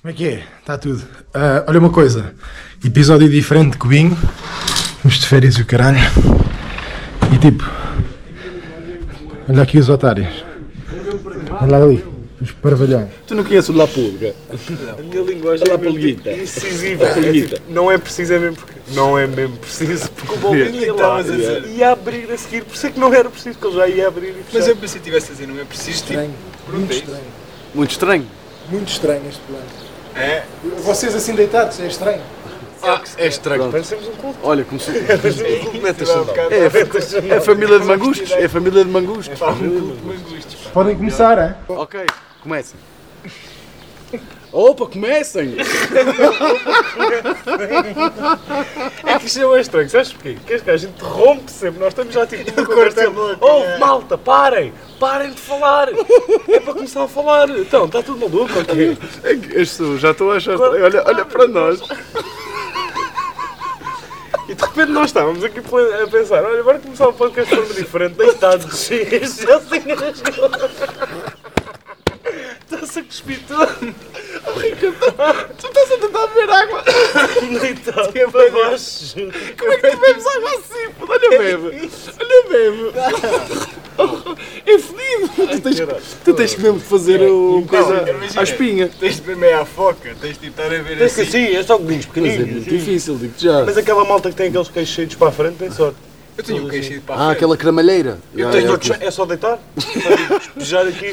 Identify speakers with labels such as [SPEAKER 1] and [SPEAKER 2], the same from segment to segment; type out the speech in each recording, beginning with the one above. [SPEAKER 1] Como é que é? Está tudo. Ah, olha uma coisa, episódio diferente de Cubinho. Vamos de férias e o caralho. E tipo, olha aqui os otários. Olha ali, os parvalhões.
[SPEAKER 2] Tu não conheces o La Pulga? A minha linguagem é La Pulguita.
[SPEAKER 3] incisiva.
[SPEAKER 2] É bonita.
[SPEAKER 3] É tipo, não é preciso, é mesmo porque. Não é mesmo preciso, porque o Bolinha
[SPEAKER 2] Sei lá,
[SPEAKER 3] estavas a dizer.
[SPEAKER 2] yeah.
[SPEAKER 3] Ia abrir a seguir, por isso é que não era preciso, porque ele já ia abrir e fechar.
[SPEAKER 4] Mas eu pensei que tivesse a dizer, não é preciso tipo.
[SPEAKER 1] Muito estranho.
[SPEAKER 2] Muito estranho.
[SPEAKER 1] Muito estranho este plano.
[SPEAKER 4] É?
[SPEAKER 1] Vocês assim deitados, é estranho.
[SPEAKER 3] Ah, é estranho.
[SPEAKER 2] Pronto.
[SPEAKER 3] Parecemos um culto.
[SPEAKER 2] Olha, começou.
[SPEAKER 3] Parecemos um culto. Metas
[SPEAKER 2] É, é a família de mangustos. É a família de mangustos.
[SPEAKER 1] Podem começar, é?
[SPEAKER 2] Ok, comecem. Opa, comecem!
[SPEAKER 3] É que isto é bem estranho, sabes porquê? Que este gajo interrompe sempre, nós estamos já tipo numa conversa. ele, Oh, malta, parem! Parem de falar! É para começar a falar! Então, está tudo maluco ou quê?
[SPEAKER 2] É que As pessoas já estão a achar. estranho. Olha, olha para nós.
[SPEAKER 3] E de repente nós estávamos aqui pla- a pensar, olha, agora começar um podcast de forma diferente, deitados, cheios, já sem rasgou. assim, Está-se a cuspir tudo.
[SPEAKER 2] Tu estás a tentar beber água.
[SPEAKER 3] Deitado para baixo.
[SPEAKER 2] Como é que tu bebes água assim? puto? Olha, bebe. Olha, bebe. É fedido. Tu
[SPEAKER 3] caralho.
[SPEAKER 2] tens, tu tens que mesmo fazer o coisa
[SPEAKER 4] imagina.
[SPEAKER 2] à espinha.
[SPEAKER 4] Tens de ver meia à foca, tens de estar a ver
[SPEAKER 3] Diz que
[SPEAKER 4] assim.
[SPEAKER 3] assim, é só golinhos
[SPEAKER 2] Mas é
[SPEAKER 3] pequeninos.
[SPEAKER 2] muito difícil, digo-te já.
[SPEAKER 3] Mas aquela malta que tem aqueles queixos cheios para a frente tem sorte.
[SPEAKER 4] Eu tenho um queixo de para
[SPEAKER 2] Ah,
[SPEAKER 4] a frente.
[SPEAKER 2] aquela cremalheira.
[SPEAKER 3] Eu
[SPEAKER 2] Já,
[SPEAKER 3] tenho
[SPEAKER 2] já,
[SPEAKER 3] outros- é só deitar? Só Despejar aqui.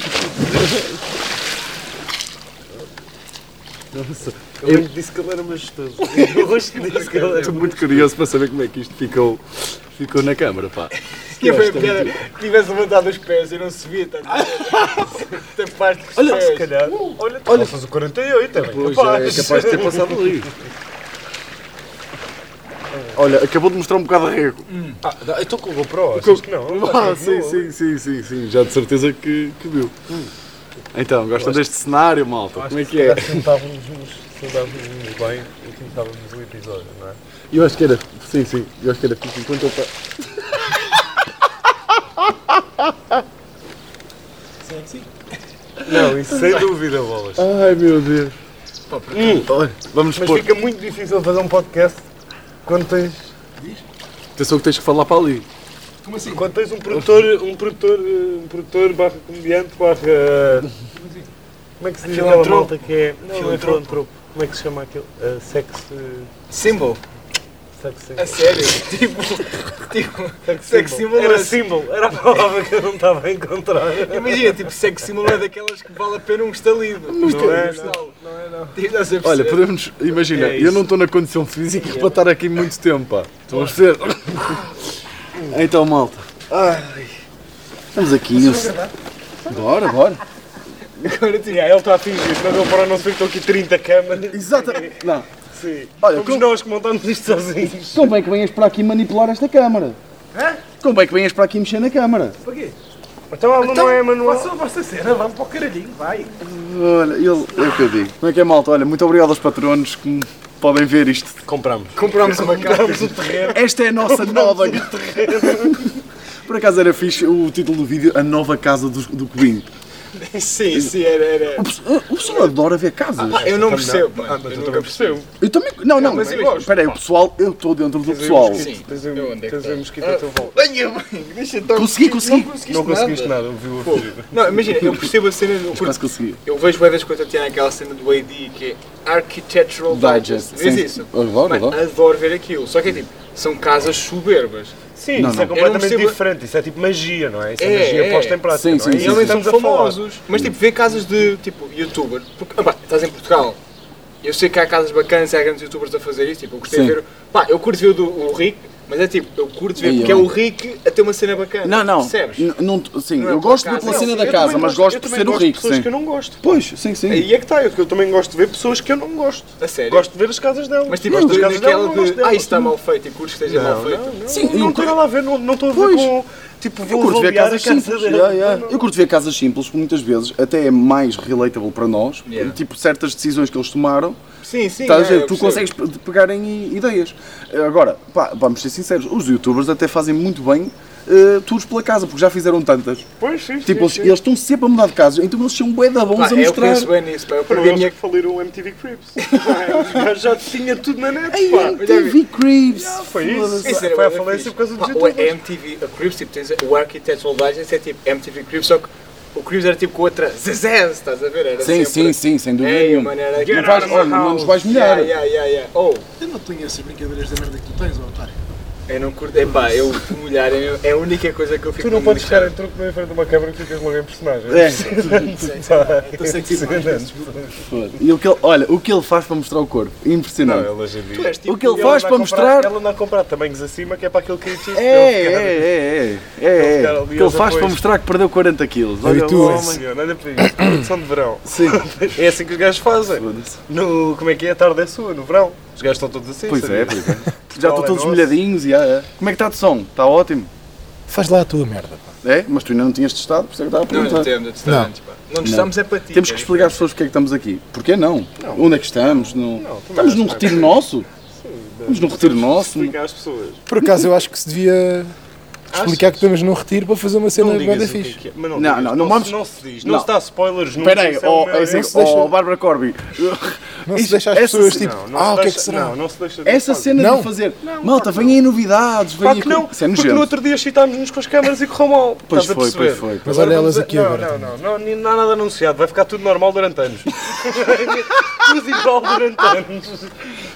[SPEAKER 3] Ele me disse que ele era majestoso. Eu gosto que disse que ele era
[SPEAKER 2] Estou muito curioso para saber como é que isto ficou, ficou na câmara, pá.
[SPEAKER 4] E foi a piada que tivesse levantado os pés e não se via,
[SPEAKER 3] tá
[SPEAKER 4] estás a ver? Tapaste os
[SPEAKER 3] Olha, se
[SPEAKER 4] pés.
[SPEAKER 3] calhar. Uh, Olha, olha. Faz o 48, é bem
[SPEAKER 2] Pois, já é
[SPEAKER 3] capaz.
[SPEAKER 2] capaz de ter passado ali. Olha, acabou de mostrar um bocado de rego.
[SPEAKER 3] Ah, dá- eu estou com o GoPro, achas que não?
[SPEAKER 2] Ah, sim, sim, sim, sim, sim, já de certeza que, que viu. Então, gostam deste cenário, malta? Como é que é?
[SPEAKER 3] Sentávamos nos sentávamos bem e começávamos o episódio, não é?
[SPEAKER 2] Eu acho que era, sim, sim, eu acho que era fixe enquanto eu... pa-
[SPEAKER 3] Não, isso sem dúvida, bolas.
[SPEAKER 2] Ai, meu Deus. Hum. Olha, vamos
[SPEAKER 3] Mas
[SPEAKER 2] pôr.
[SPEAKER 3] fica muito difícil fazer um podcast quando tens,
[SPEAKER 2] Atenção que tens que falar para ali.
[SPEAKER 3] Como assim? quando tens um produtor, um produtor, eh, um produtor barra comediante barra... Como é que se diz aquela
[SPEAKER 4] Filantropo.
[SPEAKER 3] malta que é... Não, não é
[SPEAKER 4] Filantropo.
[SPEAKER 3] filantropo. Como é que se chama aquele? Eh, sexo... eh,
[SPEAKER 4] Symbol,
[SPEAKER 3] Sexo symbol.
[SPEAKER 4] a sério. Tipo, tipo, sex symbol
[SPEAKER 3] Era
[SPEAKER 4] é-
[SPEAKER 3] símbolo, era a palavra que eu não estava a encontrar.
[SPEAKER 4] imagina, tipo, sex symbol é daquelas que vale a pena um estalido.
[SPEAKER 3] Não é,
[SPEAKER 4] não é, não. Estás a
[SPEAKER 2] Olha,
[SPEAKER 4] perceber?
[SPEAKER 2] podemos. Imagina,
[SPEAKER 3] É isso. é.
[SPEAKER 2] eu não estou na condição física para estar aqui muito tempo, pá. Estão a perceber? Então, malta. Ai. Estamos aqui. Bora, bora.
[SPEAKER 3] Agora tinha, ah, ele está a fingir, mas eu para não sei que estou aqui 30 câmaras.
[SPEAKER 2] Exatamente. Não.
[SPEAKER 3] Sim.
[SPEAKER 2] Olha,
[SPEAKER 3] Somos
[SPEAKER 2] como-
[SPEAKER 3] nós que montamos isto sozinhos.
[SPEAKER 2] Convém que venhas para aqui manipular esta câmara. Hã? Convém que venhas para aqui mexer na câmara.
[SPEAKER 3] Então ela não é manual.
[SPEAKER 4] a vossa cena, vamos para o caralhinho, vai.
[SPEAKER 2] Olha, ele, é o que eu digo. Como é que é, malta? Olha, muito obrigado aos patronos que me podem ver isto.
[SPEAKER 3] Compramos.
[SPEAKER 4] Comprámos uma casa.
[SPEAKER 3] Compramos o terreno.
[SPEAKER 2] Esta é a nossa nova. Por acaso era fixe o título do vídeo, A Nova Casa do, do Cubinho.
[SPEAKER 4] Sim, sim, era, era.
[SPEAKER 2] O pessoal- O pessoal adora ver casas.
[SPEAKER 4] Eu não percebo,
[SPEAKER 3] Ah, É,
[SPEAKER 4] mano.
[SPEAKER 3] mas
[SPEAKER 4] Eu
[SPEAKER 3] eu
[SPEAKER 4] nunca
[SPEAKER 3] também
[SPEAKER 4] percebo.
[SPEAKER 3] percebo.
[SPEAKER 2] Eu também. Não, não,
[SPEAKER 4] mas eu
[SPEAKER 2] espera aí,
[SPEAKER 4] gosto.
[SPEAKER 2] espera aí, o pessoal, eu estou dentro do pessoal.
[SPEAKER 4] Sim.
[SPEAKER 3] Tens
[SPEAKER 4] Eu onde é que
[SPEAKER 3] um
[SPEAKER 4] tá?
[SPEAKER 3] mosquito ao teu volta.
[SPEAKER 4] Venha, mãe, deixa então.
[SPEAKER 2] Consegui, consegui.
[SPEAKER 4] Não conseguiste,
[SPEAKER 3] Não conseguiste
[SPEAKER 4] nada.
[SPEAKER 3] nada, viu a ferida.
[SPEAKER 4] Não, imagina, eu percebo a cena do.
[SPEAKER 2] Quase consegui.
[SPEAKER 4] Eu vejo bué vezes quando eu tinha aquela cena do AD que é Architectural
[SPEAKER 2] Digest,
[SPEAKER 4] Digest. Vês
[SPEAKER 2] sim.
[SPEAKER 4] isso?
[SPEAKER 2] Adoro,
[SPEAKER 4] Mano,
[SPEAKER 2] adoro.
[SPEAKER 4] adoro ver aquilo. Só que é tipo, são casas soberbas.
[SPEAKER 3] Sim,
[SPEAKER 2] Não,
[SPEAKER 3] isso
[SPEAKER 2] não.
[SPEAKER 3] é completamente
[SPEAKER 4] Eu não percebo-
[SPEAKER 3] diferente. Isso é tipo magia, não é? Isso é,
[SPEAKER 4] É,
[SPEAKER 3] magia
[SPEAKER 4] é.
[SPEAKER 3] posta em prática.
[SPEAKER 2] Sim,
[SPEAKER 3] não é?
[SPEAKER 2] sim,
[SPEAKER 4] E
[SPEAKER 2] sim,
[SPEAKER 4] eles
[SPEAKER 3] estamos
[SPEAKER 4] são
[SPEAKER 3] a falar.
[SPEAKER 4] famosos. Mas tipo, ver casas de tipo youtuber. Porque, opá, estás em Portugal. Eu sei que há casas bacanas e há grandes youtubers a fazer isso. Tipo, eu gostei de
[SPEAKER 2] Sim.
[SPEAKER 4] ver. Pá, eu curto ver o do o Rick, mas é tipo, eu curto ver
[SPEAKER 2] Aí,
[SPEAKER 4] porque é
[SPEAKER 2] mano.
[SPEAKER 4] o Rick a ter uma cena bacana.
[SPEAKER 2] Não, não.
[SPEAKER 4] Percebes?
[SPEAKER 2] n- não t- sim,
[SPEAKER 4] Não é
[SPEAKER 2] eu
[SPEAKER 4] pela
[SPEAKER 2] gosto
[SPEAKER 4] casa.
[SPEAKER 2] pela
[SPEAKER 4] Não,
[SPEAKER 2] cena
[SPEAKER 3] Eu
[SPEAKER 2] da
[SPEAKER 3] também
[SPEAKER 2] casa, mas gosto por
[SPEAKER 3] também
[SPEAKER 2] ser o
[SPEAKER 3] gosto de
[SPEAKER 2] rico.
[SPEAKER 3] pessoas
[SPEAKER 2] Sim.
[SPEAKER 3] que eu não gosto.
[SPEAKER 2] Pois, sim, sim.
[SPEAKER 3] Aí é
[SPEAKER 4] tá.
[SPEAKER 3] que está, eu, eu também gosto de ver pessoas que eu não gosto.
[SPEAKER 4] A sério?
[SPEAKER 3] Gosto de ver as casas delas.
[SPEAKER 4] Mas tipo,
[SPEAKER 3] Gosto
[SPEAKER 4] gosto
[SPEAKER 3] das casas
[SPEAKER 4] daquela
[SPEAKER 3] delas, não gosto
[SPEAKER 4] de. Ah,
[SPEAKER 3] delas.
[SPEAKER 4] isto está mal feito e curto que esteja mal feito.
[SPEAKER 2] Sim,
[SPEAKER 3] Não, não
[SPEAKER 2] eu
[SPEAKER 3] tem nada a ver, não não estou a ver
[SPEAKER 2] Pois.
[SPEAKER 3] com. Tipo,
[SPEAKER 2] Eu
[SPEAKER 3] vou
[SPEAKER 2] curto ver
[SPEAKER 3] avaliar
[SPEAKER 2] casas
[SPEAKER 3] a casa
[SPEAKER 2] simples.
[SPEAKER 3] dela.
[SPEAKER 2] yeah, yeah.
[SPEAKER 3] Não, não.
[SPEAKER 2] Eu curto ver casas simples, porque muitas vezes até é mais relatable para nós,
[SPEAKER 4] Yeah.
[SPEAKER 2] tipo certas decisões que eles tomaram,
[SPEAKER 4] Sim, sim.
[SPEAKER 2] Estás a
[SPEAKER 4] é,
[SPEAKER 2] dizer,
[SPEAKER 4] eu
[SPEAKER 2] tu
[SPEAKER 4] percebo.
[SPEAKER 2] consegues pe- pegar em ideias. Agora, pá, vamos ser sinceros, os youtubers até fazem muito bem eh, tours pela casa, porque já fizeram tantas.
[SPEAKER 3] Pois, sim,
[SPEAKER 2] Tipo, eles
[SPEAKER 3] sim, sim.
[SPEAKER 2] eles estão sempre a mudar de casa, então eles são bué da bons
[SPEAKER 4] Pá, é
[SPEAKER 2] a
[SPEAKER 4] eu
[SPEAKER 2] mostrar.
[SPEAKER 4] penso bem nisso, pá. Eu
[SPEAKER 3] Foram
[SPEAKER 4] perdi a
[SPEAKER 3] eles
[SPEAKER 4] minha...
[SPEAKER 3] que faliram o MTV Cribs. Os gajos já tinha tudo na net,
[SPEAKER 2] Ei,
[SPEAKER 3] pá.
[SPEAKER 2] MTV Creeps!
[SPEAKER 3] foi isso.
[SPEAKER 2] Foda-se.
[SPEAKER 3] Isso
[SPEAKER 4] era
[SPEAKER 3] Foi a
[SPEAKER 4] bué da
[SPEAKER 3] falência
[SPEAKER 4] fixe.
[SPEAKER 3] por causa dos
[SPEAKER 4] Pá,
[SPEAKER 3] youtubers.
[SPEAKER 4] O MTV, a Cribs, tipo, tens o Architects Old Legends, é tipo MTV Cribs, só que o Cribs era tipo com outra zezez, estás a ver? Era
[SPEAKER 2] Sim,
[SPEAKER 4] É
[SPEAKER 2] sim,
[SPEAKER 4] sempre-
[SPEAKER 2] sim, sem dúvida
[SPEAKER 4] Ei,
[SPEAKER 2] nenhuma.
[SPEAKER 4] mano, era
[SPEAKER 2] Não,
[SPEAKER 4] aquilo.
[SPEAKER 2] vais, olha, não nos vais molhar.
[SPEAKER 4] Yeah, yeah, yeah, yeah. Oh,
[SPEAKER 5] Eu não tenho essas brincadeiras da merda que tu tens, ó otário.
[SPEAKER 4] eu não curto. Epá, eu te molhar é é a única coisa que eu fico
[SPEAKER 3] Tu não
[SPEAKER 4] com
[SPEAKER 3] podes
[SPEAKER 4] molhar.
[SPEAKER 3] ficar em truque na frente de uma câmera e ficas logo em personagem.
[SPEAKER 2] É.
[SPEAKER 5] Então sei que sim, mais, peço desculpa.
[SPEAKER 2] E o que ele- olha, o que ele faz para mostrar o corpo, impressionante.
[SPEAKER 3] é legítimo.
[SPEAKER 4] Tu és tipo-
[SPEAKER 2] o que ele
[SPEAKER 3] Ela
[SPEAKER 2] faz
[SPEAKER 3] anda a
[SPEAKER 2] para
[SPEAKER 3] comprar-
[SPEAKER 2] mostrar.
[SPEAKER 3] Ela anda a comprar tamanhos acima, que é para aquele que tipo.
[SPEAKER 2] É, é, é, é, é,
[SPEAKER 3] ficar
[SPEAKER 2] é.
[SPEAKER 3] ali
[SPEAKER 2] O que ele
[SPEAKER 3] aos
[SPEAKER 2] faz para
[SPEAKER 3] apoios.
[SPEAKER 2] mostrar que perdeu 40 quilos. Olha
[SPEAKER 1] tu,
[SPEAKER 2] o
[SPEAKER 3] Sim,
[SPEAKER 2] homem.
[SPEAKER 3] senhor, olha para isto. Produção de verão.
[SPEAKER 2] Sim.
[SPEAKER 3] É assim que os gajos fazem.
[SPEAKER 2] Foda-se.
[SPEAKER 3] No, como é que é? A tarde é sua, no verão. Os gajos estão todos assim.
[SPEAKER 2] Pois é,
[SPEAKER 3] sabe?
[SPEAKER 2] pois é. Já
[SPEAKER 3] é
[SPEAKER 2] estão todos
[SPEAKER 3] nosso.
[SPEAKER 2] molhadinhos e ah, é. Como é que está de som? Está ótimo.
[SPEAKER 1] Faz lá a tua merda. pá.
[SPEAKER 2] É? Mas tu ainda não tinhas testado, por isso é que estava a
[SPEAKER 4] Não,
[SPEAKER 2] perguntar.
[SPEAKER 4] não temos, eu te estava antes, pá. Não nos estamos é para ti.
[SPEAKER 2] Temos que
[SPEAKER 4] cara.
[SPEAKER 2] explicar às pessoas porque é que estamos aqui. Porquê não? Onde é que estamos? No- Estamos num retiro nosso? Estamos num retiro nosso?
[SPEAKER 3] Explica às pessoas.
[SPEAKER 1] Por acaso eu acho que se devia explicar que estamos num retiro para fazer uma cena
[SPEAKER 3] Não
[SPEAKER 1] de banda
[SPEAKER 3] digas o que é
[SPEAKER 1] fixe.
[SPEAKER 3] que é. Mas não,
[SPEAKER 2] Não,
[SPEAKER 3] digas,
[SPEAKER 2] não, não
[SPEAKER 3] se-
[SPEAKER 2] vamos-
[SPEAKER 3] Não se diz. Não,
[SPEAKER 2] Não.
[SPEAKER 3] se dá spoilers nunca.
[SPEAKER 2] Espera aí,
[SPEAKER 3] isso é
[SPEAKER 2] ó
[SPEAKER 3] o maior
[SPEAKER 2] é assim,
[SPEAKER 3] erro.
[SPEAKER 1] se deixa-
[SPEAKER 2] ó, Bárbara Corby.
[SPEAKER 1] Não se
[SPEAKER 2] Isso-
[SPEAKER 1] deixa as
[SPEAKER 2] essa
[SPEAKER 1] pessoas
[SPEAKER 2] cena-
[SPEAKER 1] tipo,
[SPEAKER 3] Não, não
[SPEAKER 1] ah,
[SPEAKER 3] se
[SPEAKER 1] o que é
[SPEAKER 3] deixa-
[SPEAKER 1] que será?
[SPEAKER 3] Não, não se deixa de
[SPEAKER 2] Essa
[SPEAKER 3] spoilers.
[SPEAKER 2] cena
[SPEAKER 1] Não.
[SPEAKER 2] de fazer. Malta, vem aí novidades. Vem
[SPEAKER 3] Claro
[SPEAKER 2] aí
[SPEAKER 3] que não,
[SPEAKER 2] Isso é
[SPEAKER 3] porque no
[SPEAKER 2] nojento.
[SPEAKER 3] outro dia chitámos-nos com as câmaras e correu mal.
[SPEAKER 2] Pois
[SPEAKER 3] Estás a
[SPEAKER 2] foi,
[SPEAKER 3] perceber?
[SPEAKER 2] pois foi.
[SPEAKER 1] Mas olha elas
[SPEAKER 3] vamos a-
[SPEAKER 1] aqui
[SPEAKER 3] não,
[SPEAKER 1] agora.
[SPEAKER 3] Não, não, não, nem- não, há nada anunciado, vai ficar tudo normal durante anos. tudo igual durante
[SPEAKER 2] Ah,
[SPEAKER 3] anos.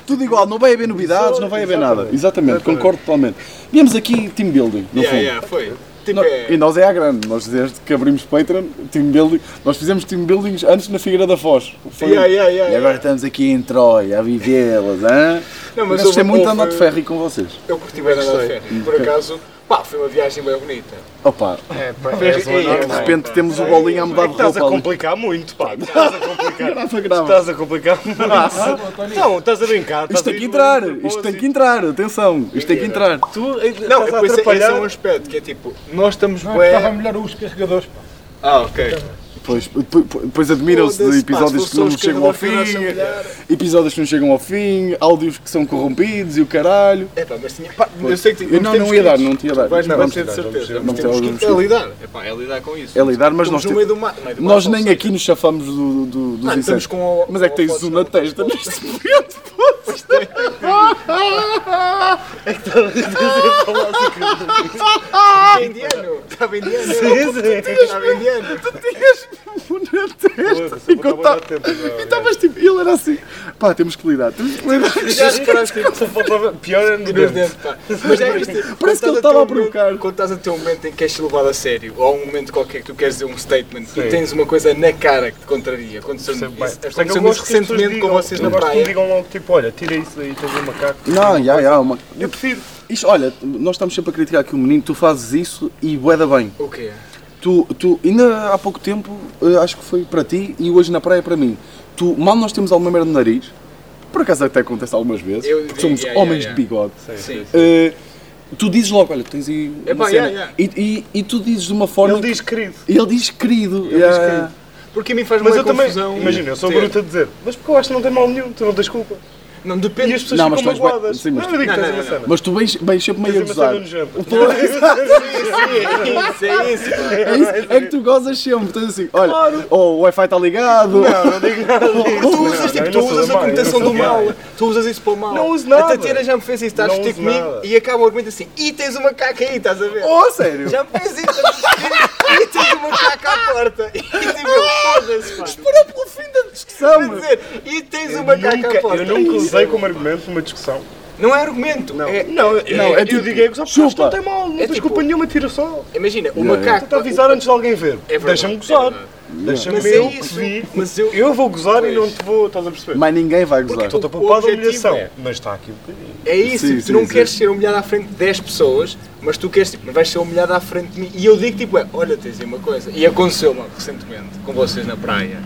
[SPEAKER 2] Tudo igual, não vai haver novidades, não vai haver nada. Exatamente, concordo totalmente. Viemos aqui team building, no
[SPEAKER 4] Yeah,
[SPEAKER 2] fundo.
[SPEAKER 4] yeah, foi. Tipo,
[SPEAKER 2] No-
[SPEAKER 4] é-
[SPEAKER 2] E nós é à grande, nós desde que abrimos Patreon, team building, nós fizemos team buildings antes na Figueira da Foz. Foi-
[SPEAKER 4] Yeah, yeah, yeah,
[SPEAKER 2] e agora
[SPEAKER 4] yeah.
[SPEAKER 2] estamos aqui em Troia, a vivê-las, hã?
[SPEAKER 4] Não,
[SPEAKER 2] Mas
[SPEAKER 4] mas houve-
[SPEAKER 2] gostei muito de
[SPEAKER 4] houve-
[SPEAKER 2] andar de ferro com vocês.
[SPEAKER 4] Eu curti bem andar de ferro. Por acaso, pá, foi uma viagem bem bonita.
[SPEAKER 2] Opa, é
[SPEAKER 4] Ferro- Ei,
[SPEAKER 2] de
[SPEAKER 4] pá.
[SPEAKER 2] repente temos o bolinho a mudar de
[SPEAKER 3] Estás a
[SPEAKER 2] roupa ali.
[SPEAKER 3] complicar muito, pá. Estás a complicar.
[SPEAKER 2] Grava, grava.
[SPEAKER 3] Estás a complicar muito. Não, estás a brincar.
[SPEAKER 2] Isto
[SPEAKER 3] estás a
[SPEAKER 2] tem
[SPEAKER 3] ir
[SPEAKER 2] que
[SPEAKER 3] com
[SPEAKER 2] entrar,
[SPEAKER 3] um propósito.
[SPEAKER 2] isto tem que entrar, atenção, isto tem que entrar.
[SPEAKER 3] Tu eh,
[SPEAKER 4] Não,
[SPEAKER 3] estás a
[SPEAKER 4] depois esse é
[SPEAKER 3] atrapalhar.
[SPEAKER 4] um aspecto que é tipo, nós estamos
[SPEAKER 5] Estava
[SPEAKER 4] bem.
[SPEAKER 5] melhor os carregadores, pá.
[SPEAKER 4] Ah, ok.
[SPEAKER 2] Pois, depois- depois admiram-se de
[SPEAKER 4] Foda-se, pá,
[SPEAKER 2] episódios
[SPEAKER 4] se
[SPEAKER 2] que não
[SPEAKER 4] fosse
[SPEAKER 2] chegam
[SPEAKER 4] os
[SPEAKER 2] ao fim,
[SPEAKER 4] carregadores que nós somos
[SPEAKER 2] episódios que não chegam ao fim, áudios que são corrompidos e o caralho.
[SPEAKER 4] É pá, mas tinha. Pá, eu sei que
[SPEAKER 2] Eu não, não ia dar, não te ia dar.
[SPEAKER 4] Vais não,
[SPEAKER 2] Vamos-
[SPEAKER 4] vai ser de certeza.
[SPEAKER 2] vamos
[SPEAKER 4] Mas
[SPEAKER 2] ter
[SPEAKER 4] temos
[SPEAKER 2] alguns
[SPEAKER 4] que é lidar. É pá, é lidar com isso.
[SPEAKER 2] É lidar, mas nós
[SPEAKER 4] Estamos no
[SPEAKER 2] te-
[SPEAKER 4] meio do mar. no meio do
[SPEAKER 2] Nós
[SPEAKER 4] mar,
[SPEAKER 2] nem
[SPEAKER 4] só
[SPEAKER 2] aqui nos chafamos do, do, dos
[SPEAKER 4] Mano, estamos
[SPEAKER 2] insetos.
[SPEAKER 4] com o-
[SPEAKER 2] Mas é que
[SPEAKER 4] com
[SPEAKER 2] tens
[SPEAKER 4] o
[SPEAKER 2] um na
[SPEAKER 4] Afonso.
[SPEAKER 2] testa neste momento, putz.
[SPEAKER 4] Estava indiano. Estava indiano. Estava indiano.
[SPEAKER 2] Tinhas um na testa.
[SPEAKER 3] Foda-se,
[SPEAKER 2] enquanto
[SPEAKER 3] vou dar
[SPEAKER 2] tá-
[SPEAKER 3] tempo
[SPEAKER 2] E
[SPEAKER 4] é.
[SPEAKER 3] já.
[SPEAKER 2] estavas tipo, ele era assim. Pá, temos que lidar, temos que lidar.
[SPEAKER 4] Já esperaste tipo,
[SPEAKER 3] Só faltava- Pior é no
[SPEAKER 4] nos
[SPEAKER 3] dente.
[SPEAKER 4] dentes, pá. Mas é isto.
[SPEAKER 2] Parece que
[SPEAKER 4] tipo, quando
[SPEAKER 2] ele
[SPEAKER 4] estás a ter
[SPEAKER 2] estava a
[SPEAKER 4] um momento-
[SPEAKER 2] provocar.
[SPEAKER 4] Quando estás a ter um momento em que és levado a sério, ou há um momento qualquer que tu queres dizer um statement e tens uma coisa na cara que te contraria. Aconteceu-nos
[SPEAKER 3] Percebo é bem.
[SPEAKER 4] isso-
[SPEAKER 3] Portanto, eu
[SPEAKER 4] aconteceu-nos
[SPEAKER 3] gosto que as pessoas
[SPEAKER 4] recentemente com
[SPEAKER 3] digam-
[SPEAKER 4] vocês
[SPEAKER 3] eu
[SPEAKER 4] na
[SPEAKER 3] gosto que me
[SPEAKER 4] praia.
[SPEAKER 3] digam logo tipo, olha, tira isso daí, tens um macaco.
[SPEAKER 2] Não, já, já, uma-
[SPEAKER 3] Eu prefiro.
[SPEAKER 2] Isto, olha, nós estamos sempre a criticar aqui o menino, tu fazes isso e boeda bem.
[SPEAKER 4] O quê?
[SPEAKER 2] Tu, tu, ainda há pouco tempo, eh, acho que foi para ti e hoje na praia é para mim. Tu, mal nós temos alguma merda no nariz, por acaso até acontece algumas vezes,
[SPEAKER 4] Eu-
[SPEAKER 2] porque somos
[SPEAKER 4] yeah, yeah,
[SPEAKER 2] homens
[SPEAKER 4] yeah.
[SPEAKER 2] de bigode.
[SPEAKER 4] Sim.
[SPEAKER 2] Eh, tu dizes logo, olha, tens aí uma
[SPEAKER 4] Epá,
[SPEAKER 2] cena.
[SPEAKER 4] yeah, yeah.
[SPEAKER 2] E, e- e tu dizes de uma forma...
[SPEAKER 3] Ele diz querido.
[SPEAKER 2] que- ele diz querido. yeah.
[SPEAKER 4] Porque a mim faz
[SPEAKER 3] Mas
[SPEAKER 4] uma
[SPEAKER 3] eu também,
[SPEAKER 4] confusão.
[SPEAKER 3] imagina, eu sou
[SPEAKER 4] ter-
[SPEAKER 3] bruto a dizer, mas porque eu acho que não tem mal nenhum, tu não tens culpa.
[SPEAKER 4] Não,
[SPEAKER 3] E
[SPEAKER 4] depende.
[SPEAKER 3] as pessoas
[SPEAKER 2] Não, mas tu
[SPEAKER 3] ficam
[SPEAKER 2] és bué-
[SPEAKER 3] magoadas.
[SPEAKER 2] sim, mas
[SPEAKER 3] não,
[SPEAKER 2] tu-
[SPEAKER 3] eu digo que
[SPEAKER 4] Não,
[SPEAKER 3] tens
[SPEAKER 4] não,
[SPEAKER 3] uma
[SPEAKER 4] não,
[SPEAKER 3] cena.
[SPEAKER 2] Mas tu vens, vens sempre meio a
[SPEAKER 3] Tens uma
[SPEAKER 2] gozar.
[SPEAKER 3] cena nojenta.
[SPEAKER 4] Isso é isso.
[SPEAKER 2] É, isso, é que tu gozas sempre, tens assim, olha, ou o Wi-Fi está ligado,
[SPEAKER 4] Tu usas, tipo,
[SPEAKER 3] não,
[SPEAKER 4] tu
[SPEAKER 3] eu não sou
[SPEAKER 4] usas
[SPEAKER 3] do
[SPEAKER 4] a
[SPEAKER 3] mal,
[SPEAKER 4] conotação
[SPEAKER 3] eu não
[SPEAKER 4] do
[SPEAKER 3] sou do
[SPEAKER 4] mal.
[SPEAKER 3] mal.
[SPEAKER 4] Tu usas isso para o mal.
[SPEAKER 3] Não uso nada.
[SPEAKER 4] A Tatiana já me fez isso, está a
[SPEAKER 3] Não
[SPEAKER 4] discutir
[SPEAKER 3] uso
[SPEAKER 4] comigo
[SPEAKER 3] nada.
[SPEAKER 4] e acaba o argumento assim. E tens uma caca aí, estás a ver?
[SPEAKER 2] oh, sério.
[SPEAKER 4] Já me fez isso, já me fez isso. E tens uma caca à porta. E tipo, eu, foda-se, mano.
[SPEAKER 2] Espera pelo fim da discussão.
[SPEAKER 4] Quer dizer, E tens uma caca à
[SPEAKER 3] Nunca,
[SPEAKER 4] porta.
[SPEAKER 3] eu nunca usei como argumento numa discussão.
[SPEAKER 4] Não é argumento. é-
[SPEAKER 3] não,
[SPEAKER 2] não, é
[SPEAKER 3] eu
[SPEAKER 2] tipo,
[SPEAKER 3] digo é gozar porque acho que não
[SPEAKER 2] chupa.
[SPEAKER 3] tem mal, não
[SPEAKER 4] É
[SPEAKER 3] tens
[SPEAKER 4] tipo-
[SPEAKER 3] culpa nenhuma, tira só.
[SPEAKER 4] Imagina, o
[SPEAKER 2] Yeah,
[SPEAKER 4] macaco.
[SPEAKER 3] Tenta avisar tá antes de alguém ver.
[SPEAKER 4] verdade,
[SPEAKER 3] Deixa-me
[SPEAKER 4] é
[SPEAKER 3] gozar.
[SPEAKER 4] verdade.
[SPEAKER 3] Deixa-me
[SPEAKER 4] Mas
[SPEAKER 3] ver
[SPEAKER 4] é
[SPEAKER 3] o que
[SPEAKER 4] isso,
[SPEAKER 3] vi.
[SPEAKER 4] mas eu-
[SPEAKER 3] vou gozar e
[SPEAKER 4] Pois.
[SPEAKER 3] não te vou, estás a perceber?
[SPEAKER 2] Mas ninguém vai gozar.
[SPEAKER 3] Estou a
[SPEAKER 4] o
[SPEAKER 3] poupar da
[SPEAKER 4] objetivo
[SPEAKER 3] humilhação.
[SPEAKER 4] é-
[SPEAKER 3] Mas está aqui um bocadinho.
[SPEAKER 4] É
[SPEAKER 2] Sim,
[SPEAKER 4] isso, tipo,
[SPEAKER 2] sim,
[SPEAKER 4] tu
[SPEAKER 2] sim.
[SPEAKER 4] não queres ser humilhado à frente de 10 pessoas, mas tu queres, tipo, mas vais ser humilhado à frente de mim. E eu digo, tipo, é, olha, tens aí uma coisa. E aconteceu-me recentemente, com vocês na praia.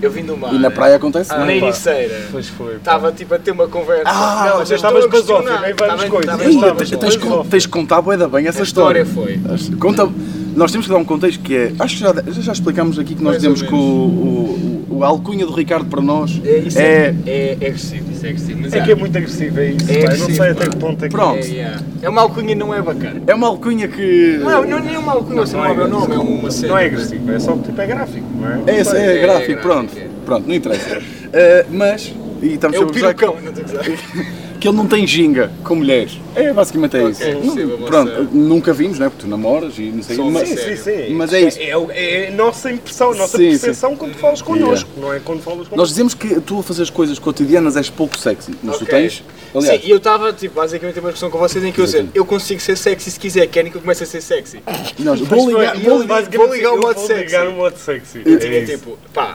[SPEAKER 4] Eu vim do mar.
[SPEAKER 2] E na praia acontece,
[SPEAKER 4] Ah,
[SPEAKER 2] não
[SPEAKER 4] na
[SPEAKER 2] é?
[SPEAKER 4] Ericeira.
[SPEAKER 3] Pois foi.
[SPEAKER 4] Estava, tipo, a ter uma conversa.
[SPEAKER 2] Ah,
[SPEAKER 3] mas
[SPEAKER 4] Não, eu
[SPEAKER 3] já estavas
[SPEAKER 4] estou a
[SPEAKER 3] basófilo
[SPEAKER 4] questionar.
[SPEAKER 3] em várias
[SPEAKER 4] Estava-
[SPEAKER 3] coisas.
[SPEAKER 4] estava-
[SPEAKER 2] Ih,
[SPEAKER 4] estava-
[SPEAKER 2] tens,
[SPEAKER 3] Sim,
[SPEAKER 2] tens,
[SPEAKER 3] sim.
[SPEAKER 2] con- tens que contar bué da bem essa
[SPEAKER 4] A
[SPEAKER 2] história.
[SPEAKER 4] história foi.
[SPEAKER 2] Acho- Conta, nós temos que dar um contexto que é. Acho que já, já, já explicámos aqui que nós
[SPEAKER 4] Mais ou
[SPEAKER 2] demos que o, o, o- a alcunha do Ricardo para nós
[SPEAKER 4] É, isso
[SPEAKER 2] é,
[SPEAKER 4] é, é, é agressivo. isso é agressivo. Mas
[SPEAKER 3] É que é muito agressivo, é isso. pá, eu não
[SPEAKER 4] agressivo,
[SPEAKER 3] sei até
[SPEAKER 4] pá.
[SPEAKER 3] que ponto é que.
[SPEAKER 2] Pronto.
[SPEAKER 4] É, yeah. é uma alcunha, não é bacana.
[SPEAKER 2] É uma alcunha que.
[SPEAKER 4] Não, não é nem uma alcunha, você não,
[SPEAKER 3] é
[SPEAKER 4] é o nome, é
[SPEAKER 3] agressivo.
[SPEAKER 4] uma série.
[SPEAKER 3] Não é agressivo, é só que tipo é gráfico, não é?
[SPEAKER 2] É, esse- é,
[SPEAKER 4] É,
[SPEAKER 2] gráfico,
[SPEAKER 4] é
[SPEAKER 2] pronto.
[SPEAKER 4] gráfico,
[SPEAKER 2] Pronto, não interessa. Eh, mas. E estamos
[SPEAKER 4] É o
[SPEAKER 2] sempre a gozar
[SPEAKER 4] pirocão, não estou a gozar.
[SPEAKER 2] Que ele não tem ginga com mulheres. É basicamente é isso. Não-
[SPEAKER 4] percebo a vossa-
[SPEAKER 2] pronto, nunca vimos, né? Porque tu namoras e não sei
[SPEAKER 4] Só
[SPEAKER 2] mas,
[SPEAKER 4] uma
[SPEAKER 3] Sim, sim, sim.
[SPEAKER 2] mas é isso.
[SPEAKER 3] É, o- é a nossa impressão, a nossa
[SPEAKER 2] Sim,
[SPEAKER 3] percepção quando falas connosco, não é quando falas connosco.
[SPEAKER 2] Nós dizemos que tu a fazer as coisas cotidianas és pouco sexy, mas tu
[SPEAKER 4] Ok.
[SPEAKER 2] tens. Aliás,
[SPEAKER 4] Sim, e eu estava, tipo, basicamente uma discussão com vocês em que eu dizer, eu consigo ser sexy se quiser, querem que eu comece a ser sexy.
[SPEAKER 3] É
[SPEAKER 2] nós, vou ligar.
[SPEAKER 3] Mas,
[SPEAKER 2] Vou
[SPEAKER 3] eu
[SPEAKER 2] ligar.
[SPEAKER 3] é basicamente,
[SPEAKER 4] vou ligar o
[SPEAKER 3] eu
[SPEAKER 4] modo
[SPEAKER 3] vou
[SPEAKER 4] sexy.
[SPEAKER 3] ligar o modo sexy. É,
[SPEAKER 4] É,
[SPEAKER 3] isso.
[SPEAKER 4] tipo, pá,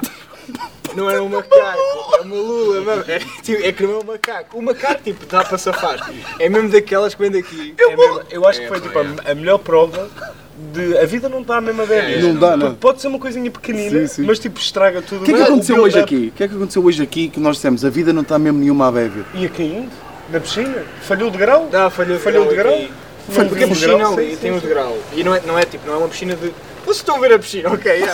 [SPEAKER 4] não é um macaco, é uma lula, mano. É, tipo, é que não é um macaco. O macaco, tipo, dá para safar. É mesmo daquelas que vem daqui.
[SPEAKER 3] eu,
[SPEAKER 4] é mesmo-
[SPEAKER 3] eu acho
[SPEAKER 4] é,
[SPEAKER 3] que foi
[SPEAKER 4] pá,
[SPEAKER 3] tipo,
[SPEAKER 4] é.
[SPEAKER 3] a, a melhor prova de. A vida não está mesmo a ver.
[SPEAKER 4] É,
[SPEAKER 2] Não dá, não.
[SPEAKER 3] Pode ser uma coisinha pequenina,
[SPEAKER 2] Sim, sim.
[SPEAKER 3] mas tipo estraga tudo.
[SPEAKER 2] O que é que
[SPEAKER 3] Mas
[SPEAKER 2] aconteceu hoje
[SPEAKER 3] build-up-
[SPEAKER 2] aqui? O que é que aconteceu hoje aqui que nós dissemos? A vida não está mesmo nenhuma a beber.
[SPEAKER 3] Ia caindo? Na piscina? Falhou de grau?
[SPEAKER 4] Dá, falhou,
[SPEAKER 3] Falhou o degrau?
[SPEAKER 4] aqui.
[SPEAKER 3] Não
[SPEAKER 4] Foi porque a
[SPEAKER 3] vimos o degrau,
[SPEAKER 4] piscina ali
[SPEAKER 3] sim,
[SPEAKER 4] tem
[SPEAKER 3] sim,
[SPEAKER 4] um degrau. E não é, não é tipo, não é uma piscina de. Vocês estão a ver a piscina, ok? é.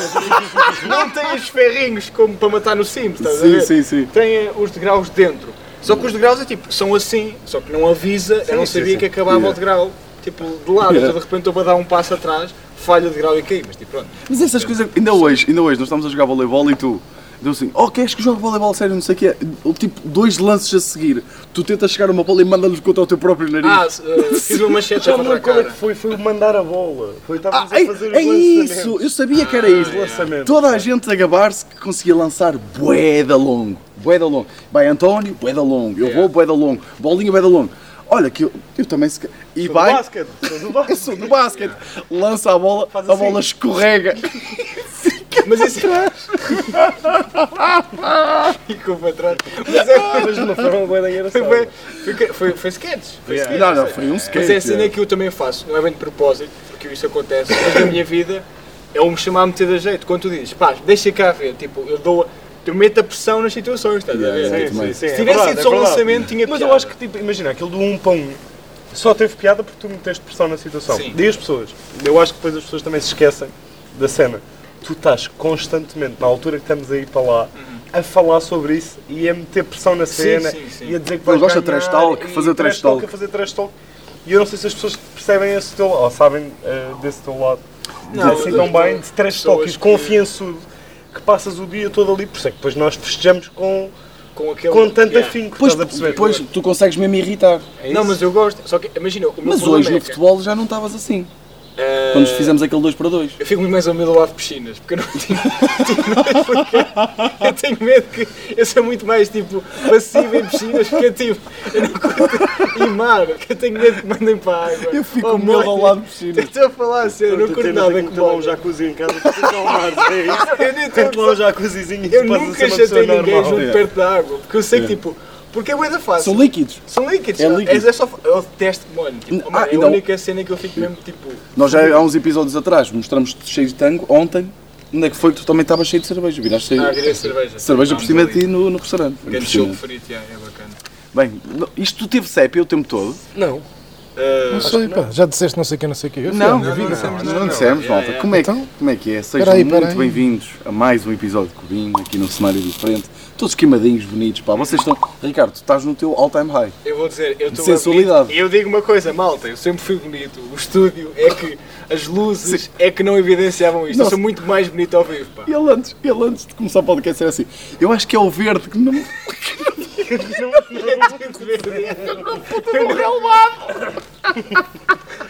[SPEAKER 4] não tem os ferrinhos como para matar no Sims, estás a
[SPEAKER 2] Sim,
[SPEAKER 4] ver?
[SPEAKER 2] sim, sim.
[SPEAKER 4] Tem eh, os degraus dentro. Só que os degraus é tipo, são assim, só que não avisa, eu não sabia que acabava
[SPEAKER 2] Yeah.
[SPEAKER 4] o degrau, tipo, de lado,
[SPEAKER 2] Yeah.
[SPEAKER 4] então de repente estou para dar um passo atrás, falho o degrau e caí, mas tipo, pronto.
[SPEAKER 2] Mas essas coisas. Ainda hoje, ainda hoje, nós estamos a jogar voleibol e tu. Deu assim, oh, queres que eu jogue voleibol a sério? Não sei o que é. Tipo, dois lances a seguir. Tu tentas chegar a uma bola e manda-lhes contra o teu próprio nariz.
[SPEAKER 4] Ah, se- eh, fiz uma manchete
[SPEAKER 3] Já
[SPEAKER 4] já
[SPEAKER 3] me
[SPEAKER 4] contra a
[SPEAKER 3] lembro qual é
[SPEAKER 4] cara.
[SPEAKER 3] que foi, foi o mandar a bola. Foi,
[SPEAKER 2] Ah,
[SPEAKER 3] estávamos
[SPEAKER 2] é,
[SPEAKER 3] a Ah, fazer os
[SPEAKER 2] é
[SPEAKER 3] lançamentos.
[SPEAKER 2] isso! Eu sabia que era isso.
[SPEAKER 3] lançamentos.
[SPEAKER 2] Toda a gente a gabar-se que conseguia lançar bué da longo. Bué da longo. Vai António, bué da longo. Eu vou, bué da longo. Bolinha, bué da longo. Olha que eu, eu também se... ca- E
[SPEAKER 3] Do
[SPEAKER 2] vai...
[SPEAKER 3] basquete, foi do
[SPEAKER 2] Eu
[SPEAKER 3] basquete.
[SPEAKER 2] sou do basquete. Lança a bola,
[SPEAKER 3] Faz
[SPEAKER 2] a
[SPEAKER 3] assim.
[SPEAKER 2] bola escorrega.
[SPEAKER 4] Mas isso. Ficou para trás. Mas é.
[SPEAKER 3] Mas de uma forma boa da
[SPEAKER 4] Foi,
[SPEAKER 3] engraçada.
[SPEAKER 4] foi, foi, foi, foi sketch. Foi
[SPEAKER 3] Yeah.
[SPEAKER 4] sketch.
[SPEAKER 2] Não, não, foi um skate.
[SPEAKER 4] Mas é a cena que eu também faço, não é bem de propósito, porque isso acontece, mas na minha vida é um chamar a meter a jeito. Quando tu dizes, pá, deixa cá ver, tipo, eu dou. Eu meto a pressão nas situações, estás a ver?
[SPEAKER 3] Sim,
[SPEAKER 4] Tipo,
[SPEAKER 3] sim, sim,
[SPEAKER 4] Se
[SPEAKER 3] é
[SPEAKER 4] tivesse
[SPEAKER 3] verdade,
[SPEAKER 4] sido
[SPEAKER 3] é
[SPEAKER 4] só um
[SPEAKER 3] verdade.
[SPEAKER 4] lançamento, tinha
[SPEAKER 3] Mas eu
[SPEAKER 4] piada.
[SPEAKER 3] acho que, tipo, imagina, aquele do 1 para 1 só teve piada porque tu meteste pressão na situação.
[SPEAKER 4] Sim.
[SPEAKER 3] E as pessoas? Eu acho que depois as pessoas também se esquecem da cena. Tu estás constantemente, na altura que estamos a ir para lá, a falar sobre isso e a meter pressão na cena
[SPEAKER 4] Uhum. sim, sim.
[SPEAKER 3] e a dizer que vais
[SPEAKER 2] gosta de
[SPEAKER 3] ganhar
[SPEAKER 2] trash talk,
[SPEAKER 3] e
[SPEAKER 2] fazer trash talk.
[SPEAKER 3] a fazer trash talk. E eu não sei se as pessoas percebem esse teu lado, ou sabem eh, desse teu lado.
[SPEAKER 4] Não,
[SPEAKER 3] assim
[SPEAKER 4] eu-
[SPEAKER 3] tão
[SPEAKER 4] eu-
[SPEAKER 3] bem, de trash talk
[SPEAKER 4] pessoas
[SPEAKER 3] e
[SPEAKER 4] que-
[SPEAKER 3] confiançudo, que passas o dia todo ali, por isso é que depois nós festejamos com
[SPEAKER 4] com, aquele,
[SPEAKER 3] com tanto
[SPEAKER 4] Yeah.
[SPEAKER 3] afinco,
[SPEAKER 2] Pois,
[SPEAKER 3] estás a perceber?
[SPEAKER 2] pois tu consegues mesmo irritar.
[SPEAKER 4] Não, mas eu gosto. Só que imagina, o meu
[SPEAKER 2] Mas
[SPEAKER 4] problema
[SPEAKER 2] hoje
[SPEAKER 4] é
[SPEAKER 2] no
[SPEAKER 4] que,
[SPEAKER 2] futebol já não estavas assim.
[SPEAKER 4] eh,
[SPEAKER 2] Quando fizemos aquele 2 para 2.
[SPEAKER 4] Eu fico muito mais ao medo do lado de piscinas, porque eu não tenho, tenho medo porque eu tenho medo que eu sou muito mais tipo passivo em piscinas porque eu tipo eu não curto e mar, que eu tenho medo que mandem para a água.
[SPEAKER 2] Eu fico
[SPEAKER 4] Ou
[SPEAKER 2] com medo ao
[SPEAKER 4] molho.
[SPEAKER 2] lado de piscinas.
[SPEAKER 4] Estou a falar a sério, eu não
[SPEAKER 3] Tu
[SPEAKER 4] curto
[SPEAKER 3] tens-
[SPEAKER 4] nada
[SPEAKER 3] tem
[SPEAKER 4] com
[SPEAKER 3] que ter lá um
[SPEAKER 4] molho.
[SPEAKER 3] jacuzzi em casa para te acalmares, é isso?
[SPEAKER 4] Eu nem estou a
[SPEAKER 3] Tens lá um
[SPEAKER 4] gozar.
[SPEAKER 3] jacuzzizinho e
[SPEAKER 4] Eu
[SPEAKER 3] tu passas
[SPEAKER 4] nunca
[SPEAKER 3] a ser é uma pessoa
[SPEAKER 4] chatei ninguém
[SPEAKER 3] normal.
[SPEAKER 4] junto perto da água, porque eu sei que tipo, porque é bué da fácil.
[SPEAKER 2] São líquidos.
[SPEAKER 4] São líquidos.
[SPEAKER 2] É líquido.
[SPEAKER 4] É, só, eu detesto molho. Tipo,
[SPEAKER 2] Ah,
[SPEAKER 4] mano, é
[SPEAKER 2] então-
[SPEAKER 4] a única cena que eu fico mesmo tipo.
[SPEAKER 2] Nós já há uns episódios atrás mostramos-te cheio de tango. Ontem, onde é que foi que tu também estavas cheio de cerveja? Viraste cheio
[SPEAKER 4] Ah, virei cerveja.
[SPEAKER 2] cerveja por cima é tipo, de
[SPEAKER 4] ti.
[SPEAKER 2] ti no, no restaurante.
[SPEAKER 4] Grande jogo frito, yeah, é bacana.
[SPEAKER 2] Bem, no- isto tu teve sépia o tempo todo?
[SPEAKER 4] Eh,
[SPEAKER 1] Não sei, pá, já disseste não sei o que, não sei o que. Eu fui à minha vida.
[SPEAKER 4] dissemos
[SPEAKER 2] não, dissemos, malta. Como, é que,
[SPEAKER 1] Então?
[SPEAKER 2] como é que é? Sejam
[SPEAKER 1] Peraí,
[SPEAKER 2] muito
[SPEAKER 1] peraí.
[SPEAKER 2] bem-vindos a mais um episódio de Cubinho, aqui num cenário diferente. Todos queimadinhos, bonitos, pá. Vocês estão... Ricardo, tu estás no teu all-time high.
[SPEAKER 4] Eu vou dizer, eu estou
[SPEAKER 2] Sensualidade.
[SPEAKER 4] bonito. Eu digo uma coisa, malta, eu sempre fui bonito. O estúdio é que as luzes é que não evidenciavam isto. Eu
[SPEAKER 2] Nossa.
[SPEAKER 4] sou muito mais bonito ao vivo, pá.
[SPEAKER 2] Ele antes, ele antes de começar o podcast era assim, eu acho que é o verde que não... é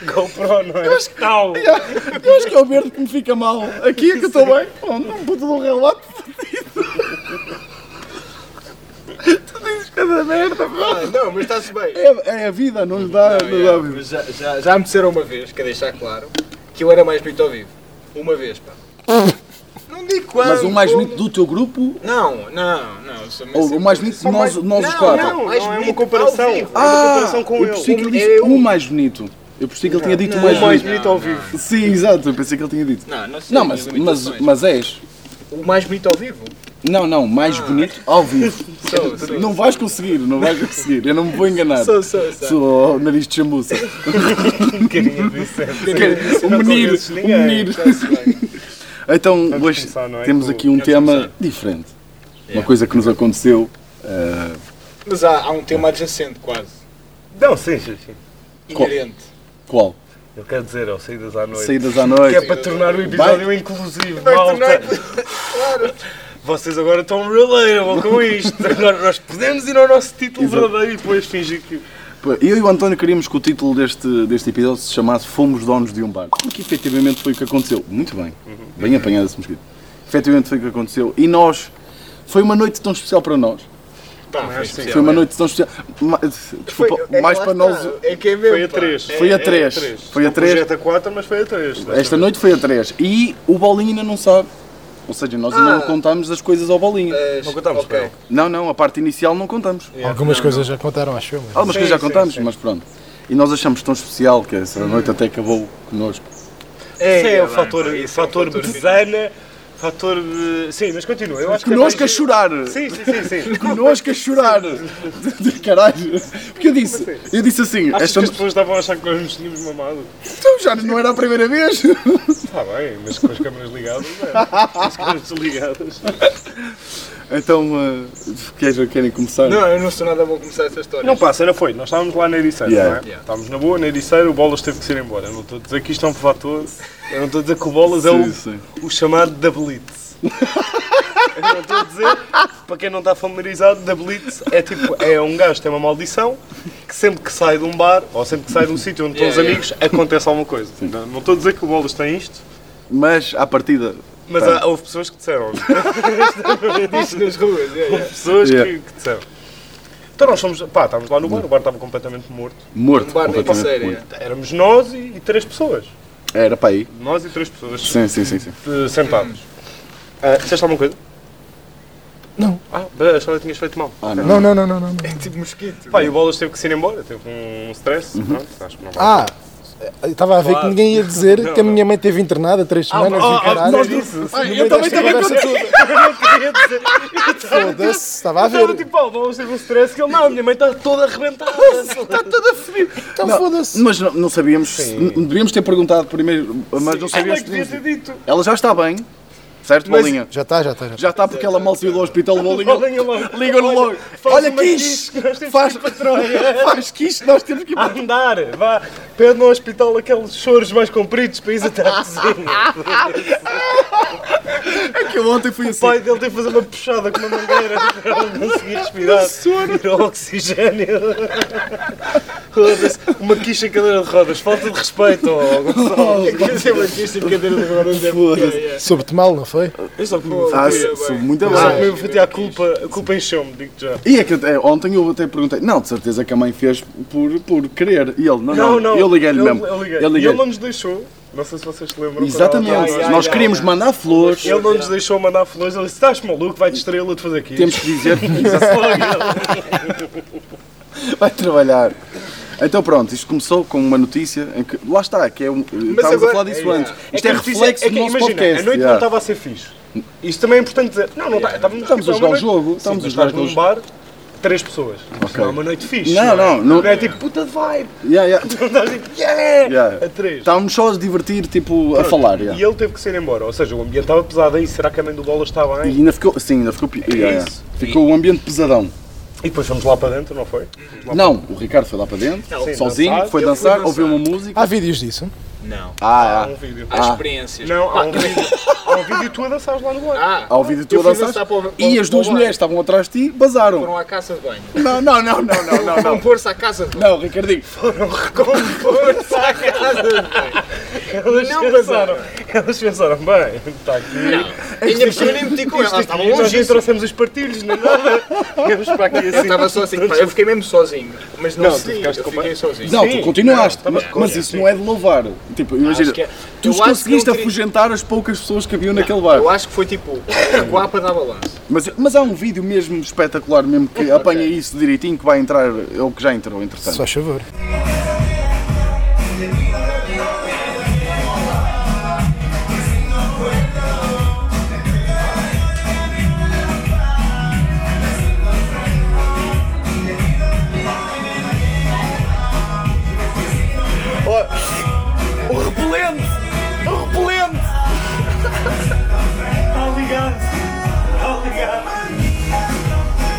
[SPEAKER 3] GoPro, não é? Não.
[SPEAKER 2] Eu acho que é o verde que me fica mal. Aqui é que eu estou bem. Oh, não puto de um relato Tu dizes cada merda, pá.
[SPEAKER 4] Ah, não, mas está-se bem.
[SPEAKER 2] É, é a vida, não lhe dá. Não, lhe dá
[SPEAKER 4] Yeah, mas já, já, já me disseram uma vez, quer deixar claro, que eu era mais bonito ao vivo. Uma vez, pá. Não digo quando.
[SPEAKER 2] Mas o mais
[SPEAKER 4] como.
[SPEAKER 2] bonito do teu grupo,
[SPEAKER 4] Não, não, não. eu sou
[SPEAKER 2] ou o mais
[SPEAKER 4] sempre-
[SPEAKER 2] bonito de nós, nós os
[SPEAKER 4] Não,
[SPEAKER 2] quatro?
[SPEAKER 3] Não,
[SPEAKER 4] Mais
[SPEAKER 3] não é uma
[SPEAKER 4] bonito,
[SPEAKER 3] comparação.
[SPEAKER 4] ao
[SPEAKER 3] É uma
[SPEAKER 4] vivo.
[SPEAKER 3] comparação com
[SPEAKER 2] eu pensei
[SPEAKER 3] ele.
[SPEAKER 2] que ele disse
[SPEAKER 4] Eu-
[SPEAKER 2] o mais bonito. Eu pensei que ele tinha dito o mais
[SPEAKER 3] O mais
[SPEAKER 2] bonito.
[SPEAKER 3] bonito ao vivo.
[SPEAKER 2] Sim, exato, eu pensei que ele tinha dito.
[SPEAKER 4] Não, não sei.
[SPEAKER 2] Não, mas, mas, mas és.
[SPEAKER 4] O mais bonito ao vivo?
[SPEAKER 2] Não, não, mais bonito ao vivo.
[SPEAKER 4] Sou, sou.
[SPEAKER 2] Não vais conseguir, não vais conseguir. Eu não me vou enganar.
[SPEAKER 4] Sou, sou, sou.
[SPEAKER 2] Sou o nariz de chamuça.
[SPEAKER 3] Um bocadinho disso.
[SPEAKER 2] O
[SPEAKER 3] não
[SPEAKER 2] menino,
[SPEAKER 3] conheces
[SPEAKER 2] o
[SPEAKER 3] ninguém.
[SPEAKER 2] menino.
[SPEAKER 4] Está-se bem.
[SPEAKER 2] Então, hoje
[SPEAKER 3] começar, não é?
[SPEAKER 2] temos
[SPEAKER 3] Com-
[SPEAKER 2] aqui um
[SPEAKER 4] vamos
[SPEAKER 2] tema
[SPEAKER 4] começar.
[SPEAKER 2] diferente. Uma coisa que nos aconteceu. eh,
[SPEAKER 4] Mas há, há um tema adjacente, quase.
[SPEAKER 3] Não, sim, sim, sim.
[SPEAKER 2] Qual?
[SPEAKER 4] Inerente.
[SPEAKER 2] Qual?
[SPEAKER 3] Eu quero dizer, ao saídas à noite.
[SPEAKER 2] Saídas à
[SPEAKER 3] Que
[SPEAKER 2] noite.
[SPEAKER 3] é para tornar o episódio inclusivo, malta. Vocês agora estão relatable com isto. Agora nós podemos ir ao nosso título
[SPEAKER 2] Exato.
[SPEAKER 3] verdadeiro e depois fingir que.
[SPEAKER 2] Pá, Eu e o António queríamos que o título deste, deste episódio se chamasse Fomos Donos de um Barco. Porque efetivamente foi o que aconteceu. Muito bem.
[SPEAKER 3] Uhum.
[SPEAKER 2] Bem apanhado esse mosquito. Efetivamente foi o que aconteceu. E nós. Foi uma noite tão especial para nós.
[SPEAKER 4] Pá,
[SPEAKER 3] é
[SPEAKER 4] foi
[SPEAKER 3] assim.
[SPEAKER 4] especial.
[SPEAKER 2] foi uma noite tão especial. Ma-
[SPEAKER 4] Foi-
[SPEAKER 2] Desculpa,
[SPEAKER 4] é que
[SPEAKER 2] mais
[SPEAKER 4] lá
[SPEAKER 2] para
[SPEAKER 4] está,
[SPEAKER 2] nós.
[SPEAKER 4] É que é mesmo.
[SPEAKER 3] Foi a
[SPEAKER 4] pá.
[SPEAKER 3] 3.
[SPEAKER 4] É-
[SPEAKER 2] Foi a
[SPEAKER 4] é-
[SPEAKER 2] três. Foi a três.
[SPEAKER 3] projeto a 4, mas foi a 3.
[SPEAKER 2] Esta noite foi a 3. E o Bolinha ainda não sabe. Ou seja, nós ainda
[SPEAKER 4] Ah. É.
[SPEAKER 2] não contámos as coisas ao Bolinha.
[SPEAKER 4] Mas,
[SPEAKER 3] Não contamos,
[SPEAKER 4] ok.
[SPEAKER 2] Não, não, a parte inicial não contamos.
[SPEAKER 1] Algumas coisas já contaram, acho eu. mas-
[SPEAKER 2] Algumas
[SPEAKER 4] É. Sim,
[SPEAKER 2] coisas já
[SPEAKER 4] sim,
[SPEAKER 2] contámos,
[SPEAKER 4] sim.
[SPEAKER 2] mas pronto. E nós achamos tão especial que essa noite até acabou connosco.
[SPEAKER 3] Esse é,
[SPEAKER 4] É,
[SPEAKER 3] o
[SPEAKER 4] bem,
[SPEAKER 3] fator,
[SPEAKER 4] pá, isso é o
[SPEAKER 3] fator
[SPEAKER 4] fator
[SPEAKER 3] besana, fator de... Sim, mas continua. Eu acho que é
[SPEAKER 2] Connosco a
[SPEAKER 3] mais-
[SPEAKER 2] chorar!
[SPEAKER 3] Sim, sim, sim. sim.
[SPEAKER 2] Connosco a chorar! Caralho! Porque eu disse, eu disse assim,
[SPEAKER 3] Achas
[SPEAKER 2] esta
[SPEAKER 3] que as pessoas estavam a achar que nós nos tínhamos mamado?
[SPEAKER 2] então já não era a primeira vez!
[SPEAKER 3] Está bem, mas com as câmaras ligadas, é. As câmaras ligadas.
[SPEAKER 2] Então, eh, queres- querem começar?
[SPEAKER 4] Não, eu não sou nada bom a começar essa história.
[SPEAKER 3] Não passa, não foi. Nós estávamos lá na Ericeira,
[SPEAKER 2] Yeah.
[SPEAKER 3] não é? Estávamos na boa, na Ericeira, o Bolas teve que ser embora. Eu não estou a dizer que isto é um fator. Eu não estou a dizer que o Bolas é
[SPEAKER 2] Sim,
[SPEAKER 4] um-
[SPEAKER 3] o,
[SPEAKER 2] sim.
[SPEAKER 3] o chamado da Blitz. Eu não estou a dizer, para quem não está familiarizado, da Blitz é tipo, é um gajo, tem uma maldição, que sempre que sai de um bar, ou sempre que sai de um sítio onde estão os
[SPEAKER 4] Yeah,
[SPEAKER 3] amigos, acontece alguma coisa. Não, não estou a dizer que o Bolas tem isto,
[SPEAKER 2] Mas, à partida,
[SPEAKER 3] mas
[SPEAKER 2] Tá.
[SPEAKER 3] há, houve pessoas que disseram.
[SPEAKER 4] Isso nas ruas, é, é.
[SPEAKER 3] Pessoas
[SPEAKER 2] Yeah.
[SPEAKER 3] que, que disseram. Então nós fomos, pá, estávamos lá no bar, o bar estava completamente morto.
[SPEAKER 2] morto.
[SPEAKER 4] Um bar na
[SPEAKER 2] completamente
[SPEAKER 4] Ericeira,
[SPEAKER 2] morto.
[SPEAKER 3] Éramos nós e, e três pessoas.
[SPEAKER 2] Era para aí.
[SPEAKER 3] Nós e três pessoas
[SPEAKER 2] Sim, sim, sim. sim.
[SPEAKER 3] eh, sentadas. Ah, disseste alguma coisa?
[SPEAKER 1] Não.
[SPEAKER 3] Ah, bem, achava que tinhas feito mal.
[SPEAKER 2] Ah, não.
[SPEAKER 1] Não, não, não, não, não. não.
[SPEAKER 4] é tipo mosquito.
[SPEAKER 3] Pá, e o Bolas teve que se ir embora, teve um stress. Pronto, acho que não vai.
[SPEAKER 1] Ah, eu estava a ver que ninguém ia dizer que a minha mãe teve internada três semanas e o caralho. eu também Foda-se, estava a
[SPEAKER 3] Estava
[SPEAKER 1] ver.
[SPEAKER 3] tipo, ó, o Bolas teve um stress que ele, não, a minha mãe está toda arrebentada.
[SPEAKER 2] tá
[SPEAKER 1] Então foda-se.
[SPEAKER 2] Mas não, não sabíamos, n- deveríamos ter perguntado primeiro, mas não
[SPEAKER 3] Ela é
[SPEAKER 2] sabíamos.
[SPEAKER 3] que devia ter dito.
[SPEAKER 2] Ela já está bem, certo, Bolinha?
[SPEAKER 1] Já está, já está, já tá. está.
[SPEAKER 2] Já está porque ela mal saiu do hospital, Bolinha.
[SPEAKER 3] Olhem logo.
[SPEAKER 2] Liga-lhe logo.
[SPEAKER 3] faz
[SPEAKER 2] Olha,
[SPEAKER 3] uma
[SPEAKER 2] quis!
[SPEAKER 3] quiche, nós temos
[SPEAKER 2] Faz,
[SPEAKER 3] que ir para Troia.
[SPEAKER 2] faz quiche, nós temos que ir
[SPEAKER 3] A
[SPEAKER 2] para
[SPEAKER 3] andar, vá, pede no hospital aqueles choros mais compridos para ir até à cozinha.
[SPEAKER 2] que eu ontem fui
[SPEAKER 3] O
[SPEAKER 2] assim.
[SPEAKER 3] pai dele teve que fazer uma puxada com uma mangueira para ele conseguir respirar. Tirou oxigênio. Foda-se, uma quiche em cadeira de rodas. Falta de respeito, ó Gonçalo.
[SPEAKER 2] Oh,
[SPEAKER 4] Quer dizer, mas isto em cadeira de rodas é
[SPEAKER 2] Foda-se.
[SPEAKER 1] Soube-te mal, não foi?
[SPEAKER 3] Eu só que me
[SPEAKER 2] Ah,
[SPEAKER 4] Foi
[SPEAKER 2] sou-
[SPEAKER 4] bem.
[SPEAKER 2] sou muito
[SPEAKER 3] eu só que
[SPEAKER 2] bem.
[SPEAKER 3] me bati à culpa. Ah, A culpa encheu-me, digo-te já.
[SPEAKER 2] E é que até ontem eu até perguntei, não, de certeza que a mãe fez por, por querer. E ele, não, não, eu liguei-lhe
[SPEAKER 3] eu-
[SPEAKER 2] mesmo.
[SPEAKER 3] Eu liguei.
[SPEAKER 2] Eu
[SPEAKER 3] E ele não
[SPEAKER 2] liguei
[SPEAKER 3] nos deixou. Não sei se vocês se lembram. quando ela
[SPEAKER 2] Exatamente,
[SPEAKER 3] estava lá.
[SPEAKER 2] nós queríamos mandar flores,
[SPEAKER 3] Ele não nos deixou mandar flores. Ele disse: Estás maluco, vai distraí-lo de fazer aqui.
[SPEAKER 2] temos que dizer vai trabalhar. Então pronto, isto começou com uma notícia em que, lá está, que é um, estávamos a falar disso
[SPEAKER 3] é,
[SPEAKER 2] antes. Isto
[SPEAKER 3] é
[SPEAKER 2] é,
[SPEAKER 3] que a notícia-
[SPEAKER 2] reflexo
[SPEAKER 3] é
[SPEAKER 2] do
[SPEAKER 3] que,
[SPEAKER 2] nosso
[SPEAKER 3] imagina,
[SPEAKER 2] podcast.
[SPEAKER 3] A noite
[SPEAKER 2] yeah.
[SPEAKER 3] não estava a ser fixe. Isto também é importante dizer. Não, não está. Estávamos
[SPEAKER 2] Estamos a
[SPEAKER 3] tipo,
[SPEAKER 2] jogar
[SPEAKER 3] é uma
[SPEAKER 2] o jogo,
[SPEAKER 3] noite-
[SPEAKER 2] estamos
[SPEAKER 3] Sim,
[SPEAKER 2] a jogar
[SPEAKER 3] mas
[SPEAKER 2] o
[SPEAKER 3] estás num bar, três pessoas. Isto Não é uma noite fixe.
[SPEAKER 2] Não,
[SPEAKER 3] é?
[SPEAKER 2] não, não-
[SPEAKER 3] é tipo puta de vibe.
[SPEAKER 2] Yeah, yeah.
[SPEAKER 3] Não estás tipo, yeah!
[SPEAKER 2] Yeah.
[SPEAKER 3] A três.
[SPEAKER 2] Estávamos só a divertir, tipo, Tá a falar. yeah.
[SPEAKER 3] E ele teve que sair embora. Ou seja, o ambiente estava pesado aí. Será que a mãe do Bolas está
[SPEAKER 2] E
[SPEAKER 3] bem?
[SPEAKER 2] ainda ficou, sim, ainda ficou, pi- yeah, yeah.
[SPEAKER 3] É isso.
[SPEAKER 2] ficou o ambiente pesadão.
[SPEAKER 3] E depois fomos lá para dentro, não foi?
[SPEAKER 2] Não, o Ricardo foi lá para dentro,
[SPEAKER 3] Sim,
[SPEAKER 2] sozinho,
[SPEAKER 3] dançar.
[SPEAKER 2] foi
[SPEAKER 3] Eu fui
[SPEAKER 2] dançar,
[SPEAKER 3] dançar.
[SPEAKER 2] ouviu uma música.
[SPEAKER 1] Há vídeos disso?
[SPEAKER 4] Não.
[SPEAKER 3] Há
[SPEAKER 2] Ah,
[SPEAKER 3] um vídeo.
[SPEAKER 4] Há experiências.
[SPEAKER 3] Não, há um vídeo. Há um vídeo tu a dançares lá no bar.
[SPEAKER 4] Ah,
[SPEAKER 2] Ao vídeo tu
[SPEAKER 4] eu
[SPEAKER 2] a
[SPEAKER 4] fui
[SPEAKER 2] dançaste,
[SPEAKER 4] dançar para o-
[SPEAKER 2] e
[SPEAKER 4] para
[SPEAKER 2] as
[SPEAKER 4] o
[SPEAKER 2] duas
[SPEAKER 4] bar.
[SPEAKER 2] mulheres estavam atrás de ti, bazaram.
[SPEAKER 4] Foram à caça de banho.
[SPEAKER 2] Não, não, não, não, não, não, não.
[SPEAKER 4] Vão pôr-se à casa de banho.
[SPEAKER 2] Não, Ricardinho,
[SPEAKER 4] Pôr-se à casa de banho.
[SPEAKER 3] Elas
[SPEAKER 4] Não,
[SPEAKER 3] pensaram, elas pensaram, bem, está aqui.
[SPEAKER 4] Ainda por cima nem meti com ela. Estava
[SPEAKER 3] Nós nem
[SPEAKER 4] longe.
[SPEAKER 3] trouxemos os partilhos, nem nada. Viemos para aqui assim.
[SPEAKER 4] Eu estava só assim. pá, Eu fiquei mesmo sozinho. Mas não,
[SPEAKER 3] Não, tu
[SPEAKER 4] sei. Eu
[SPEAKER 3] ficaste com
[SPEAKER 4] fiquei sozinho.
[SPEAKER 2] não,
[SPEAKER 3] Sim,
[SPEAKER 2] tu continuaste,
[SPEAKER 3] não,
[SPEAKER 2] mas,
[SPEAKER 3] estamos de
[SPEAKER 2] mas
[SPEAKER 3] acordo,
[SPEAKER 2] isso
[SPEAKER 3] sim.
[SPEAKER 2] não é de louvar. Tipo, imagina,
[SPEAKER 4] acho que é- eu
[SPEAKER 2] tu
[SPEAKER 4] acho que
[SPEAKER 2] conseguiste
[SPEAKER 4] não queria-
[SPEAKER 2] afugentar as poucas pessoas que haviam naquele bar.
[SPEAKER 4] Eu acho que foi tipo a guapa da balança.
[SPEAKER 2] Mas, mas há um vídeo mesmo espetacular, mesmo que apanha isso direitinho, que vai entrar, ou que já entrou,
[SPEAKER 1] Se
[SPEAKER 2] entretanto.
[SPEAKER 1] faz favor.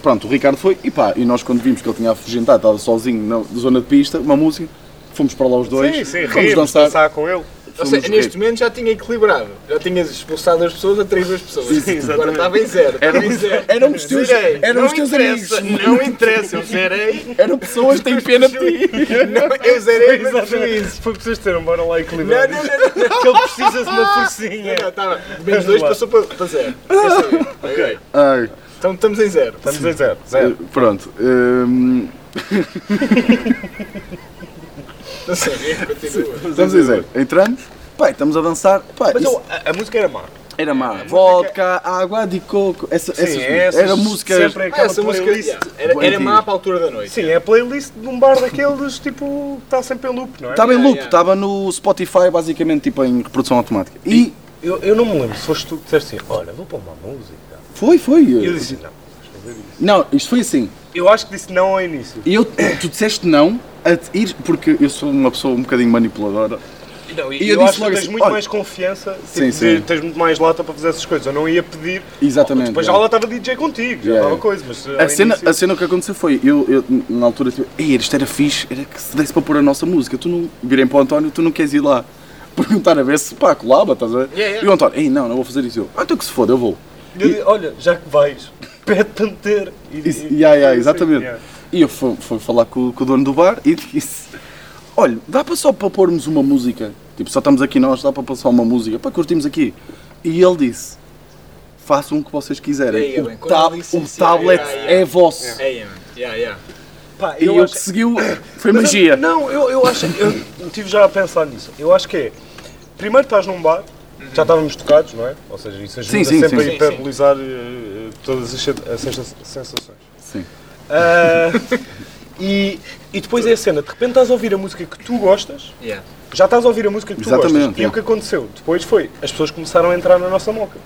[SPEAKER 2] pronto, o Ricardo foi e pá, e nós quando vimos que ele tinha afugentado, estava sozinho na zona de pista, uma música, fomos para lá os dois,
[SPEAKER 3] Sim, sim,
[SPEAKER 2] fomos
[SPEAKER 3] rimos, dançar,
[SPEAKER 2] dançar.
[SPEAKER 3] com ele.
[SPEAKER 4] Ou
[SPEAKER 2] fomos
[SPEAKER 4] seja,
[SPEAKER 2] rir.
[SPEAKER 4] neste momento já tinha equilibrado. Já tinhas expulsado as pessoas, atraído as pessoas. Agora estava em zero.
[SPEAKER 3] É
[SPEAKER 4] Estava em zero.
[SPEAKER 2] Éramos teus,
[SPEAKER 4] Zerei.
[SPEAKER 2] éramos
[SPEAKER 3] não
[SPEAKER 2] teus amigos,
[SPEAKER 3] interessa, não interessa, eu zerei.
[SPEAKER 2] eram pessoas que têm pena de ti.
[SPEAKER 4] Não, eu zerei os meus
[SPEAKER 3] Exatamente.
[SPEAKER 4] juízes.
[SPEAKER 3] Foi preciso ter um bora lá
[SPEAKER 4] Não,
[SPEAKER 3] equilibrado.
[SPEAKER 4] não, não, não.
[SPEAKER 3] Que ele precisa de uma forcinha.
[SPEAKER 4] não estava. De menos dois passou para, para zero. Ok.
[SPEAKER 2] Ai,
[SPEAKER 4] Então estamos em zero.
[SPEAKER 3] Estamos a zero.
[SPEAKER 2] eh,
[SPEAKER 3] Zero.
[SPEAKER 2] pronto, hum,
[SPEAKER 3] Tá
[SPEAKER 4] Não sei,
[SPEAKER 3] é,
[SPEAKER 4] continua.
[SPEAKER 2] estamos a dizer, entramos, pá, estamos a dançar, pá,
[SPEAKER 4] Então,
[SPEAKER 3] Mas
[SPEAKER 2] isso
[SPEAKER 3] eu-
[SPEAKER 4] ah,
[SPEAKER 3] a, a música era má.
[SPEAKER 2] era má, vodka, água de coco, essa, essas,
[SPEAKER 3] essas
[SPEAKER 2] era música,
[SPEAKER 3] é sempre-
[SPEAKER 4] Ah, essa música
[SPEAKER 3] playlist.
[SPEAKER 4] yeah, era, era má para a altura da noite.
[SPEAKER 3] Sim, é a playlist de um bar daqueles, tipo, que está sempre em loop, não é?
[SPEAKER 2] estava em
[SPEAKER 4] Yeah,
[SPEAKER 2] loop,
[SPEAKER 4] yeah.
[SPEAKER 2] estava no Spotify basicamente, tipo em reprodução automática, e
[SPEAKER 3] Eu, eu não me lembro se foste tu que disseste assim, olha, vou pôr uma música.
[SPEAKER 2] foi, foi,
[SPEAKER 3] E eu disse, não.
[SPEAKER 2] não, isto foi assim,
[SPEAKER 3] Eu acho que disse não ao início.
[SPEAKER 2] E eu, tu disseste não a te ir, porque eu sou uma pessoa um bocadinho manipuladora.
[SPEAKER 4] Não, e-
[SPEAKER 2] E
[SPEAKER 3] E
[SPEAKER 2] eu
[SPEAKER 3] eu,
[SPEAKER 2] disse
[SPEAKER 3] acho que
[SPEAKER 2] logo
[SPEAKER 3] tens
[SPEAKER 2] assim,
[SPEAKER 3] muito
[SPEAKER 2] olha-
[SPEAKER 3] mais confiança, tipo,
[SPEAKER 2] Sim,
[SPEAKER 3] de-
[SPEAKER 2] sim.
[SPEAKER 3] tens muito mais lata para fazer essas coisas. Eu não ia pedir.
[SPEAKER 2] Exatamente,
[SPEAKER 3] Depois
[SPEAKER 2] já.
[SPEAKER 3] já ela estava DJ contigo, já
[SPEAKER 2] Já,
[SPEAKER 3] estava
[SPEAKER 2] já.
[SPEAKER 3] coisa, mas. eh,
[SPEAKER 2] A cena, a cena que aconteceu foi, eu, eu, na altura tipo, Ei, isto era fixe, era que se desse para pôr a nossa música, tu não, virei para o António, tu não queres ir lá perguntar a ver se pá, colaba, estás a ver?
[SPEAKER 4] Yeah, yeah.
[SPEAKER 2] E o António, ei não, não vou fazer isso, eu, ah, então que se foda, eu vou.
[SPEAKER 3] Eu disse, olha, já que vais, pede para meter. E,
[SPEAKER 2] Isso,
[SPEAKER 3] e-
[SPEAKER 2] yeah, yeah,
[SPEAKER 3] e- assim,
[SPEAKER 2] exatamente.
[SPEAKER 3] yeah.
[SPEAKER 2] E eu fui, fui falar com, com o dono do bar e disse: Olha, dá para só para pormos uma música? Tipo, só estamos aqui nós, dá para passar uma música, para curtirmos aqui. E ele disse: Façam o que vocês
[SPEAKER 4] Aí,
[SPEAKER 2] quiserem.
[SPEAKER 4] bem,
[SPEAKER 2] O,
[SPEAKER 4] quando
[SPEAKER 2] tab-
[SPEAKER 4] ele disse
[SPEAKER 2] o
[SPEAKER 4] isso,
[SPEAKER 2] tablet
[SPEAKER 4] yeah, yeah,
[SPEAKER 2] é vosso.
[SPEAKER 4] Ei, mano. Yeah, yeah.
[SPEAKER 3] Pá,
[SPEAKER 2] E
[SPEAKER 3] eu
[SPEAKER 2] eu
[SPEAKER 3] acho-
[SPEAKER 2] que seguiu foi
[SPEAKER 3] Mas eu-
[SPEAKER 2] magia.
[SPEAKER 3] Não, eu, eu acho. Eu estive já a pensar nisso. Eu acho que é. Primeiro estás num bar, já estávamos tocados, não é? Ou seja, isso ajuda
[SPEAKER 2] Sim, sim,
[SPEAKER 3] sempre
[SPEAKER 2] sim.
[SPEAKER 3] a hiperbolizar eh, eh, todas as, sen- as sensa- sensações.
[SPEAKER 2] Sim.
[SPEAKER 3] Ah, e, e depois é a cena, de repente estás a ouvir a música que tu gostas,
[SPEAKER 4] Yeah.
[SPEAKER 3] já estás a ouvir a música que tu
[SPEAKER 2] Exatamente,
[SPEAKER 3] gostas. E
[SPEAKER 2] é.
[SPEAKER 3] o que aconteceu depois foi, as pessoas começaram a entrar na nossa moca.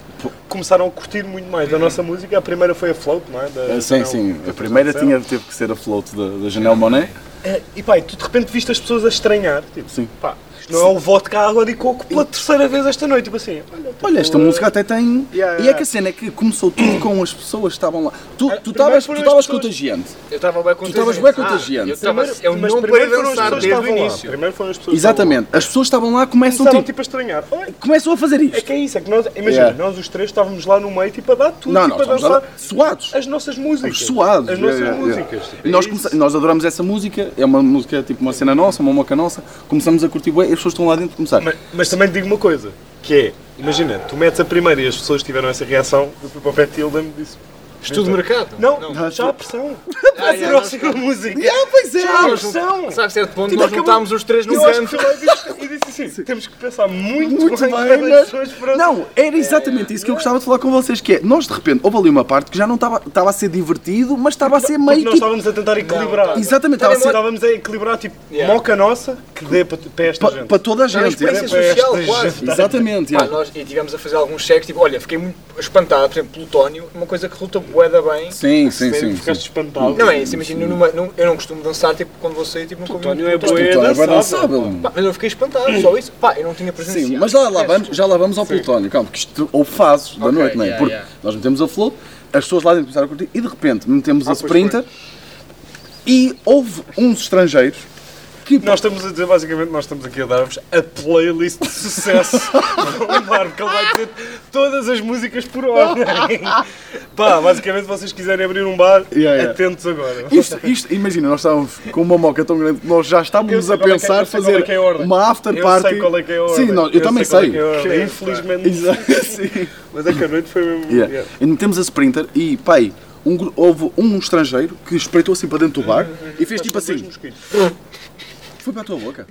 [SPEAKER 3] Começaram a curtir muito mais da nossa música. A primeira foi a float, não é? Da-
[SPEAKER 2] Ah, Sim,
[SPEAKER 3] da-
[SPEAKER 2] sim.
[SPEAKER 3] da-
[SPEAKER 2] A primeira
[SPEAKER 3] da-
[SPEAKER 2] tinha, teve que ser a float da, da Janelle Monet.
[SPEAKER 3] É, E pá, e tu de repente viste as pessoas a estranhar, tipo,
[SPEAKER 2] Sim.
[SPEAKER 3] pá, isto não é o vodka, água de coco pela terceira vez esta noite, tipo assim, olha,
[SPEAKER 2] Olha, esta música até tem.
[SPEAKER 3] Yeah,
[SPEAKER 2] E é
[SPEAKER 3] yeah. Ah,
[SPEAKER 2] que a cena é que começou tudo com as pessoas que estavam lá. Tu
[SPEAKER 3] primeiro
[SPEAKER 2] estavas tu
[SPEAKER 3] foram as
[SPEAKER 2] estavas
[SPEAKER 3] pessoas-
[SPEAKER 2] contagiante.
[SPEAKER 4] Eu estava bem contagiante.
[SPEAKER 2] estavas bem contagiante.
[SPEAKER 4] Ah, eu estava. Eu
[SPEAKER 3] mas
[SPEAKER 4] não parei de
[SPEAKER 3] primeiro foram as
[SPEAKER 4] dançar
[SPEAKER 3] pessoas que
[SPEAKER 4] desde o
[SPEAKER 3] estavam lá,
[SPEAKER 4] início.
[SPEAKER 3] primeiro foram as pessoas que
[SPEAKER 2] Exatamente. As pessoas que estavam lá começam,
[SPEAKER 3] estavam lá. começaram
[SPEAKER 2] tipo,
[SPEAKER 3] tipo a estranhar, olha,
[SPEAKER 2] começam a fazer
[SPEAKER 3] é
[SPEAKER 2] isto.
[SPEAKER 3] que é isso, é que nós, imagina,
[SPEAKER 2] Yeah.
[SPEAKER 3] nós os três estávamos lá no meio, tipo a dar tudo,
[SPEAKER 2] Não,
[SPEAKER 3] tipo
[SPEAKER 2] não,
[SPEAKER 3] a
[SPEAKER 2] estamos
[SPEAKER 3] dançar
[SPEAKER 2] lá suados.
[SPEAKER 3] as nossas músicas,
[SPEAKER 2] Estamos suados.
[SPEAKER 3] as nossas
[SPEAKER 2] yeah, yeah, yeah.
[SPEAKER 3] músicas, tipo,
[SPEAKER 2] E
[SPEAKER 3] é
[SPEAKER 2] nós,
[SPEAKER 3] isso.
[SPEAKER 2] começa- nós adoramos essa música, é uma música tipo uma cena nossa, uma moca nossa. Começamos a curtir bué, e as pessoas estão lá dentro começar.
[SPEAKER 3] Mas, mas também te digo uma coisa, que é, imagina, tu metes a primeira e as pessoas tiveram essa reação, eu fui para o pé de ti e ele lembro disso.
[SPEAKER 4] Estudo de mercado.
[SPEAKER 3] Não,
[SPEAKER 2] Não.
[SPEAKER 3] já há pressão,
[SPEAKER 4] Ah,
[SPEAKER 3] a
[SPEAKER 4] yeah,
[SPEAKER 3] próxima música,
[SPEAKER 2] Ah, pois é!
[SPEAKER 3] já há
[SPEAKER 4] nós-
[SPEAKER 3] pressão.
[SPEAKER 4] Sabe, certo ponto,
[SPEAKER 3] Tipo,
[SPEAKER 4] nós
[SPEAKER 3] acabou-
[SPEAKER 4] juntámos os três num
[SPEAKER 3] Eu acho que
[SPEAKER 4] canto.
[SPEAKER 3] foi lá e disse- e disse assim, temos que pensar muito,
[SPEAKER 2] Muito
[SPEAKER 3] bem
[SPEAKER 2] bem,
[SPEAKER 3] quando as
[SPEAKER 2] mas-
[SPEAKER 3] pessoas foram-
[SPEAKER 2] Não, era exatamente isso que eu gostava de falar com vocês, que é, nós de repente, houve ali uma parte que já não estava estava a ser divertido, mas estava a ser
[SPEAKER 3] Porque
[SPEAKER 2] meio tipo
[SPEAKER 3] nós
[SPEAKER 2] que...
[SPEAKER 3] estávamos a tentar equilibrar.
[SPEAKER 4] tá.
[SPEAKER 2] Exatamente, estava
[SPEAKER 3] Nós
[SPEAKER 2] a ser
[SPEAKER 3] Estávamos a equilibrar, tipo,
[SPEAKER 4] Yeah.
[SPEAKER 3] moca nossa, que dê para, para esta
[SPEAKER 2] pa-
[SPEAKER 3] gente.
[SPEAKER 2] para toda a
[SPEAKER 4] Era uma
[SPEAKER 2] gente. é.
[SPEAKER 4] experiência
[SPEAKER 3] Era para
[SPEAKER 4] social,
[SPEAKER 3] esta
[SPEAKER 4] quase.
[SPEAKER 3] gente.
[SPEAKER 2] Exatamente,
[SPEAKER 4] Pá,
[SPEAKER 2] yeah.
[SPEAKER 4] nós, e tivemos a fazer alguns cheques, tipo, olha, fiquei muito espantado, por exemplo, plutónio, uma coisa que resulta boeda bem.
[SPEAKER 2] Sim, sim,
[SPEAKER 3] Sério,
[SPEAKER 2] sim. sim.
[SPEAKER 3] Ficaste espantado.
[SPEAKER 4] Não é isso, imagina, numa- num- eu não costumo dançar, tipo, quando vou sair, tipo, nunca ouvi
[SPEAKER 3] Plutónio
[SPEAKER 4] muito
[SPEAKER 3] é
[SPEAKER 4] plutónio.
[SPEAKER 3] bué.
[SPEAKER 2] Então, agora não
[SPEAKER 3] dançável,
[SPEAKER 2] sabe,
[SPEAKER 4] Pá, mas eu fiquei espantado, só isso. Pá, eu não tinha presenciado.
[SPEAKER 2] Sim, mas lá, lá vamos, já lá vamos ao plutónio, calma, que isto houve fases da
[SPEAKER 4] Ok,
[SPEAKER 2] noite, não é?
[SPEAKER 4] yeah,
[SPEAKER 2] Porque
[SPEAKER 4] yeah.
[SPEAKER 2] nós metemos a float, as pessoas lá dentro começaram a curtir e de repente metemos a sprinter e houve uns estrangeiros que.
[SPEAKER 3] Nós estamos a dizer, basicamente, nós estamos aqui a dar-vos a playlist de sucesso do Marco, que ele vai dizer todas as músicas por ordem. Pá, basicamente, se vocês quiserem abrir um bar,
[SPEAKER 2] Yeah, yeah.
[SPEAKER 3] atentos agora.
[SPEAKER 2] Isto, isto, imagina, nós estávamos com uma moca tão grande que nós já
[SPEAKER 3] Eu
[SPEAKER 2] estávamos
[SPEAKER 3] sei
[SPEAKER 2] a
[SPEAKER 3] qual é que é-
[SPEAKER 2] pensar
[SPEAKER 3] eu sei qual
[SPEAKER 2] fazer
[SPEAKER 3] é que é a ordem.
[SPEAKER 2] uma after
[SPEAKER 3] Eu
[SPEAKER 2] party.
[SPEAKER 3] sei qual é que é
[SPEAKER 2] Sim,
[SPEAKER 3] a ordem.
[SPEAKER 2] nós- eu, também
[SPEAKER 3] qual é
[SPEAKER 2] sei.
[SPEAKER 3] que é a ordem.
[SPEAKER 4] Que-
[SPEAKER 3] Infelizmente.
[SPEAKER 2] Exato, sim.
[SPEAKER 3] Mas é que a noite foi mesmo.
[SPEAKER 2] Yeah.
[SPEAKER 3] yeah.
[SPEAKER 2] E metemos a sprinter e, pai, um gru- houve um estrangeiro que espreitou assim para dentro do bar e fez tipo
[SPEAKER 3] Dois
[SPEAKER 2] assim:
[SPEAKER 3] mosquitos.
[SPEAKER 2] Foi para a tua boca.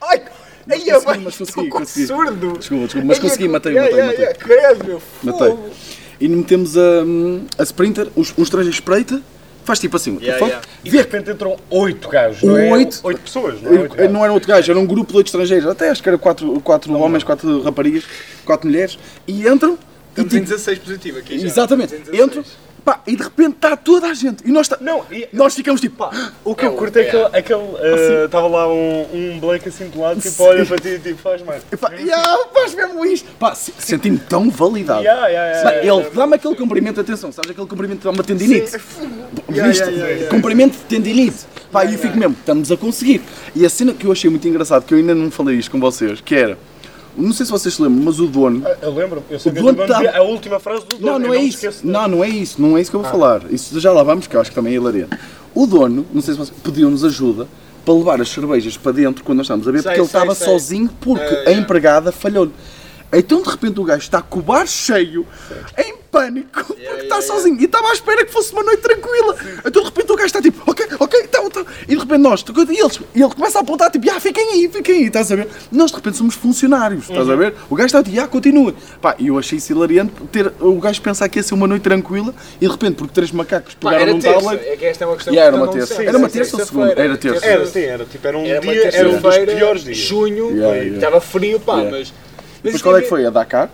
[SPEAKER 4] Ai, ai, eu
[SPEAKER 2] consegui, mas consegui, consegui.
[SPEAKER 4] surdo.
[SPEAKER 2] Desculpa, desculpa, mas
[SPEAKER 4] Ai,
[SPEAKER 2] consegui,
[SPEAKER 4] eu-
[SPEAKER 2] matei,
[SPEAKER 4] ai,
[SPEAKER 2] matei,
[SPEAKER 4] ai,
[SPEAKER 2] matei.
[SPEAKER 4] ai, Credo, meu,
[SPEAKER 2] Matei.
[SPEAKER 4] fogo.
[SPEAKER 2] E tipo, metemos a, hum, a Sprinter, os, os três espreita, faz tipo assim, what the
[SPEAKER 4] Yeah,
[SPEAKER 2] fuck?
[SPEAKER 4] yeah.
[SPEAKER 3] E de repente entram oito gajos, não é?
[SPEAKER 2] Oito?
[SPEAKER 3] Oito pessoas, não é? Oito
[SPEAKER 2] Eu- eu
[SPEAKER 3] gajos.
[SPEAKER 2] não era outro gajo, era um grupo de oito estrangeiros, até acho que era quatro, quatro homens, quatro raparigas, quatro mulheres, e entram. e
[SPEAKER 4] Estamos
[SPEAKER 2] tipo-
[SPEAKER 4] em 16 positivo aqui já.
[SPEAKER 2] exatamente,
[SPEAKER 4] Estamos em
[SPEAKER 2] entram,
[SPEAKER 4] 16.
[SPEAKER 2] Pá, e de repente está toda a gente. E nós, tá-
[SPEAKER 3] Não, e-
[SPEAKER 2] nós ficamos tipo, pá,
[SPEAKER 3] O que eu curto é aquele.
[SPEAKER 2] Ah,
[SPEAKER 3] aquele Estava lá um, um Blake assim de lado, tipo, olha para ti e tipo, faz mais.
[SPEAKER 2] e pá, yeah, faz mesmo isto. Ppá, se- senti-me tão validado.
[SPEAKER 3] Yeah, yeah, yeah,
[SPEAKER 2] Pá,
[SPEAKER 3] yeah,
[SPEAKER 2] ele dá-me aquele comprimento, atenção, sabes aquele comprimento, dá-me uma tendinite. Viste? Comprimento de tendinite. Pá, e eu fico mesmo, estamos a conseguir. E a cena que eu achei muito engraçado, que eu ainda não falei isto com vocês, que era, não sei se vocês se lembram, mas o dono
[SPEAKER 3] Eu lembro-me, eu sei
[SPEAKER 2] O
[SPEAKER 3] que
[SPEAKER 2] dono
[SPEAKER 3] eu
[SPEAKER 2] tá-
[SPEAKER 3] a última frase do dono.
[SPEAKER 2] Não, não
[SPEAKER 3] eu
[SPEAKER 2] é
[SPEAKER 3] me
[SPEAKER 2] isso.
[SPEAKER 3] esqueço dela.
[SPEAKER 2] Não, não é isso. Não é isso que eu vou falar. Isso já lá vamos, que eu acho que também é hilariante. O dono, não sei se você pediu-nos ajuda para levar as cervejas para dentro quando nós estávamos a beber,
[SPEAKER 4] Sei,
[SPEAKER 2] porque ele
[SPEAKER 4] sei,
[SPEAKER 2] estava
[SPEAKER 4] sei.
[SPEAKER 2] sozinho porque a empregada falhou-lhe. Então, de repente, o gajo está com o bar cheio, em pânico, porque está sozinho. E estava à espera que fosse uma noite tranquila. Então, de repente, o gajo está tipo, ok, ok, tá, tá. E de repente, nós, e, eles, e ele começa a apontar, tipo, ah, fiquem aí, fiquem aí, estás a ver? Nós, de repente, somos funcionários, estás a ver? O gajo está tipo, ah, continua. Pá, e eu achei isso hilariante ter o gajo pensar que ia ser uma noite tranquila e, de repente, porque três macacos
[SPEAKER 4] Pá,
[SPEAKER 2] pegaram
[SPEAKER 4] era
[SPEAKER 2] um
[SPEAKER 4] terça.
[SPEAKER 2] tablet.
[SPEAKER 4] É que esta é uma questão
[SPEAKER 2] Yeah, era
[SPEAKER 4] que
[SPEAKER 2] uma
[SPEAKER 4] não
[SPEAKER 2] terça.
[SPEAKER 4] sei.
[SPEAKER 2] Era uma
[SPEAKER 4] Sim,
[SPEAKER 2] terça ou
[SPEAKER 4] sexta-feira.
[SPEAKER 2] segunda? Era terça.
[SPEAKER 3] Era sim, era tipo, era um
[SPEAKER 4] Era uma
[SPEAKER 3] dia, era um dos
[SPEAKER 4] terça-feira,
[SPEAKER 3] piores dias.
[SPEAKER 4] junho,
[SPEAKER 2] Yeah,
[SPEAKER 4] pá,
[SPEAKER 2] yeah.
[SPEAKER 4] estava frio, pá,
[SPEAKER 2] Yeah.
[SPEAKER 4] mas... mas
[SPEAKER 2] Mas qual é que foi? A Dakar?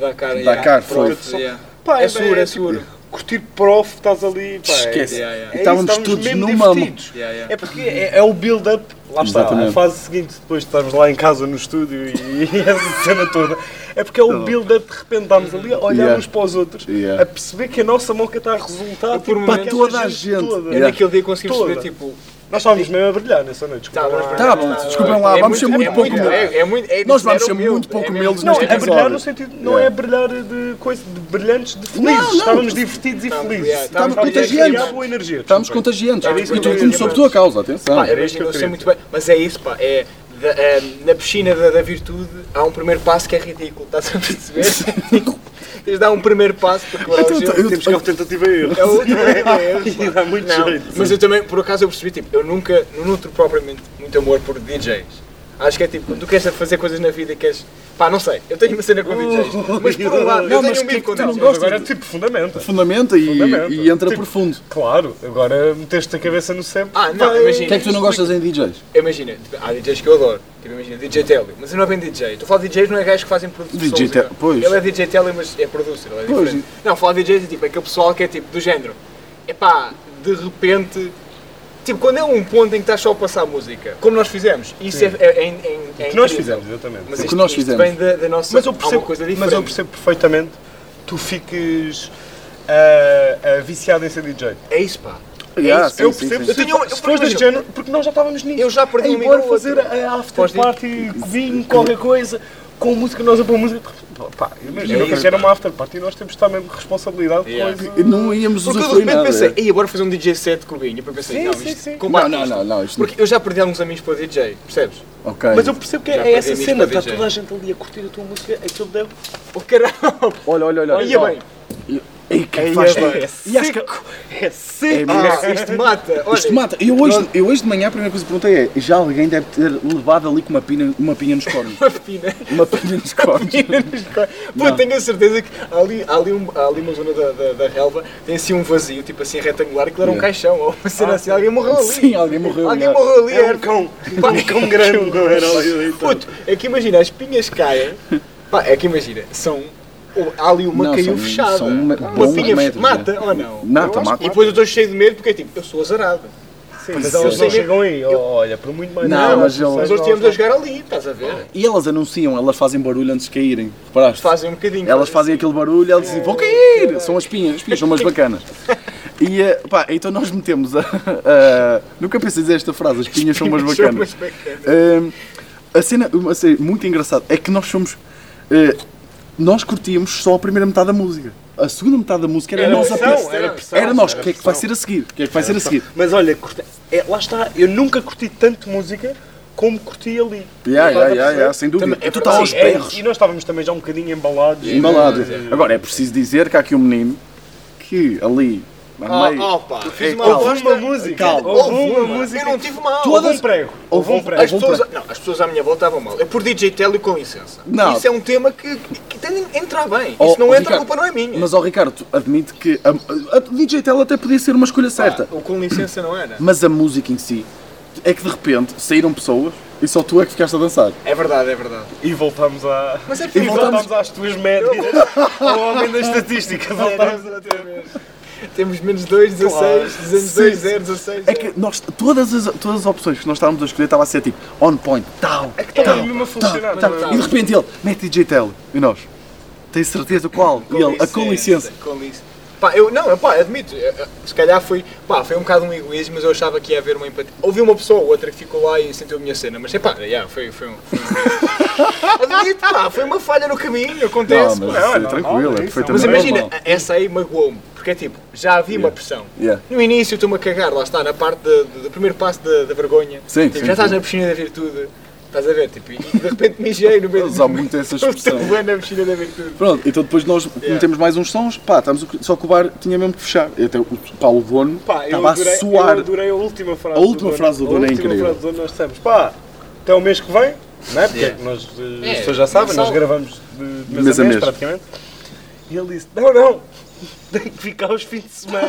[SPEAKER 4] Dakar, yeah.
[SPEAKER 2] Dakar, foi.
[SPEAKER 4] Pronto, yeah.
[SPEAKER 3] Pá,
[SPEAKER 4] É seguro, é
[SPEAKER 3] tipo,
[SPEAKER 4] seguro.
[SPEAKER 3] Curtir prof, estás ali, pá.
[SPEAKER 2] Esquece.
[SPEAKER 3] é-
[SPEAKER 4] Yeah, yeah.
[SPEAKER 3] é isso,
[SPEAKER 2] Estávamos todos
[SPEAKER 3] mesmo
[SPEAKER 2] numa-
[SPEAKER 3] divertidos.
[SPEAKER 4] Yeah, yeah.
[SPEAKER 3] É porque é, é o build-up, lá está,
[SPEAKER 2] Exatamente.
[SPEAKER 3] a fase seguinte, depois de estarmos lá em casa no estúdio e, e essa cena toda. É porque é o build-up, de repente estamos ali a olhar
[SPEAKER 2] Tá Yeah.
[SPEAKER 3] uns para os outros,
[SPEAKER 2] Yeah.
[SPEAKER 3] a perceber que a nossa moca está a resultar
[SPEAKER 4] por
[SPEAKER 3] tipo,
[SPEAKER 4] para
[SPEAKER 3] aquela
[SPEAKER 2] toda a gente.
[SPEAKER 3] toda.
[SPEAKER 4] Eu
[SPEAKER 2] Yeah.
[SPEAKER 4] naquele dia consegui
[SPEAKER 3] Toda.
[SPEAKER 4] perceber, tipo...
[SPEAKER 3] Nós estávamos mesmo a brilhar nessa noite. desculpa
[SPEAKER 4] Estávamos
[SPEAKER 3] lá.
[SPEAKER 2] Tá,
[SPEAKER 4] brilhar.
[SPEAKER 2] bom, desculpem lá,
[SPEAKER 4] é
[SPEAKER 2] vamos ser
[SPEAKER 4] muito-
[SPEAKER 2] muito
[SPEAKER 4] é
[SPEAKER 2] pouco
[SPEAKER 4] muito-
[SPEAKER 2] humildes.
[SPEAKER 4] é- é muito- é
[SPEAKER 2] Nós vamos
[SPEAKER 4] zero
[SPEAKER 2] ser
[SPEAKER 4] humilde,
[SPEAKER 2] muito pouco
[SPEAKER 4] é
[SPEAKER 2] humildes
[SPEAKER 4] mesmo-
[SPEAKER 3] Não,
[SPEAKER 2] neste
[SPEAKER 3] é brilhar
[SPEAKER 2] episódio.
[SPEAKER 3] no sentido, não é brilhar de coisa, de brilhantes, de felizes.
[SPEAKER 2] Não, não.
[SPEAKER 3] Estávamos divertidos e felizes.
[SPEAKER 4] yeah,
[SPEAKER 2] estávamos
[SPEAKER 3] a criar
[SPEAKER 2] contagiantes.
[SPEAKER 3] boa energia.
[SPEAKER 2] Estávamos
[SPEAKER 3] desculpem.
[SPEAKER 2] contagiantes.
[SPEAKER 3] Era isso
[SPEAKER 2] E
[SPEAKER 3] que eu
[SPEAKER 2] tudo
[SPEAKER 3] ia
[SPEAKER 2] começou por
[SPEAKER 3] dizer.
[SPEAKER 2] tua causa, atenção.
[SPEAKER 4] Pá,
[SPEAKER 3] era
[SPEAKER 4] era
[SPEAKER 3] isto que eu queria.
[SPEAKER 4] muito bem. Mas é isso, pá. É, da- eh, na piscina da, da virtude há um primeiro passo que é ridículo. Estás a perceber? Tens de dar um primeiro passo para quebrar o
[SPEAKER 2] Então,
[SPEAKER 4] gelo.
[SPEAKER 2] eu-
[SPEAKER 3] Temos que ir tentativa e erro.
[SPEAKER 4] É outro é,
[SPEAKER 3] E dá muito jeito.
[SPEAKER 4] Mas eu também, por acaso, eu percebi, tipo, eu nunca não nutro propriamente muito amor por DJs. Acho que é tipo, quando tu queres fazer coisas na vida e queres. Pá, não sei, eu tenho uma cena com DJs. Mas por um lado,
[SPEAKER 2] Não,
[SPEAKER 4] eu
[SPEAKER 2] mas
[SPEAKER 4] tenho um
[SPEAKER 2] que é que
[SPEAKER 4] bico com
[SPEAKER 2] tu não
[SPEAKER 4] DJs.
[SPEAKER 2] gostas?
[SPEAKER 3] Agora, tipo, fundamenta.
[SPEAKER 2] Fundamenta e,
[SPEAKER 3] Fundamenta.
[SPEAKER 2] e entra
[SPEAKER 3] Tipo,
[SPEAKER 2] profundo.
[SPEAKER 3] Claro, agora meteste a cabeça no sempre.
[SPEAKER 4] Ah, não, imagina.
[SPEAKER 2] O que é que tu não gostas em DJs?
[SPEAKER 4] Imagina, tipo, há DJs que eu adoro, tipo, imagina, DJ Telly, mas eu não é bem DJ. Estou a falar de DJs, não é gajo que fazem produção.
[SPEAKER 2] DJ Telly, pois.
[SPEAKER 4] Ele é DJ Telly, mas é producer, ele é
[SPEAKER 2] Pois.
[SPEAKER 4] diferente. Não, falar de DJs é tipo aquele pessoal que é tipo do género. Epá, de repente. Tipo, quando é um ponto em que estás só a passar música, como nós fizemos, isso é, é, é, é, é
[SPEAKER 3] Que nós
[SPEAKER 4] incrível.
[SPEAKER 3] fizemos, exatamente.
[SPEAKER 4] Mas
[SPEAKER 2] O que
[SPEAKER 4] isto,
[SPEAKER 2] nós
[SPEAKER 4] isto
[SPEAKER 2] fizemos.
[SPEAKER 4] vem da, da nossa
[SPEAKER 3] Mas eu
[SPEAKER 4] há
[SPEAKER 3] percebo,
[SPEAKER 4] uma coisa diferente.
[SPEAKER 3] mas eu percebo perfeitamente. Tu fiques ah, ah, viciado em ser DJ.
[SPEAKER 4] É isso, pá. Ah,
[SPEAKER 2] Yeah,
[SPEAKER 3] eu
[SPEAKER 2] sim, sim,
[SPEAKER 3] percebo.
[SPEAKER 2] sim.
[SPEAKER 3] Eu tenho, eu,
[SPEAKER 4] Se
[SPEAKER 3] se
[SPEAKER 4] fores deste
[SPEAKER 3] género, porque nós já estávamos nisso.
[SPEAKER 4] Eu já perdi
[SPEAKER 3] Ei,
[SPEAKER 4] um
[SPEAKER 3] bora
[SPEAKER 4] amigo ou
[SPEAKER 3] fazer
[SPEAKER 4] outro.
[SPEAKER 3] a after
[SPEAKER 4] Podes dizer?
[SPEAKER 3] party, vinho, qualquer coisa, com música, nós a pôr música. Pá, imagina,
[SPEAKER 4] isso,
[SPEAKER 3] que era uma after party e nós temos de estar mesmo responsabilidade de
[SPEAKER 4] Yeah.
[SPEAKER 3] coisa.
[SPEAKER 2] E Não íamos
[SPEAKER 4] Porque eu de
[SPEAKER 2] usufruir
[SPEAKER 4] repente
[SPEAKER 2] nada. é.
[SPEAKER 4] pensei, ei, bora fazer um DJ set com o Binho. Depois pensei,
[SPEAKER 3] Sim,
[SPEAKER 4] não,
[SPEAKER 3] sim,
[SPEAKER 4] isto
[SPEAKER 3] sim.
[SPEAKER 4] combate
[SPEAKER 2] Não, não,
[SPEAKER 4] isto.
[SPEAKER 2] não, não, isto não.
[SPEAKER 4] Porque eu já perdi alguns amigos para DJ, percebes?
[SPEAKER 2] Ok.
[SPEAKER 3] Mas eu percebo que
[SPEAKER 4] Já
[SPEAKER 3] é, é essa
[SPEAKER 4] perdi
[SPEAKER 3] cena,
[SPEAKER 4] amigos para
[SPEAKER 3] está
[SPEAKER 4] DJ.
[SPEAKER 3] toda a gente ali a curtir a tua música, aquilo deu.
[SPEAKER 4] Oh caralho!
[SPEAKER 2] Olha, olha, olha.
[SPEAKER 4] Ia bem,
[SPEAKER 2] Ei, que faz bem. E acho que-
[SPEAKER 3] É seco!
[SPEAKER 4] Ah, isto mata! Olha,
[SPEAKER 2] Isto mata. Eu hoje, eu hoje de manhã a primeira coisa que perguntei é: já alguém deve ter levado ali com uma pinha, uma pinha nos cornos?
[SPEAKER 4] uma pina.
[SPEAKER 2] Uma pinha nos cornos.
[SPEAKER 4] Pô, tenho a certeza que há ali, há ali, um- há ali uma zona da, da, da relva tem assim um vazio, tipo assim retangular, que era um
[SPEAKER 2] Yeah.
[SPEAKER 4] caixão ou uma
[SPEAKER 3] Ah,
[SPEAKER 4] cena assim. Alguém morreu ali!
[SPEAKER 2] Sim, alguém morreu.
[SPEAKER 4] Alguém
[SPEAKER 2] já.
[SPEAKER 4] morreu ali!
[SPEAKER 3] É
[SPEAKER 4] era-
[SPEAKER 3] um cão! Um cão grande! Um cão era ali, então.
[SPEAKER 4] Puto, é que imagina, as pinhas caem. Pá, é que imagina, são. Há ali uma
[SPEAKER 2] Não,
[SPEAKER 4] caiu
[SPEAKER 2] são-
[SPEAKER 4] fechada.
[SPEAKER 2] são uma-
[SPEAKER 4] uma
[SPEAKER 2] bons
[SPEAKER 4] pinha
[SPEAKER 2] metros,
[SPEAKER 4] fechada. Mata
[SPEAKER 3] né?
[SPEAKER 2] é.
[SPEAKER 4] ou não?
[SPEAKER 2] Mata,
[SPEAKER 4] Eu acho
[SPEAKER 2] mata.
[SPEAKER 4] que E depois eu estou cheio de medo porque é tipo, eu sou azarado.
[SPEAKER 3] Sim,
[SPEAKER 4] Mas
[SPEAKER 3] mas
[SPEAKER 4] elas
[SPEAKER 3] eles
[SPEAKER 4] não
[SPEAKER 3] não
[SPEAKER 4] chegam
[SPEAKER 3] chegam aí, olha, por muito mais
[SPEAKER 2] Não, mas eu-
[SPEAKER 4] Ah, Mas nós estivemos a jogar ali, estás a ver?
[SPEAKER 2] E elas anunciam, elas fazem barulho antes de caírem. Reparaste?
[SPEAKER 4] Fazem um bocadinho.
[SPEAKER 2] Elas fazem aquele barulho, elas dizem, vão cair! São as pinhas, as pinhas são umas bacanas. E eh, pá, então nós metemos a, a- Nunca pensei dizer esta frase, as pinhas são umas
[SPEAKER 4] São
[SPEAKER 2] bacanas.
[SPEAKER 4] umas bacanas.
[SPEAKER 2] Ehm, a cena, uma cena muito engraçada é que nós somos. eh, nós curtíamos só a primeira metade da música. A segunda metade da música era,
[SPEAKER 3] Era
[SPEAKER 2] a nossa
[SPEAKER 3] pressão,
[SPEAKER 2] peça.
[SPEAKER 3] era pressão,
[SPEAKER 2] Era nós, o
[SPEAKER 3] era
[SPEAKER 2] que é que vai ser a seguir? O que é que vai ser a seguir?
[SPEAKER 3] Mas olha, curta- é, lá está, eu nunca curti tanto música como curti ali.
[SPEAKER 2] Yeah,
[SPEAKER 3] Estás
[SPEAKER 2] yeah,
[SPEAKER 3] a
[SPEAKER 2] yeah,
[SPEAKER 3] perceber?
[SPEAKER 2] yeah, sem dúvida.
[SPEAKER 4] Também-
[SPEAKER 2] E tu estás aos
[SPEAKER 3] Sim, é,
[SPEAKER 2] berros.
[SPEAKER 3] e nós estávamos também já um bocadinho embalados.
[SPEAKER 2] Embalado. Agora é preciso dizer que há aqui um menino que ali.
[SPEAKER 3] Ah,
[SPEAKER 2] a meio-
[SPEAKER 4] Oh, pá, fiz uma
[SPEAKER 2] calma.
[SPEAKER 3] Houve
[SPEAKER 4] aposta.
[SPEAKER 3] uma música,
[SPEAKER 2] Calma.
[SPEAKER 3] houve uma
[SPEAKER 4] Eu
[SPEAKER 3] música,
[SPEAKER 4] não tive mal.
[SPEAKER 3] houve um prego, houve um
[SPEAKER 4] As
[SPEAKER 3] prego.
[SPEAKER 4] pessoas, não, as pessoas à minha volta estavam mal. É por DJ Telly com licença.
[SPEAKER 2] Não.
[SPEAKER 4] Isso é um tema que, que tem de entrar bem.
[SPEAKER 2] Oh,
[SPEAKER 4] Isso não
[SPEAKER 2] oh,
[SPEAKER 4] entra, a
[SPEAKER 2] Ricardo,
[SPEAKER 4] culpa não é minha.
[SPEAKER 2] Mas, ó Ricardo, tu admite que a, a- a DJ Tela até podia ser uma escolha certa,
[SPEAKER 4] o com Ah, licença não era.
[SPEAKER 2] mas a música em si é que de repente saíram pessoas e só tu é que ficaste a dançar.
[SPEAKER 4] É verdade, é verdade.
[SPEAKER 3] E voltamos a.
[SPEAKER 4] Mas é
[SPEAKER 3] E
[SPEAKER 4] possível.
[SPEAKER 3] voltamos às tuas médias. Ao homem da estatística. Voltamos a
[SPEAKER 4] Temos menos 2, 16, 16, 0, 16.
[SPEAKER 2] É que nós, todas as, todas as opções que nós estávamos a escolher estava a ser tipo on point, tal,
[SPEAKER 3] É que
[SPEAKER 4] Então,
[SPEAKER 3] estava mesmo a funcionar.
[SPEAKER 2] tal.
[SPEAKER 3] não é?
[SPEAKER 2] E de repente ele, mete DJ Tele. E nós, tens certeza qual? E ele, a com licença.
[SPEAKER 4] Com licença. Pá, eu não, pá, admito, eh, eh, se calhar foi, pá, foi um bocado um egoísmo, mas eu achava que ia haver uma empatia. Houve uma pessoa ou outra que ficou lá e sentiu a minha cena, mas pá, yeah, foi, foi um. Foi um... admito, pá, foi uma falha no caminho, acontece,
[SPEAKER 2] Não,
[SPEAKER 4] pá.
[SPEAKER 2] mas
[SPEAKER 4] mas,
[SPEAKER 2] é,
[SPEAKER 3] normal,
[SPEAKER 2] tranquilo, é
[SPEAKER 3] é isso,
[SPEAKER 2] perfeitamente
[SPEAKER 4] imagina,
[SPEAKER 2] normal.
[SPEAKER 4] essa aí magoou-me, porque é tipo, já havia uma pressão.
[SPEAKER 2] Yeah.
[SPEAKER 4] No início estou-me a cagar, lá está, na parte de- de- do primeiro passo da, da vergonha.
[SPEAKER 2] Sim,
[SPEAKER 4] Tipo,
[SPEAKER 2] sim,
[SPEAKER 4] já estás
[SPEAKER 2] sim.
[SPEAKER 4] na piscina da virtude, estás a ver, tipo, e de repente mijei no meio
[SPEAKER 2] Eles usam muito essa
[SPEAKER 4] do
[SPEAKER 2] expressão.
[SPEAKER 4] tabuleiro na piscina da virtude.
[SPEAKER 2] Pronto, então depois nós metemos mais uns sons, pá, estamos, a- só que o bar tinha mesmo que fechar. E até o, pá, o dono
[SPEAKER 3] Pá, eu
[SPEAKER 2] estava a
[SPEAKER 3] adorei,
[SPEAKER 2] suar.
[SPEAKER 3] eu adorei a última frase
[SPEAKER 2] A última frase do dono é
[SPEAKER 3] A última
[SPEAKER 2] incrível.
[SPEAKER 3] frase do dono nós dissemos, pá, até o mês que vem, não é? Porque
[SPEAKER 4] Yeah.
[SPEAKER 3] nós, eh,
[SPEAKER 4] É,
[SPEAKER 3] as pessoas já sabem,
[SPEAKER 4] mensal.
[SPEAKER 3] nós gravamos de, de mês
[SPEAKER 2] Mês
[SPEAKER 3] a
[SPEAKER 2] a
[SPEAKER 3] mês,
[SPEAKER 2] mês.
[SPEAKER 3] praticamente. E ele disse, não, não, tem que ficar os fins de semana.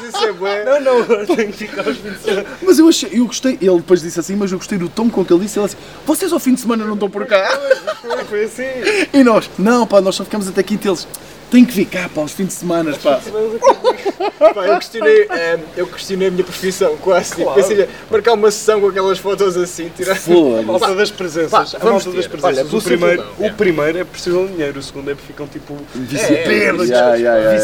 [SPEAKER 4] Mas isso é bué.
[SPEAKER 3] não, não, tem que ficar os fins de semana.
[SPEAKER 2] Mas eu achei, eu gostei, ele depois disse assim, mas eu gostei do tom com que ele disse, ele disse, vocês ao fim de semana não estão por cá.
[SPEAKER 3] Foi- Foi assim.
[SPEAKER 2] E nós, não pá, nós só ficamos até quinta, eles, tem que ficar pá, aos fins de semana, pá.
[SPEAKER 4] Pá, eu questionei, eh, eu questionei a minha profissão quase. Tipo, ou seja, marcar uma sessão com aquelas fotos assim, tirar.
[SPEAKER 3] A
[SPEAKER 2] Foda-se.
[SPEAKER 3] malta das presenças.
[SPEAKER 4] Pá,
[SPEAKER 3] a
[SPEAKER 4] vamos
[SPEAKER 3] malta das
[SPEAKER 4] ter.
[SPEAKER 3] presenças.
[SPEAKER 4] Olha,
[SPEAKER 3] o,
[SPEAKER 4] possível
[SPEAKER 3] primeiro,
[SPEAKER 4] não.
[SPEAKER 3] o primeiro é que precisam de dinheiro, o segundo é que ficam tipo
[SPEAKER 2] Viciados. Yeah, yeah, yeah,
[SPEAKER 3] já,
[SPEAKER 2] yeah.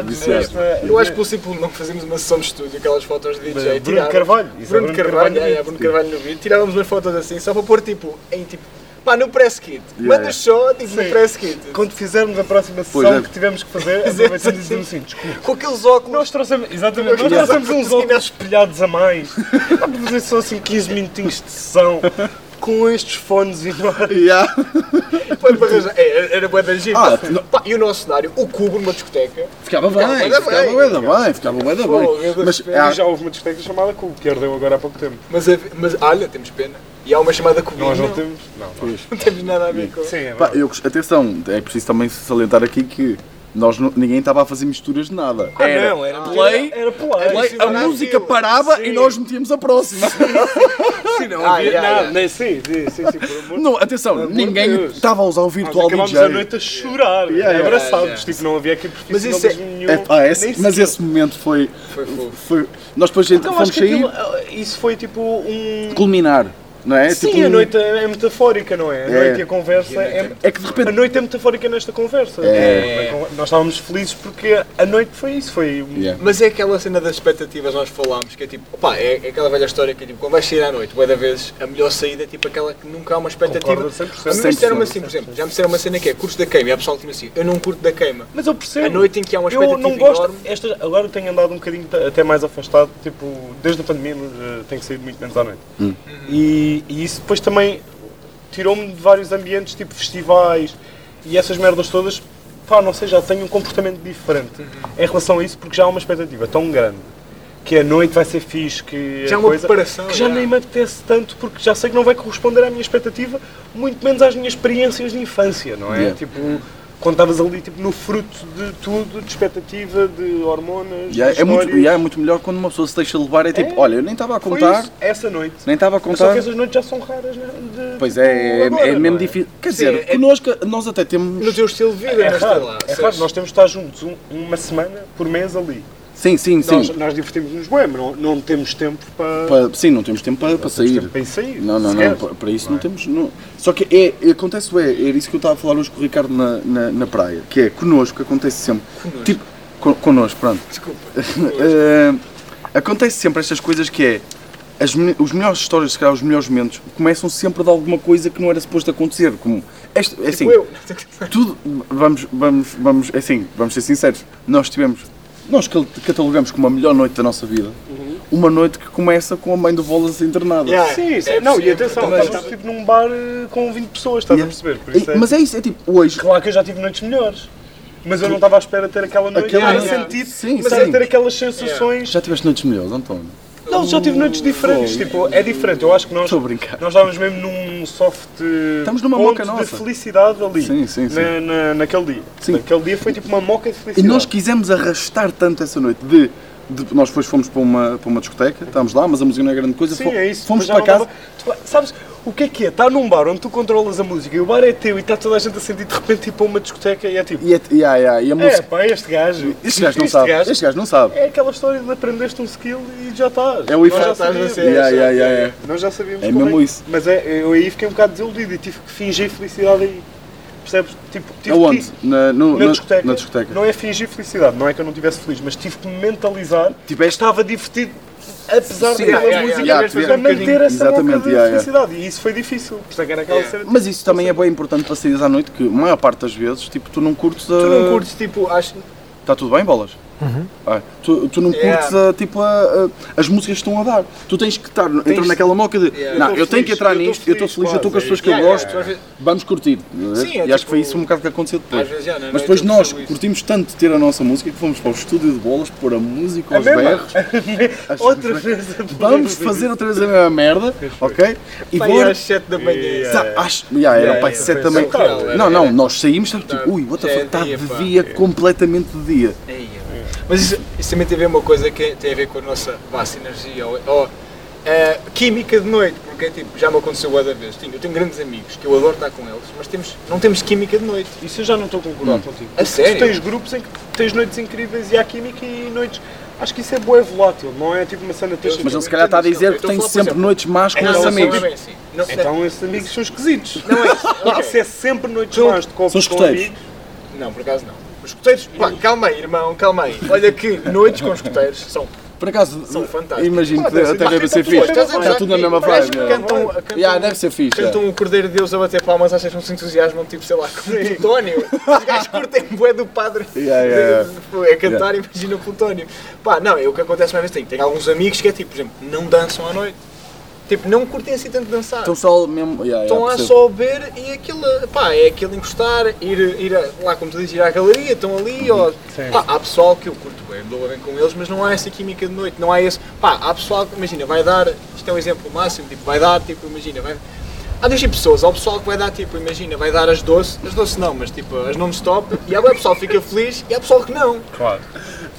[SPEAKER 3] viciados
[SPEAKER 2] Viciados. é.
[SPEAKER 3] nesta.
[SPEAKER 4] Eu acho possível não fazermos uma sessão de estúdio, aquelas fotos de
[SPEAKER 3] Bruno
[SPEAKER 4] DJ. tirar-
[SPEAKER 3] Carvalho, isso é
[SPEAKER 4] Bruno,
[SPEAKER 3] Bruno
[SPEAKER 4] Carvalho,
[SPEAKER 3] Carvalho
[SPEAKER 4] é, é, Bruno Carvalho no vídeo. Tirávamos umas fotos assim, só para pôr tipo, em tipo. Pá, no press kit.
[SPEAKER 2] yeah.
[SPEAKER 4] Mandas só, tipo, no
[SPEAKER 3] Sim.
[SPEAKER 4] press kit.
[SPEAKER 3] Quando fizermos a próxima
[SPEAKER 2] Pois
[SPEAKER 3] sessão
[SPEAKER 2] é.
[SPEAKER 3] que tivemos que fazer, aproveitamos e dizemos assim, desculpa.
[SPEAKER 4] Com aqueles óculos.
[SPEAKER 3] Nós trouxemos, exatamente, nós
[SPEAKER 4] Yeah.
[SPEAKER 3] trouxemos uns óculos espelhados a mais. Dá para fazer só assim 15 minutinhos de sessão com estes fones enormes.
[SPEAKER 2] Yeah.
[SPEAKER 4] Foi para arranjar. É, era bué da gira.
[SPEAKER 2] Ah, não-
[SPEAKER 4] Pá, e o nosso cenário, o cubo numa discoteca.
[SPEAKER 2] Ficava
[SPEAKER 4] Ficava
[SPEAKER 2] bem,
[SPEAKER 4] bué da
[SPEAKER 2] ficava bem,
[SPEAKER 4] bem.
[SPEAKER 2] bem, ficava bem,
[SPEAKER 4] Fogo, eu
[SPEAKER 2] bem.
[SPEAKER 4] dou
[SPEAKER 2] Mas
[SPEAKER 4] respeito.
[SPEAKER 2] ah,
[SPEAKER 3] E já houve uma discoteca chamada Cubo, que ardeu agora há pouco tempo.
[SPEAKER 4] Mas, a- mas olha, temos pena. E há uma chamada comigo.
[SPEAKER 3] Nós não temos. Não, não.
[SPEAKER 4] Não temos nada a ver com.
[SPEAKER 3] Sim, é
[SPEAKER 2] pá, eu, gost- atenção, é preciso também salientar aqui que nós, não- ninguém estava a fazer misturas de nada.
[SPEAKER 4] Era, não, era
[SPEAKER 2] play,
[SPEAKER 3] Era polar.
[SPEAKER 2] play,
[SPEAKER 4] preciso
[SPEAKER 2] a
[SPEAKER 4] andar à
[SPEAKER 2] música
[SPEAKER 4] fila.
[SPEAKER 2] parava e nós metíamos a próxima.
[SPEAKER 3] Sim, não
[SPEAKER 4] Ah,
[SPEAKER 3] havia
[SPEAKER 4] yeah,
[SPEAKER 3] nada.
[SPEAKER 4] yeah.
[SPEAKER 3] Nem, sim, sim, sim, sim, por amor de
[SPEAKER 2] Não, atenção,
[SPEAKER 3] amor de
[SPEAKER 2] ninguém
[SPEAKER 3] Deus.
[SPEAKER 2] estava a usar o
[SPEAKER 3] Deus.
[SPEAKER 2] virtual
[SPEAKER 3] Acabámos
[SPEAKER 2] DJ.
[SPEAKER 3] a noite a chorar,
[SPEAKER 2] yeah.
[SPEAKER 3] abraçados,
[SPEAKER 4] Yeah,
[SPEAKER 3] tipo, não havia aqui
[SPEAKER 4] Mas isso é-
[SPEAKER 3] profissionalismo nenhum.
[SPEAKER 2] É, pá, esse-
[SPEAKER 3] nem
[SPEAKER 2] mas
[SPEAKER 3] sequer.
[SPEAKER 2] esse momento foi.
[SPEAKER 4] Foi fofo.
[SPEAKER 2] foi- nós depois gente,
[SPEAKER 3] Então acho
[SPEAKER 2] fomos
[SPEAKER 3] que
[SPEAKER 2] sair,
[SPEAKER 3] aquilo, ah, isso foi tipo um...
[SPEAKER 2] culminar, não é?
[SPEAKER 3] Sim,
[SPEAKER 2] Tipo um-
[SPEAKER 3] a noite é é metafórica, não é? A
[SPEAKER 2] É.
[SPEAKER 3] noite e a conversa é...
[SPEAKER 2] É que de
[SPEAKER 3] A
[SPEAKER 2] repente.
[SPEAKER 3] noite é metafórica nesta conversa.
[SPEAKER 2] É.
[SPEAKER 3] Nós estávamos felizes porque a noite foi isso, foi um-
[SPEAKER 2] Yeah.
[SPEAKER 4] Mas é aquela cena das expectativas nós falámos, que é tipo, opá, é é aquela velha história que é tipo, quando vais sair à noite, boa da vez, a melhor saída é tipo aquela que nunca há uma expectativa.
[SPEAKER 3] Concordo 100%.
[SPEAKER 4] A mim me disseram
[SPEAKER 2] 100%.
[SPEAKER 4] assim, por exemplo, já me disseram uma cena que é curto da queima, e há pessoal que tinha assim, eu não curto da queima.
[SPEAKER 3] Mas eu percebo.
[SPEAKER 4] A noite em que há uma
[SPEAKER 3] Eu não
[SPEAKER 4] expectativa
[SPEAKER 3] gosto.
[SPEAKER 4] enorme.
[SPEAKER 3] Estas, agora eu tenho andado um bocadinho ta- até mais afastado, tipo, desde a pandemia eh, tenho saído muito menos à noite.
[SPEAKER 2] Hum.
[SPEAKER 3] E, e isso depois também tirou-me de vários ambientes, tipo festivais e essas merdas todas. Pá, não sei, já tenho um comportamento diferente em relação a isso, porque já há uma expectativa tão grande que a noite vai ser fixe, que
[SPEAKER 4] Já
[SPEAKER 3] a
[SPEAKER 4] há uma
[SPEAKER 3] coisa,
[SPEAKER 4] preparação,
[SPEAKER 3] que já
[SPEAKER 4] já.
[SPEAKER 3] nem me apetece tanto, porque já sei que não vai corresponder à minha expectativa, muito menos às minhas experiências de infância, não é?
[SPEAKER 2] Yeah.
[SPEAKER 3] Tipo, quando estavas ali tipo, no fruto de tudo, de expectativa, de hormonas,
[SPEAKER 2] Yeah,
[SPEAKER 3] de
[SPEAKER 2] é, muito,
[SPEAKER 3] histórias.
[SPEAKER 2] yeah, é muito melhor quando uma pessoa se deixa levar. É tipo,
[SPEAKER 3] É.
[SPEAKER 2] olha, eu nem estava a
[SPEAKER 3] Foi
[SPEAKER 2] contar,
[SPEAKER 3] isso, essa noite.
[SPEAKER 2] nem estava a
[SPEAKER 3] Só
[SPEAKER 2] contar.
[SPEAKER 3] que essas noites já são raras, né? de-
[SPEAKER 2] Pois
[SPEAKER 3] tipo,
[SPEAKER 2] é, é, é
[SPEAKER 3] agora, não
[SPEAKER 2] mesmo difícil. Quer dizer,
[SPEAKER 4] é-
[SPEAKER 2] connosco, nós até temos.
[SPEAKER 4] No teu estilo de vida,
[SPEAKER 3] É
[SPEAKER 4] mas sei
[SPEAKER 3] raro,
[SPEAKER 4] lá.
[SPEAKER 3] é
[SPEAKER 4] sabes?
[SPEAKER 3] raro. Nós temos de estar juntos um- uma semana por mês ali.
[SPEAKER 2] Sim, sim, sim.
[SPEAKER 3] Nós, nós divertimos-nos bem, mas não, não temos tempo para,
[SPEAKER 2] Pa- sim, não temos tempo para, para
[SPEAKER 3] temos
[SPEAKER 2] sair.
[SPEAKER 3] tempo para ir sair.
[SPEAKER 2] Não, não,
[SPEAKER 3] sequer.
[SPEAKER 2] não, pa- para isso não temos. não. Só que é, é- acontece, é, era isso que eu estava a falar hoje com o Ricardo na, na, na praia, que é connosco, acontece sempre. Tipo, con, connosco, pronto. Desculpa. acontece sempre estas coisas que é. As, me- os melhores histórias, se calhar, os melhores momentos, começam sempre de alguma coisa que não era suposto acontecer. Como. Esta, é assim,
[SPEAKER 4] Eu.
[SPEAKER 2] tudo, vamos, vamos, vamos, é assim, vamos ser sinceros, nós tivemos, nós cal- catalogamos como a melhor noite da nossa vida, uma noite que começa com a mãe do Bolas internada.
[SPEAKER 4] Yeah.
[SPEAKER 3] Sim, sim.
[SPEAKER 4] É
[SPEAKER 3] não, e
[SPEAKER 4] possível,
[SPEAKER 3] atenção,
[SPEAKER 4] também.
[SPEAKER 3] estávamos tipo num bar eh, com 20 pessoas, estás
[SPEAKER 2] então Yeah.
[SPEAKER 3] a perceber? Por
[SPEAKER 2] E-
[SPEAKER 3] isso é-
[SPEAKER 2] Mas é isso, é tipo, hoje,
[SPEAKER 3] Claro que eu já tive noites melhores. Mas eu não estava à espera de ter aquela noite.
[SPEAKER 2] Aquela
[SPEAKER 3] Aquela
[SPEAKER 2] noite.
[SPEAKER 3] sentido
[SPEAKER 2] Sim,
[SPEAKER 3] estar
[SPEAKER 2] sim.
[SPEAKER 3] a ter aquelas sensações.
[SPEAKER 2] já tiveste noites melhores, António.
[SPEAKER 3] Não, Não, já tive noites diferentes.
[SPEAKER 2] Fogo.
[SPEAKER 3] Tipo, é diferente. Eu acho que nós,
[SPEAKER 2] Estou a brincar.
[SPEAKER 3] nós estávamos mesmo num soft eh,
[SPEAKER 2] Estamos numa
[SPEAKER 3] ponto
[SPEAKER 2] moca
[SPEAKER 3] de
[SPEAKER 2] nossa.
[SPEAKER 3] felicidade ali.
[SPEAKER 2] Sim, sim, sim.
[SPEAKER 3] Na, na- naquele dia.
[SPEAKER 2] Sim.
[SPEAKER 3] Naquele dia foi tipo uma moca de
[SPEAKER 2] E
[SPEAKER 3] felicidade.
[SPEAKER 2] nós quisemos arrastar tanto essa noite de. de- nós depois fomos para uma, para uma discoteca, estávamos lá, mas a música não é grande coisa.
[SPEAKER 3] Sim,
[SPEAKER 2] fo-
[SPEAKER 3] é isso.
[SPEAKER 2] Fomos
[SPEAKER 3] Mas já
[SPEAKER 2] para
[SPEAKER 3] não
[SPEAKER 2] casa.
[SPEAKER 3] dava- Tu- sabes o que é que é? Está num bar onde tu controlas a música e o bar é teu e está toda a gente a sentir de repente ir para uma discoteca e é tipo.
[SPEAKER 2] E, é- e, ah, e, ah, e a
[SPEAKER 3] É,
[SPEAKER 2] música.
[SPEAKER 3] pá, este gajo.
[SPEAKER 2] este gajo não sabe.
[SPEAKER 3] gajo
[SPEAKER 2] Este gajo não sabe.
[SPEAKER 3] é aquela história de aprendeste um skill e já estás.
[SPEAKER 2] É o
[SPEAKER 3] Nós
[SPEAKER 2] efeito.
[SPEAKER 3] já sabíamos.
[SPEAKER 2] Estás a ser- Yeah, yeah, yeah, yeah.
[SPEAKER 3] Nós já sabíamos
[SPEAKER 2] É
[SPEAKER 3] como
[SPEAKER 2] mesmo isso.
[SPEAKER 3] Mas é, eu aí fiquei um bocado desiludido e tive que fingir felicidade aí. Percebes? Tipo, tive
[SPEAKER 2] Aonde?
[SPEAKER 3] que.
[SPEAKER 2] É Na, no-
[SPEAKER 3] Na discoteca,
[SPEAKER 2] na discoteca.
[SPEAKER 3] Não é fingir felicidade, não é que eu não estivesse feliz, mas tive que me mentalizar
[SPEAKER 2] Tipo, é-
[SPEAKER 3] que estava divertido apesar
[SPEAKER 2] Sim,
[SPEAKER 3] daquela
[SPEAKER 2] yeah, yeah,
[SPEAKER 3] música
[SPEAKER 2] yeah, yeah,
[SPEAKER 3] para
[SPEAKER 2] um
[SPEAKER 3] manter
[SPEAKER 2] bocadinho.
[SPEAKER 3] essa
[SPEAKER 2] Exatamente,
[SPEAKER 3] boca de
[SPEAKER 2] yeah, yeah.
[SPEAKER 3] felicidade. E isso foi difícil. Por isso é que era aquela cena. tipo,
[SPEAKER 2] Mas isso também é bem importante para saídas à noite, que a maior parte das vezes, tipo, tu não curtes a...
[SPEAKER 4] Tu não curtes, tipo, acho.
[SPEAKER 2] Está Tá tudo bem, bolas? Ah, tu, tu não
[SPEAKER 4] Yeah.
[SPEAKER 2] curtes a, tipo, a- a- as músicas que estão a dar. Tu tens que estar, entrar
[SPEAKER 4] Tens-
[SPEAKER 2] naquela moca de,
[SPEAKER 4] Yeah.
[SPEAKER 2] não,
[SPEAKER 3] Eu
[SPEAKER 2] eu,
[SPEAKER 3] tô
[SPEAKER 2] tenho que
[SPEAKER 3] feliz,
[SPEAKER 2] entrar
[SPEAKER 3] eu tô
[SPEAKER 2] nisto, eu estou
[SPEAKER 3] feliz,
[SPEAKER 2] feliz, eu estou com as
[SPEAKER 3] quase,
[SPEAKER 2] pessoas que eu
[SPEAKER 4] yeah,
[SPEAKER 2] gosto,
[SPEAKER 4] yeah, yeah.
[SPEAKER 2] vamos curtir. não é?
[SPEAKER 4] Sim, é
[SPEAKER 2] e acho que foi
[SPEAKER 4] tipo-
[SPEAKER 2] isso um bocado que aconteceu depois.
[SPEAKER 4] Às vezes, yeah, não é?
[SPEAKER 2] Mas
[SPEAKER 4] Não é
[SPEAKER 2] depois
[SPEAKER 4] tudo
[SPEAKER 2] nós
[SPEAKER 4] sobre isso.
[SPEAKER 2] curtimos tanto de ter a nossa música que fomos para o estúdio de bolas pôr a música
[SPEAKER 4] É
[SPEAKER 2] aos
[SPEAKER 3] mesma?
[SPEAKER 2] berros.
[SPEAKER 3] Outra vez a
[SPEAKER 2] Vamos fazer outra vez a mesma merda, ok? E
[SPEAKER 4] Pai, é.
[SPEAKER 2] agora
[SPEAKER 4] às 7 da
[SPEAKER 3] é.
[SPEAKER 4] manhã.
[SPEAKER 2] Sa- acho- yeah, era
[SPEAKER 4] Yeah,
[SPEAKER 2] pai
[SPEAKER 4] yeah,
[SPEAKER 2] sete
[SPEAKER 4] é, foi
[SPEAKER 2] também.
[SPEAKER 4] surreal, era,
[SPEAKER 2] não,
[SPEAKER 4] era.
[SPEAKER 2] não, nós saímos, sabe,
[SPEAKER 4] Tá,
[SPEAKER 2] tipo, ui, what the
[SPEAKER 4] já
[SPEAKER 2] fuck,
[SPEAKER 4] é
[SPEAKER 2] está
[SPEAKER 4] dia,
[SPEAKER 2] de
[SPEAKER 4] pá.
[SPEAKER 2] dia, completamente de dia.
[SPEAKER 4] Ei, é. Mas isso, isso também tem a ver uma coisa que tem a ver com a nossa vá, sinergia ou, ou, eh, química de noite, porque é tipo, já me aconteceu outra vez. Tenho- Eu tenho grandes amigos que eu adoro estar com eles, mas temos, não temos química de noite.
[SPEAKER 3] Isso eu já não estou a concordar contigo.
[SPEAKER 4] Hum. A sério?
[SPEAKER 3] Tu tens grupos em que tens noites incríveis e há química e noites. Acho que isso é boa, é volátil, não é tipo uma cena tens.
[SPEAKER 2] Mas ele se calhar está a
[SPEAKER 4] Eu
[SPEAKER 2] dizer que
[SPEAKER 4] estou a
[SPEAKER 2] tem
[SPEAKER 4] falar, por
[SPEAKER 2] sempre
[SPEAKER 4] exemplo,
[SPEAKER 2] noites más com
[SPEAKER 4] Não,
[SPEAKER 2] esses
[SPEAKER 4] não,
[SPEAKER 2] amigos.
[SPEAKER 4] Não é bem assim. Não,
[SPEAKER 3] Então esses amigos são esquisitos.
[SPEAKER 4] não é isso.
[SPEAKER 3] Porque
[SPEAKER 4] Ok.
[SPEAKER 3] se é sempre noites
[SPEAKER 4] São-
[SPEAKER 3] más de copo
[SPEAKER 2] são
[SPEAKER 3] com
[SPEAKER 2] escuteiros.
[SPEAKER 3] amigos.
[SPEAKER 4] Não, por acaso não. Os escuteiros, pá, calma aí, irmão, calma aí. Olha que noites com os escuteiros são.
[SPEAKER 2] Por acaso,
[SPEAKER 4] São fantásticos.
[SPEAKER 2] imagino que
[SPEAKER 4] deve ser-
[SPEAKER 2] até deve ser
[SPEAKER 4] Pô,
[SPEAKER 2] fixe.
[SPEAKER 4] estás a
[SPEAKER 2] Está
[SPEAKER 4] gozar
[SPEAKER 2] tudo na
[SPEAKER 4] comigo.
[SPEAKER 2] mesma
[SPEAKER 4] então, Parece
[SPEAKER 2] vibe.
[SPEAKER 4] que
[SPEAKER 2] yeah.
[SPEAKER 4] Cantam, cantam,
[SPEAKER 2] Yeah, deve ser fixe. é.
[SPEAKER 4] cantam um o Cordeiro de Deus a bater palmas, achas que não se entusiasmam, tipo, sei lá, com o Plutónio. Os gajos curtem bué do padre
[SPEAKER 2] Yeah, yeah,
[SPEAKER 4] de- de- a cantar, imagina o Plutónio. Pá, não, é o que acontece mais vezes. Tenho, tenho alguns amigos que é tipo, por exemplo, não dançam à noite. Tipo, não curtem assim tanto dançar.
[SPEAKER 2] Estão Então, só mesmo. yeah, yeah,
[SPEAKER 4] Estão lá
[SPEAKER 2] percebo.
[SPEAKER 4] Então, é só a beber e aquilo, pá, é aquele encostar, ir, ir a- lá, como tu dizes, ir à galeria, estão ali, ou, pá, há pessoal que eu curto bem, me dou bem com eles, mas não há essa química de noite, não há esse, pá, há pessoal que, imagina, vai dar, isto é um exemplo máximo, tipo, vai dar, tipo, imagina, vai, há dois tipos de pessoas, há o pessoal que vai dar, tipo, imagina, vai dar as doce, as doce não, mas tipo, as non-stop, e há o pessoal que fica feliz e há o pessoal que não,
[SPEAKER 3] Claro.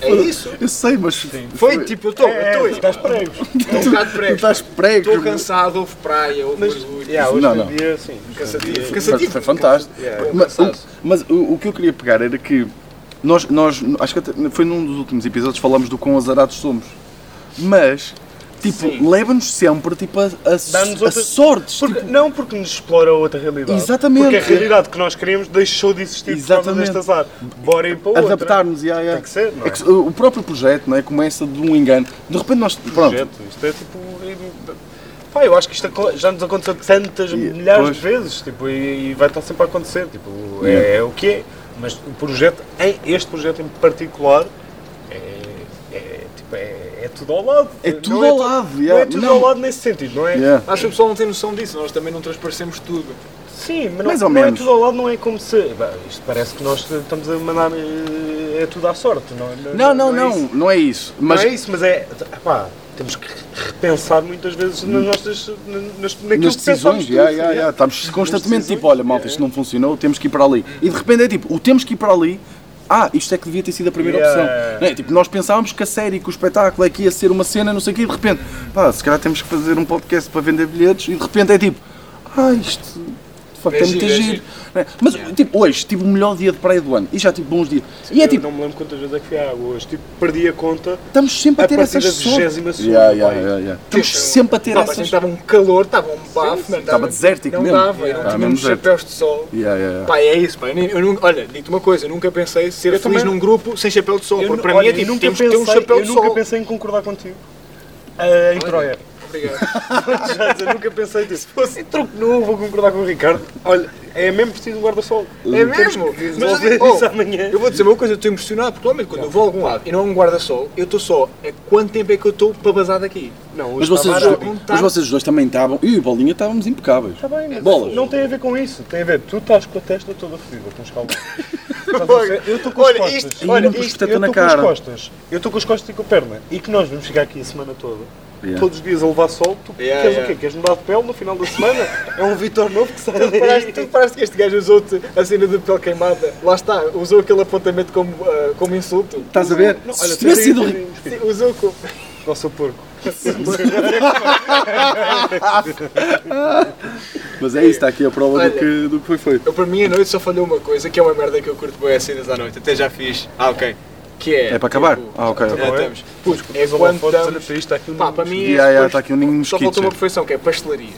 [SPEAKER 4] é isso.
[SPEAKER 2] Eu sei, mas.
[SPEAKER 4] Foi tipo, eu estou, eu estou,
[SPEAKER 3] É, Estás pregos.
[SPEAKER 4] estou um bocado
[SPEAKER 2] Tu
[SPEAKER 4] prego,
[SPEAKER 2] estás prego.
[SPEAKER 4] estou cansado, houve praia, houve
[SPEAKER 3] Mas
[SPEAKER 4] mergulho,
[SPEAKER 3] yeah, hoje
[SPEAKER 2] Não,
[SPEAKER 3] em
[SPEAKER 2] não.
[SPEAKER 3] dia, sim.
[SPEAKER 4] cansativo,
[SPEAKER 2] Foi,
[SPEAKER 4] cansativo.
[SPEAKER 2] foi é fantástico.
[SPEAKER 4] Yeah. é
[SPEAKER 2] Mas, o, mas o, o que eu queria pegar era que nós, nós acho que até foi num dos últimos episódios falámos do quão azarados somos. Mas, tipo, leva-nos sempre tipo, a, a,
[SPEAKER 3] Dá-nos
[SPEAKER 2] a
[SPEAKER 3] outra-
[SPEAKER 2] sortes.
[SPEAKER 3] Porque-
[SPEAKER 2] tipo,
[SPEAKER 3] não porque nos explora outra realidade.
[SPEAKER 2] Exatamente.
[SPEAKER 3] Porque a realidade que nós queríamos deixou de existir
[SPEAKER 2] Exatamente.
[SPEAKER 3] por causa deste azar. Bora ir para outra.
[SPEAKER 2] Adaptar-nos, yeah, yeah.
[SPEAKER 3] Tem que ser, não é?
[SPEAKER 2] É que o próprio projeto não é, começa de um engano. De repente nós. Pronto,
[SPEAKER 3] Projeto. Isto é tipo. Pá, eu acho que isto aco- já nos aconteceu tantas milhares
[SPEAKER 2] pois.
[SPEAKER 3] de vezes tipo, e, e vai estar sempre a acontecer. Tipo, é, é o que é. Mas o projeto, em- este projeto em particular, é, é, tipo, é, é tudo ao lado.
[SPEAKER 2] É
[SPEAKER 3] Não
[SPEAKER 2] tudo
[SPEAKER 3] é
[SPEAKER 2] ao
[SPEAKER 3] tu-
[SPEAKER 2] lado,
[SPEAKER 3] Não é
[SPEAKER 2] yeah.
[SPEAKER 3] tudo
[SPEAKER 2] Não.
[SPEAKER 3] ao lado nesse sentido, não é?
[SPEAKER 2] yeah.
[SPEAKER 4] Acho que o pessoal não tem noção disso, nós também não transparecemos tudo.
[SPEAKER 3] Sim, mas
[SPEAKER 2] Mais
[SPEAKER 3] não,
[SPEAKER 2] ou
[SPEAKER 3] não é
[SPEAKER 2] menos.
[SPEAKER 3] tudo ao lado, não é como se. Bah, isto parece que nós estamos a mandar. eh, É tudo à sorte, não é?
[SPEAKER 2] Não, não,
[SPEAKER 3] é
[SPEAKER 2] não,
[SPEAKER 3] isso.
[SPEAKER 2] não é isso. Mas
[SPEAKER 3] Não é isso, mas é. Pá, temos que repensar muitas vezes nas nossas. Nas, naquilo
[SPEAKER 2] nas
[SPEAKER 3] que pensámos.
[SPEAKER 2] decisões,
[SPEAKER 3] tudo,
[SPEAKER 2] yeah, yeah,
[SPEAKER 3] yeah.
[SPEAKER 2] yeah. estamos constantemente
[SPEAKER 3] decisões,
[SPEAKER 2] tipo, olha malta, isto não funcionou, temos que ir para ali. E de repente é tipo, o temos que ir para ali, ah, isto é que devia ter sido a primeira
[SPEAKER 3] Yeah.
[SPEAKER 2] opção. Não é? Tipo, nós pensávamos que a série, que o espetáculo é que ia ser uma cena, não sei o quê, e de repente, pá, se calhar temos que fazer um podcast para vender bilhetes, e de repente é tipo, ah, isto de facto
[SPEAKER 4] É
[SPEAKER 2] é muito
[SPEAKER 4] giro, é
[SPEAKER 2] giro.
[SPEAKER 4] giro.
[SPEAKER 2] Não é? Mas tipo, hoje tive o melhor dia de praia do ano, e já tive bons dias. E é
[SPEAKER 3] Eu
[SPEAKER 2] tipo,
[SPEAKER 3] não me lembro quantas vezes é que fui à água hoje. Tipo, perdi a conta.
[SPEAKER 2] estamos sempre a,
[SPEAKER 3] A
[SPEAKER 2] ter
[SPEAKER 3] partir
[SPEAKER 2] essas
[SPEAKER 3] da
[SPEAKER 2] sortes.
[SPEAKER 3] 22ª,
[SPEAKER 2] Yeah,
[SPEAKER 3] pá,
[SPEAKER 2] yeah,
[SPEAKER 3] aí.
[SPEAKER 2] yeah, yeah. Estamos sempre a ter
[SPEAKER 4] Pá, mas
[SPEAKER 2] essas.
[SPEAKER 4] estava um calor, estava um bafo, mano,
[SPEAKER 2] Estava desértico
[SPEAKER 4] não
[SPEAKER 2] mesmo.
[SPEAKER 4] Dava,
[SPEAKER 2] Yeah.
[SPEAKER 4] Não
[SPEAKER 2] Estava mesmo
[SPEAKER 4] tínhamos
[SPEAKER 2] desértico.
[SPEAKER 4] chapéus de sol.
[SPEAKER 2] Yeah, yeah, yeah.
[SPEAKER 4] Pá, é isso, pá. Eu nem- eu nunca- olha, digo-te uma coisa, eu nunca pensei ser
[SPEAKER 3] Eu
[SPEAKER 4] feliz
[SPEAKER 3] também-
[SPEAKER 4] num grupo sem chapéu de sol.
[SPEAKER 3] Eu
[SPEAKER 4] porque
[SPEAKER 3] nu-
[SPEAKER 4] para
[SPEAKER 3] olha,
[SPEAKER 4] mim é
[SPEAKER 3] eu
[SPEAKER 4] tipo,
[SPEAKER 3] nunca
[SPEAKER 4] temos que
[SPEAKER 3] pensei,
[SPEAKER 4] ter um chapéu
[SPEAKER 3] eu
[SPEAKER 4] de
[SPEAKER 3] nunca
[SPEAKER 4] sol.
[SPEAKER 3] pensei em concordar contigo. Ah, em Troia.
[SPEAKER 4] Obrigado.
[SPEAKER 3] Já dizer, nunca pensei disso. Fosse troco novo, vou concordar com o Ricardo. Olha, é mesmo preciso um guarda-sol.
[SPEAKER 4] É mesmo?
[SPEAKER 3] Mas
[SPEAKER 4] Mas
[SPEAKER 3] resolver
[SPEAKER 4] eu digo,
[SPEAKER 3] isso
[SPEAKER 4] oh,
[SPEAKER 3] amanhã.
[SPEAKER 4] Eu vou dizer uma coisa, eu estou impressionado, porque normalmente quando eu vou a algum lado e não há um guarda-sol, eu estou só, é quanto tempo é que eu estou para bazar daqui?
[SPEAKER 3] Não,
[SPEAKER 2] Mas
[SPEAKER 3] hoje
[SPEAKER 2] vocês,
[SPEAKER 3] está
[SPEAKER 2] os dois,
[SPEAKER 4] Tavares
[SPEAKER 3] barato.
[SPEAKER 4] não está.
[SPEAKER 2] mas vocês os dois também estavam. Eu e o Bolinha estávamos
[SPEAKER 4] Tá
[SPEAKER 2] impecáveis.
[SPEAKER 3] Está Tá bem, mas
[SPEAKER 2] Bolas.
[SPEAKER 3] Não tem a ver com isso. Tem a ver, tu estás com a testa toda fodida, tens calma. Eu estou com as
[SPEAKER 6] Olha,
[SPEAKER 3] costas.
[SPEAKER 6] isto-
[SPEAKER 2] Ih,
[SPEAKER 3] olha,
[SPEAKER 2] não pus
[SPEAKER 3] isto,
[SPEAKER 2] teta
[SPEAKER 3] eu
[SPEAKER 2] na
[SPEAKER 3] estou com as
[SPEAKER 2] cara.
[SPEAKER 3] costas. Eu estou com as costas e com a perna. E que nós vamos ficar aqui a semana toda.
[SPEAKER 2] Yeah.
[SPEAKER 3] Todos os dias a levar sol. Tu
[SPEAKER 4] Yeah,
[SPEAKER 3] queres
[SPEAKER 4] yeah.
[SPEAKER 3] o quê? Queres mudar de pele no final da semana? é um Vitor novo que sai
[SPEAKER 4] Tu reparaste,
[SPEAKER 3] daí.
[SPEAKER 4] tu reparaste que este gajo usou-te a cena de pele queimada? Lá está, usou aquele apontamento como, ah, como insulto.
[SPEAKER 2] Estás a ver?
[SPEAKER 3] Não,
[SPEAKER 2] Se
[SPEAKER 3] olha,
[SPEAKER 2] tivesse
[SPEAKER 3] peraí,
[SPEAKER 2] sido
[SPEAKER 3] peraí,
[SPEAKER 2] rico-
[SPEAKER 4] Sim, usou como.
[SPEAKER 3] Nossa porco.
[SPEAKER 2] Mas é isso, está aqui a prova
[SPEAKER 4] Olha.
[SPEAKER 2] do que, do que foi feito.
[SPEAKER 4] Eu, para mim, a noite só falhou uma coisa, que é uma merda que eu curto bem as cenas à noite. Até já fiz. Ah, ok. Que é.
[SPEAKER 2] É para acabar?
[SPEAKER 4] tipo,
[SPEAKER 2] Ah, ok.
[SPEAKER 4] já
[SPEAKER 2] ok.
[SPEAKER 3] Não é?
[SPEAKER 4] estamos. Puto, é
[SPEAKER 3] Mas olha lá,
[SPEAKER 4] quando
[SPEAKER 3] fotos, olha
[SPEAKER 4] estamos.
[SPEAKER 3] para isto, está aqui um
[SPEAKER 4] Pá, para mim é
[SPEAKER 2] Ya, ya,
[SPEAKER 4] depois-
[SPEAKER 2] está aqui um ninho de
[SPEAKER 4] Só falta uma
[SPEAKER 2] mosquitos.
[SPEAKER 4] perfeição, que é pastelarias.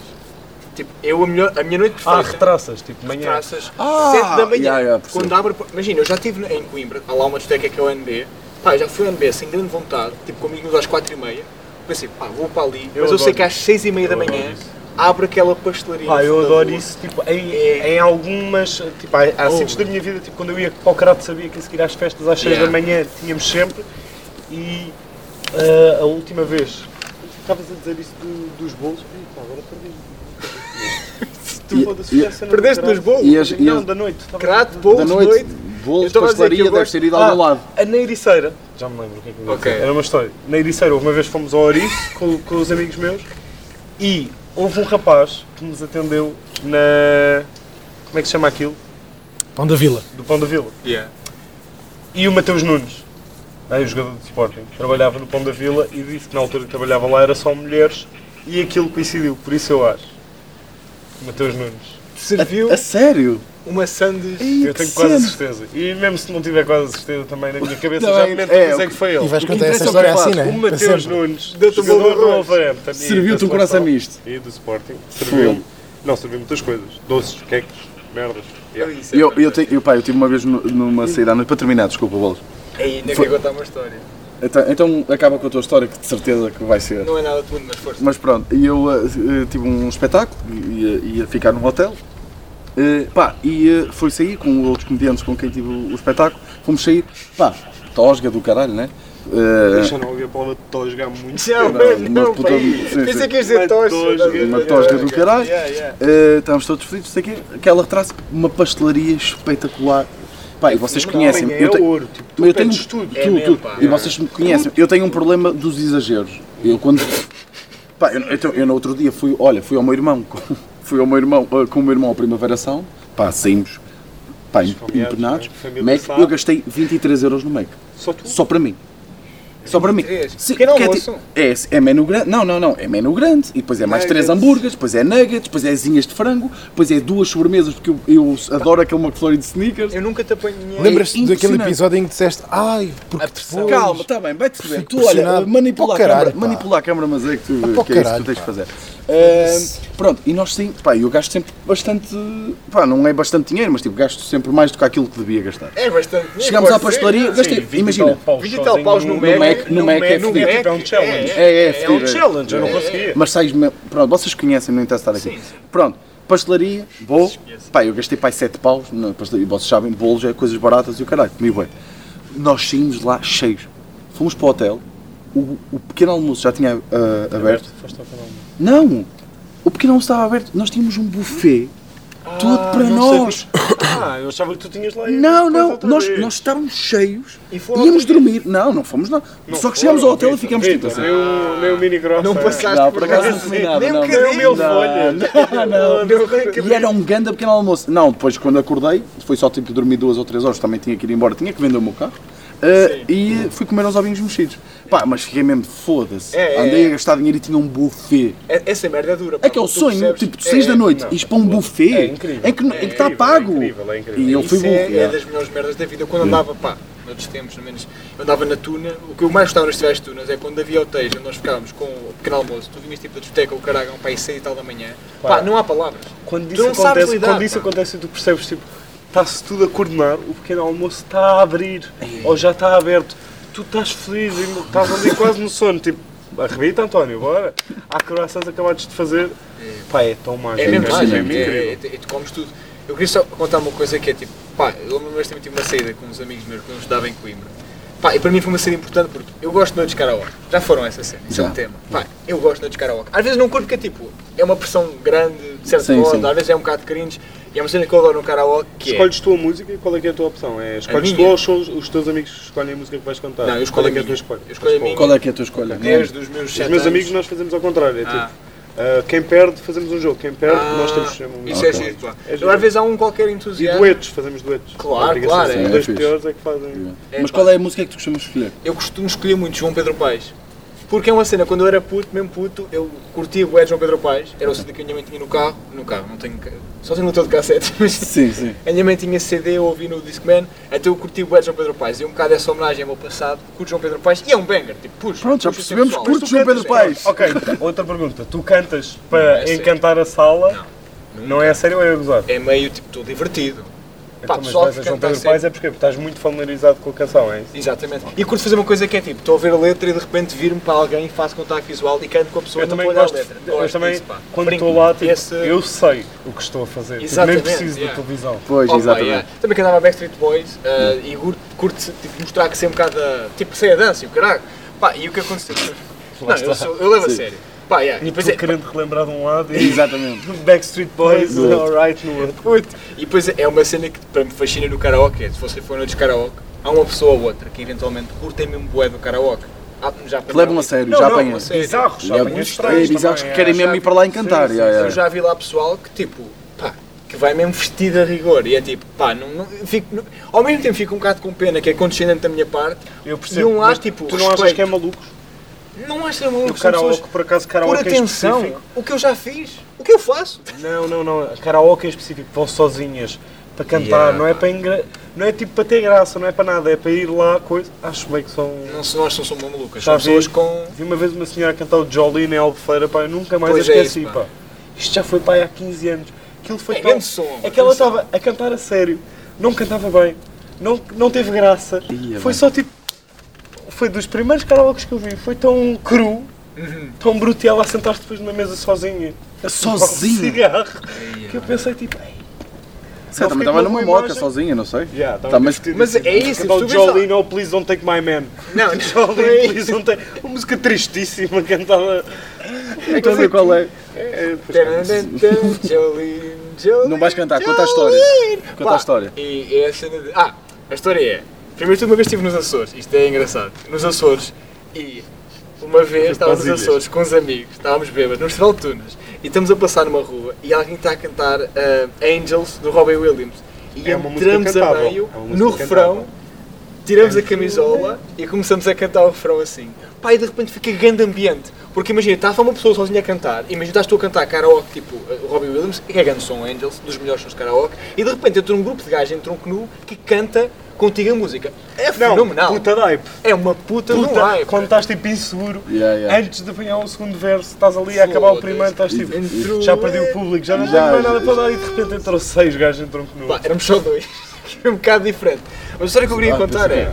[SPEAKER 4] Tipo, eu a, melhor, a minha noite
[SPEAKER 3] Ah,
[SPEAKER 4] perfeita.
[SPEAKER 3] retraças, tipo, manhã.
[SPEAKER 4] traças.
[SPEAKER 2] Ah,
[SPEAKER 4] 7 da manhã.
[SPEAKER 2] yeah, yeah, percebo.
[SPEAKER 4] quando abre. Imagina, eu já estive em Coimbra, há lá uma discoteca que é o NB. Pá, eu já fui ao NB sem grande vontade, tipo com amigos às 4 e meia. Pensei, pá, vou para ali.
[SPEAKER 3] Eu
[SPEAKER 4] mas eu sei
[SPEAKER 3] adoro
[SPEAKER 4] que às 6 e meia da
[SPEAKER 3] adoro
[SPEAKER 4] manhã
[SPEAKER 3] isso.
[SPEAKER 4] abre aquela pastelaria.
[SPEAKER 3] Pá,
[SPEAKER 4] no
[SPEAKER 3] eu
[SPEAKER 4] fundo da
[SPEAKER 3] adoro
[SPEAKER 4] rua.
[SPEAKER 3] isso, tipo, em, em algumas, tipo, há, há sítios da minha vida, tipo, quando eu ia para o Carato sabia que a seguir às festas às 6
[SPEAKER 4] Yeah.
[SPEAKER 3] da manhã tínhamos sempre e ah, a última vez, estavas a dizer isso do- dos bolos, Ih, pá, agora perdi.
[SPEAKER 2] E-
[SPEAKER 3] Tu foda-se, foi
[SPEAKER 2] e-
[SPEAKER 3] a cena do
[SPEAKER 4] Perdeste
[SPEAKER 3] Carato.
[SPEAKER 4] dos bolos?
[SPEAKER 2] E as- e
[SPEAKER 3] Não,
[SPEAKER 2] as-
[SPEAKER 3] da noite. estava-
[SPEAKER 4] Crato,
[SPEAKER 2] Da
[SPEAKER 4] bolos, noite.
[SPEAKER 2] noite, bolos,
[SPEAKER 4] estava a dizer que
[SPEAKER 2] pastelaria,
[SPEAKER 4] eu
[SPEAKER 2] deve
[SPEAKER 4] gosto-
[SPEAKER 2] ter ido ao
[SPEAKER 3] Ah,
[SPEAKER 2] meu lado.
[SPEAKER 3] a na Ericeira. Já me lembro o que é que me
[SPEAKER 4] Ok.
[SPEAKER 3] okay. Era uma história. Na Ericeira, houve uma vez fomos ao Ouriço com, com os amigos meus e houve um rapaz que nos atendeu na. Como é que se chama aquilo?
[SPEAKER 1] Pão da Vila.
[SPEAKER 3] Do Pão da Vila.
[SPEAKER 4] Yeah.
[SPEAKER 3] E o Mateus Nunes, né, o jogador de Sporting, trabalhava no Pão da Vila e disse que na altura que trabalhava lá era só mulheres e aquilo coincidiu. Por isso eu acho. Mateus Nunes.
[SPEAKER 4] Serviu
[SPEAKER 2] A sério?
[SPEAKER 4] uma sandes.
[SPEAKER 3] Eu tenho quase a certeza. E mesmo se não tiver quase a certeza também na minha cabeça,
[SPEAKER 2] Não,
[SPEAKER 3] já
[SPEAKER 2] é-
[SPEAKER 3] me lembro
[SPEAKER 2] é,
[SPEAKER 3] é,
[SPEAKER 2] o
[SPEAKER 3] que foi ele.
[SPEAKER 1] E vais
[SPEAKER 2] O que
[SPEAKER 1] contar essa
[SPEAKER 2] interessa é o
[SPEAKER 1] história
[SPEAKER 2] que
[SPEAKER 1] assim,
[SPEAKER 2] faz.
[SPEAKER 1] né?
[SPEAKER 3] O
[SPEAKER 1] Para
[SPEAKER 3] Mateus
[SPEAKER 1] sempre.
[SPEAKER 3] Nunes,
[SPEAKER 4] Deu-te um
[SPEAKER 3] jogador
[SPEAKER 4] bom
[SPEAKER 3] do Alvarente. amigo,
[SPEAKER 2] Serviu-te
[SPEAKER 3] da
[SPEAKER 2] o coração
[SPEAKER 3] seleção
[SPEAKER 2] misto.
[SPEAKER 3] E do Sporting. Serviu-me. Não, serviu muitas coisas. Doces, queques, merdas. Yeah.
[SPEAKER 4] é
[SPEAKER 2] Eu, eu, te- eu, pá, eu tive uma vez nu- numa saída à noite, para terminar, desculpa, bolos.
[SPEAKER 4] Aí, ainda
[SPEAKER 2] Foi-
[SPEAKER 4] quer contar uma história.
[SPEAKER 2] Então, então acaba com a tua história, que de certeza que vai ser.
[SPEAKER 4] Não é nada de mundo, mas força.
[SPEAKER 2] Mas pronto, e eu eh, eh, tive um espetáculo, ia, ia ficar num hotel. Eh, pá, e eh, fui sair com outros comediantes com quem tive o, o espetáculo. Fomos sair, pá, tosga do caralho, né? Eh,
[SPEAKER 3] Deixa não ouvir a palavra de tosga há muito.
[SPEAKER 4] Não,
[SPEAKER 2] Não,
[SPEAKER 4] não,
[SPEAKER 2] mas
[SPEAKER 4] não
[SPEAKER 2] puta-
[SPEAKER 4] pai.
[SPEAKER 2] sim, sim.
[SPEAKER 4] Pensei que ia dizer
[SPEAKER 3] Uma
[SPEAKER 4] tocha.
[SPEAKER 3] tosga.
[SPEAKER 2] uma tosga do caralho.
[SPEAKER 4] Yeah, yeah.
[SPEAKER 2] Eh, estávamos todos felizes, não sei o quê. Aquela traz uma pastelaria espetacular. Pá, e vocês conhecem.
[SPEAKER 3] É
[SPEAKER 2] eu te-
[SPEAKER 3] ouro, tipo,
[SPEAKER 2] eu
[SPEAKER 3] tu
[SPEAKER 2] tenho
[SPEAKER 3] pedes tudo.
[SPEAKER 4] É
[SPEAKER 2] tudo,
[SPEAKER 4] mesmo,
[SPEAKER 2] tudo.
[SPEAKER 4] pá.
[SPEAKER 2] E vocês me conhecem. Eu tenho um problema dos exageros. Eu quando. Pá, eu, então, eu no outro dia fui, olha, fui ao meu irmão, com- fui ao meu irmão, eh, com o meu irmão à Primaveração, pá, saímos, pá, em-
[SPEAKER 3] Esfomeados,
[SPEAKER 2] empenados,
[SPEAKER 4] é?
[SPEAKER 3] né? Família
[SPEAKER 2] Mac,
[SPEAKER 3] sabe.
[SPEAKER 2] eu gastei 23 euros no Mac,
[SPEAKER 3] Só tu.
[SPEAKER 2] só para mim. Só para mim.
[SPEAKER 4] 23?
[SPEAKER 2] Sim,
[SPEAKER 4] Pequeno
[SPEAKER 2] porque é
[SPEAKER 4] almoço?
[SPEAKER 2] ti- É, é menu grande. Não, não, não. É menu grande. E depois é mais três
[SPEAKER 4] Nuggets.
[SPEAKER 2] hambúrgueres, depois é nuggets, depois é asinhas de frango, depois é duas sobremesas, porque eu, eu adoro aquele McFlurry de sneakers. É
[SPEAKER 4] Eu nunca te apanhei.
[SPEAKER 1] Lembras-te daquele
[SPEAKER 2] impressionante.
[SPEAKER 1] episódio em que disseste, ai, porque
[SPEAKER 4] A pressão.
[SPEAKER 1] depois-
[SPEAKER 2] Calma, está bem, vai-te perceber.
[SPEAKER 1] Fico
[SPEAKER 2] Tu, olha,
[SPEAKER 1] pressionado.
[SPEAKER 2] manipula a,
[SPEAKER 1] Pô, caralho,
[SPEAKER 2] câmara,
[SPEAKER 1] pá.
[SPEAKER 2] manipula a câmara, mas é que, tu,
[SPEAKER 1] pô,
[SPEAKER 2] que é isso que tu
[SPEAKER 1] caralho,
[SPEAKER 2] tens de
[SPEAKER 1] pá.
[SPEAKER 2] fazer. Ah, pronto, e nós sim, pá, eu gasto sempre bastante, pá, não é bastante dinheiro, mas tipo, gasto sempre mais do que aquilo que devia gastar.
[SPEAKER 4] É bastante. dinheiro,
[SPEAKER 2] Chegámos à
[SPEAKER 4] pode ser.
[SPEAKER 1] né?
[SPEAKER 2] pastelaria, gastei, imagina,
[SPEAKER 3] paus.
[SPEAKER 4] 20 e tal paus no
[SPEAKER 3] sozinho,
[SPEAKER 4] Mac.
[SPEAKER 2] no Mac é
[SPEAKER 3] no
[SPEAKER 2] fedido.
[SPEAKER 3] Mac, é um challenge.
[SPEAKER 2] É, é,
[SPEAKER 4] é um
[SPEAKER 2] fedido, é.
[SPEAKER 4] challenge.
[SPEAKER 3] Eu não
[SPEAKER 4] é.
[SPEAKER 3] conseguia.
[SPEAKER 2] mas sais me- pronto, vocês conhecem, não interessa estar aqui. Pronto, pastelaria, bolo, pá, eu gastei pá 7 paus na pastelaria, vocês sabem, bolos é coisas baratas e o caralho, comi bem. Nós saímos lá cheios, fomos para o hotel, o, o pequeno almoço já tinha ah, aberto,
[SPEAKER 3] Foste ao canal.
[SPEAKER 2] Não! O pequeno almoço estava aberto, nós tínhamos um buffet. tudo para nós!
[SPEAKER 3] Ah, eu achava que tu tinhas lá. ido
[SPEAKER 2] Não,
[SPEAKER 3] depois
[SPEAKER 2] não!
[SPEAKER 3] outra
[SPEAKER 2] Nós,
[SPEAKER 3] vez.
[SPEAKER 2] nós estávamos cheios,
[SPEAKER 4] E foram
[SPEAKER 2] íamos dormir. Não, não fomos não. Só que chegámos ao hotel e ficámos tipo
[SPEAKER 3] Vitor,
[SPEAKER 2] assim.
[SPEAKER 3] Nem um, nem um mini grosso.
[SPEAKER 4] Não passaste
[SPEAKER 2] Não, por acaso não
[SPEAKER 4] isso.
[SPEAKER 2] fui nada.
[SPEAKER 4] Nem um
[SPEAKER 2] não.
[SPEAKER 4] bocadinho.
[SPEAKER 3] Nem o meu
[SPEAKER 2] Não,
[SPEAKER 3] folha.
[SPEAKER 2] Não, não.
[SPEAKER 3] Não, nem
[SPEAKER 2] E era um grande pequeno almoço. Não, depois quando acordei, foi só tipo dormir duas ou três horas, também tinha que ir embora, tinha que vender o meu carro. Uh, e fui comer uns ovinhos mexidos. Pá, mas fiquei mesmo, foda-se.
[SPEAKER 4] É, é,
[SPEAKER 2] Andei
[SPEAKER 4] é.
[SPEAKER 2] a gastar dinheiro e tinha um buffet.
[SPEAKER 4] É- Essa merda é dura. pá,
[SPEAKER 2] É que é o
[SPEAKER 4] tu
[SPEAKER 2] sonho,
[SPEAKER 4] percebes?
[SPEAKER 2] tipo, de 6
[SPEAKER 4] É,
[SPEAKER 2] da noite,
[SPEAKER 3] não,
[SPEAKER 2] ires para um buffet
[SPEAKER 3] é incrível.
[SPEAKER 2] em que
[SPEAKER 3] É
[SPEAKER 2] está
[SPEAKER 3] incrível,
[SPEAKER 2] pago.
[SPEAKER 3] é incrível, é incrível.
[SPEAKER 2] E eu fui
[SPEAKER 4] isso
[SPEAKER 2] burro.
[SPEAKER 4] é, é
[SPEAKER 2] yeah.
[SPEAKER 4] das melhores merdas da vida. Quando andava, pá, noutros tempos, no menos, eu andava na tuna. O que eu mais gostava nos festivais de tunas é quando havia hotéis onde nós ficávamos com o pequeno almoço. Tu vinhas tipo da discoteca, o caralho, um pai seis e tal da manhã. Pá,
[SPEAKER 3] Pá.
[SPEAKER 4] não há palavras.
[SPEAKER 3] Quando
[SPEAKER 4] Tu
[SPEAKER 3] isso
[SPEAKER 4] não sabes
[SPEAKER 3] acontece,
[SPEAKER 4] lidar,
[SPEAKER 3] quando isso
[SPEAKER 4] pá.
[SPEAKER 3] acontece e tu percebes, tipo, está-se tudo a coordenar, o pequeno almoço está a abrir,
[SPEAKER 4] É.
[SPEAKER 3] ou já está aberto, tu estás feliz, ainda estás ali quase no sono, tipo, arrebita António, bora. Há croissants acabaste de fazer. Pá, é tão mágico.
[SPEAKER 4] É mesmo
[SPEAKER 2] Sim,
[SPEAKER 4] mágico,
[SPEAKER 2] sim,
[SPEAKER 4] é,
[SPEAKER 2] mesmo
[SPEAKER 3] incrível.
[SPEAKER 4] é, é, e tu comes tudo. Eu queria só contar uma coisa que é tipo, pá, eu lembro-me vez também tive uma saída com uns amigos meus que eu estudava em Coimbra. Pá, e para mim foi uma saída importante porque eu gosto de noites karaoke. Já foram essa cena, isso é
[SPEAKER 2] Já.
[SPEAKER 4] um tema. Pá, eu gosto de noites karaoke. Às vezes não curto porque é tipo, é uma pressão grande, de certo
[SPEAKER 2] Sim,
[SPEAKER 4] modo,
[SPEAKER 2] sim.
[SPEAKER 4] às vezes é um bocado cringe. E é uma cena que eu adoro no karaoke que é...
[SPEAKER 3] Escolhes tu a música e qual é que é a tua opção? É, escolhes tu
[SPEAKER 4] minha?
[SPEAKER 3] ou os, os teus amigos escolhem a música que vais cantar?
[SPEAKER 4] Não, eu
[SPEAKER 3] qual
[SPEAKER 4] escolho
[SPEAKER 3] é
[SPEAKER 4] a
[SPEAKER 3] que é a tua
[SPEAKER 4] minha.
[SPEAKER 3] escolha?
[SPEAKER 4] Eu escolho a minha.
[SPEAKER 2] Qual é que é a tua escolha?
[SPEAKER 4] Desde os meus
[SPEAKER 3] Os
[SPEAKER 4] sete
[SPEAKER 3] meus
[SPEAKER 4] anos.
[SPEAKER 3] amigos nós fazemos ao contrário, é tipo,
[SPEAKER 4] Ah.
[SPEAKER 3] ah, quem perde fazemos um jogo, quem perde nós temos
[SPEAKER 4] Ah,
[SPEAKER 3] sempre um
[SPEAKER 4] Isso
[SPEAKER 3] jogo.
[SPEAKER 4] é giro, pá.
[SPEAKER 3] É giro.
[SPEAKER 4] Agora às vezes há um qualquer
[SPEAKER 3] E
[SPEAKER 4] entusiasta.
[SPEAKER 3] duetos, fazemos duetos.
[SPEAKER 4] Claro,
[SPEAKER 3] Obrigação,
[SPEAKER 4] claro,
[SPEAKER 3] sim.
[SPEAKER 4] é.
[SPEAKER 3] Os dois
[SPEAKER 2] É fixe.
[SPEAKER 3] piores é que fazem.
[SPEAKER 4] É,
[SPEAKER 2] Mas
[SPEAKER 4] pá.
[SPEAKER 2] qual é a música que tu costumas escolher?
[SPEAKER 4] Eu costumo escolher muito João Pedro Paes. Porque é uma cena, quando eu era puto, mesmo puto, eu curtia o João Pedro Paes. Era o CD que a minha mãe tinha no carro. No carro, não tenho. ca- Só tenho no todo cassete, mas.
[SPEAKER 2] Sim, sim.
[SPEAKER 4] A minha mãe tinha CD, eu ouvi no Discman, até eu curti o João Pedro Paes. E um bocado essa homenagem ao meu passado, curto João Pedro Paes e é um banger, tipo, puxa.
[SPEAKER 2] Pronto, já
[SPEAKER 4] puxa esse
[SPEAKER 2] percebemos,
[SPEAKER 4] pessoal.
[SPEAKER 2] curto João Pedro Paes.
[SPEAKER 3] Ok, outra pergunta. Tu cantas para
[SPEAKER 4] é sério.
[SPEAKER 3] encantar a sala? Não, é a sério ou é a gozar?
[SPEAKER 4] É meio, tipo, estou divertido.
[SPEAKER 3] Então, mas
[SPEAKER 4] pessoal
[SPEAKER 3] vais
[SPEAKER 4] que
[SPEAKER 3] a João
[SPEAKER 4] canta
[SPEAKER 3] Pedro
[SPEAKER 4] a sério.
[SPEAKER 3] Paes é porque estás muito familiarizado com a canção, é isso?
[SPEAKER 4] Exatamente. E curto fazer uma coisa que é tipo, estou a ver a letra e de repente vir-me para alguém e faço contacto visual e canto com a pessoa
[SPEAKER 3] Eu
[SPEAKER 4] e não
[SPEAKER 3] também
[SPEAKER 4] vou olhar a
[SPEAKER 3] gosto,
[SPEAKER 4] letra.
[SPEAKER 3] eu
[SPEAKER 4] Gosto
[SPEAKER 3] também,
[SPEAKER 4] disso, pá.
[SPEAKER 3] quando
[SPEAKER 4] Brinco.
[SPEAKER 3] estou lá, tipo,
[SPEAKER 4] Esse-
[SPEAKER 3] eu sei o que estou a fazer. Tipo, nem
[SPEAKER 4] Exatamente,
[SPEAKER 3] preciso da
[SPEAKER 4] yeah.
[SPEAKER 3] televisão.
[SPEAKER 2] Pois,
[SPEAKER 4] Opa, yeah.
[SPEAKER 2] exatamente.
[SPEAKER 4] Também cantava a Backstreet Boys uh, e curto, curto tipo, mostrar que sei um bocado a, tipo, sei a dança e o caralho. Pá, e o que aconteceu? não, eu, sou- eu levo a sério. Pá, yeah.
[SPEAKER 3] E
[SPEAKER 4] e depois
[SPEAKER 3] tu
[SPEAKER 4] é,
[SPEAKER 3] querendo relembrar de um lado e
[SPEAKER 2] Exatamente.
[SPEAKER 3] Backstreet Boys,
[SPEAKER 2] Do outro.
[SPEAKER 3] alright, no outro.
[SPEAKER 4] Puto. E depois é uma cena que para me fascina no karaoke, é, se você for noites de karaoke, há uma pessoa ou outra que eventualmente curtem mesmo bué do karaoke. Há- já
[SPEAKER 2] Que levam a sério, já apanhei.
[SPEAKER 4] a sério.
[SPEAKER 3] Bizarros, já
[SPEAKER 2] É
[SPEAKER 3] apanhei
[SPEAKER 2] muitos
[SPEAKER 3] estranhos
[SPEAKER 2] é bizarros
[SPEAKER 3] também,
[SPEAKER 2] que querem
[SPEAKER 3] é.
[SPEAKER 2] mesmo ir para lá é. e cantar.
[SPEAKER 3] Sim,
[SPEAKER 2] yeah,
[SPEAKER 4] Eu
[SPEAKER 2] yeah.
[SPEAKER 4] já vi lá pessoal que tipo, pá, que vai mesmo vestido a rigor e é tipo, pá, não, não, fico, não- ao mesmo tempo fico um bocado com pena que é condescendente da minha parte
[SPEAKER 3] Eu percebo,
[SPEAKER 4] e um ar
[SPEAKER 3] mas
[SPEAKER 4] tipo,
[SPEAKER 3] tu não achas que é
[SPEAKER 4] respeito.
[SPEAKER 3] maluco?
[SPEAKER 4] não acho que é maluco,
[SPEAKER 3] No
[SPEAKER 4] são
[SPEAKER 3] karaoke,
[SPEAKER 4] pessoas-
[SPEAKER 3] por acaso,
[SPEAKER 4] por
[SPEAKER 3] karaoke em
[SPEAKER 4] atenção,
[SPEAKER 3] específico.
[SPEAKER 4] o que eu já fiz, o que eu faço.
[SPEAKER 3] Não, não, não. Karaoke em específico, vão sozinhas para cantar,
[SPEAKER 4] Yeah,
[SPEAKER 3] não é
[SPEAKER 4] pá.
[SPEAKER 3] para engra... Não é tipo para ter graça, não é para nada, é para ir lá, coisa. Acho bem que são.
[SPEAKER 4] Não se nós não somos malucas,
[SPEAKER 3] Já
[SPEAKER 4] são
[SPEAKER 3] vi.
[SPEAKER 4] pessoas com.
[SPEAKER 3] Vi uma vez uma senhora cantar o Jolene em Albufeira, pá, eu nunca mais
[SPEAKER 4] Pois
[SPEAKER 3] a
[SPEAKER 4] é
[SPEAKER 3] esqueci,
[SPEAKER 4] isso,
[SPEAKER 3] pá.
[SPEAKER 4] pá.
[SPEAKER 3] Isto já foi, pá, há 15 anos. Aquilo foi
[SPEAKER 4] É
[SPEAKER 3] tão...
[SPEAKER 4] grande som,
[SPEAKER 3] É que ela
[SPEAKER 4] atenção.
[SPEAKER 3] estava a cantar a sério, não cantava bem, não, não teve graça.
[SPEAKER 2] Ia,
[SPEAKER 3] foi
[SPEAKER 2] bem.
[SPEAKER 3] só tipo... Foi dos primeiros karaokes que eu vi, foi tão cru,
[SPEAKER 4] Uhum.
[SPEAKER 3] tão bruto, e ela a sentar-se depois na mesa sozinha. a fumar um
[SPEAKER 2] Sozinha?
[SPEAKER 3] cigarro, que eu pensei, tipo... Ei,
[SPEAKER 2] Sim, também
[SPEAKER 3] Não
[SPEAKER 2] estava
[SPEAKER 3] fiquei com
[SPEAKER 2] numa
[SPEAKER 3] uma
[SPEAKER 2] moca
[SPEAKER 3] imagem.
[SPEAKER 2] sozinha, não sei.
[SPEAKER 3] Yeah,
[SPEAKER 2] Tá,
[SPEAKER 3] tava a
[SPEAKER 2] mas-
[SPEAKER 3] divertir.
[SPEAKER 4] Mas é isso,
[SPEAKER 3] Cantar o
[SPEAKER 4] tu vês lá-
[SPEAKER 3] Jolene, oh please don't take my man.
[SPEAKER 4] Não, não.
[SPEAKER 3] Jolene, please don't take... Uma música tristíssima, cantada...
[SPEAKER 2] É que eu sei qual é.
[SPEAKER 3] É, pois,
[SPEAKER 4] Jolene, Jolene,
[SPEAKER 2] Não vais cantar, conta a história.
[SPEAKER 4] Jolene.
[SPEAKER 2] Conta a
[SPEAKER 4] Pá,
[SPEAKER 2] história.
[SPEAKER 4] E é a cena de. Ah, a história é. Primeiro de tudo, uma vez estive nos Açores, isto é engraçado. Nos Açores e. Uma vez estava nos
[SPEAKER 3] ilhas.
[SPEAKER 4] Açores com uns amigos, estávamos bêbados, no Festival de Tunas, e estamos a passar numa rua e alguém está a cantar ah, Angels do Robbie Williams. E
[SPEAKER 3] É uma música
[SPEAKER 4] entramos a
[SPEAKER 3] cantável.
[SPEAKER 4] meio
[SPEAKER 3] É uma música
[SPEAKER 4] no refrão,
[SPEAKER 3] cantável.
[SPEAKER 4] tiramos a camisola e começamos a cantar o refrão assim. Pá, e de repente fica grande ambiente. Porque imagina, estava uma pessoa sozinha a cantar, imagina, estás tu a cantar karaoke, tipo eh, o Robbie Williams, que é grande som Angels, dos melhores sons de karaoke, e de repente entra um grupo de gajos em tronco nu que canta contigo a música. É
[SPEAKER 3] Não,
[SPEAKER 4] fenomenal.
[SPEAKER 3] puta daipe.
[SPEAKER 4] É uma puta, do
[SPEAKER 3] Puta,
[SPEAKER 4] hype.
[SPEAKER 3] quando estás tipo inseguro,
[SPEAKER 2] Yeah, yeah.
[SPEAKER 3] antes de apanhar o segundo verso, estás ali a acabar o
[SPEAKER 4] Foda-se.
[SPEAKER 3] primeiro, estás tipo,
[SPEAKER 4] Entrou-
[SPEAKER 3] já perdi o público, já não
[SPEAKER 2] Já,
[SPEAKER 3] tenho mais nada
[SPEAKER 2] já,
[SPEAKER 3] para dar e de repente entrou seis gajos em tronco nu.
[SPEAKER 4] Pá, éramos só dois. Que é um bocado diferente. Mas a história que eu queria
[SPEAKER 2] Ah,
[SPEAKER 4] contar
[SPEAKER 2] pensei
[SPEAKER 4] é.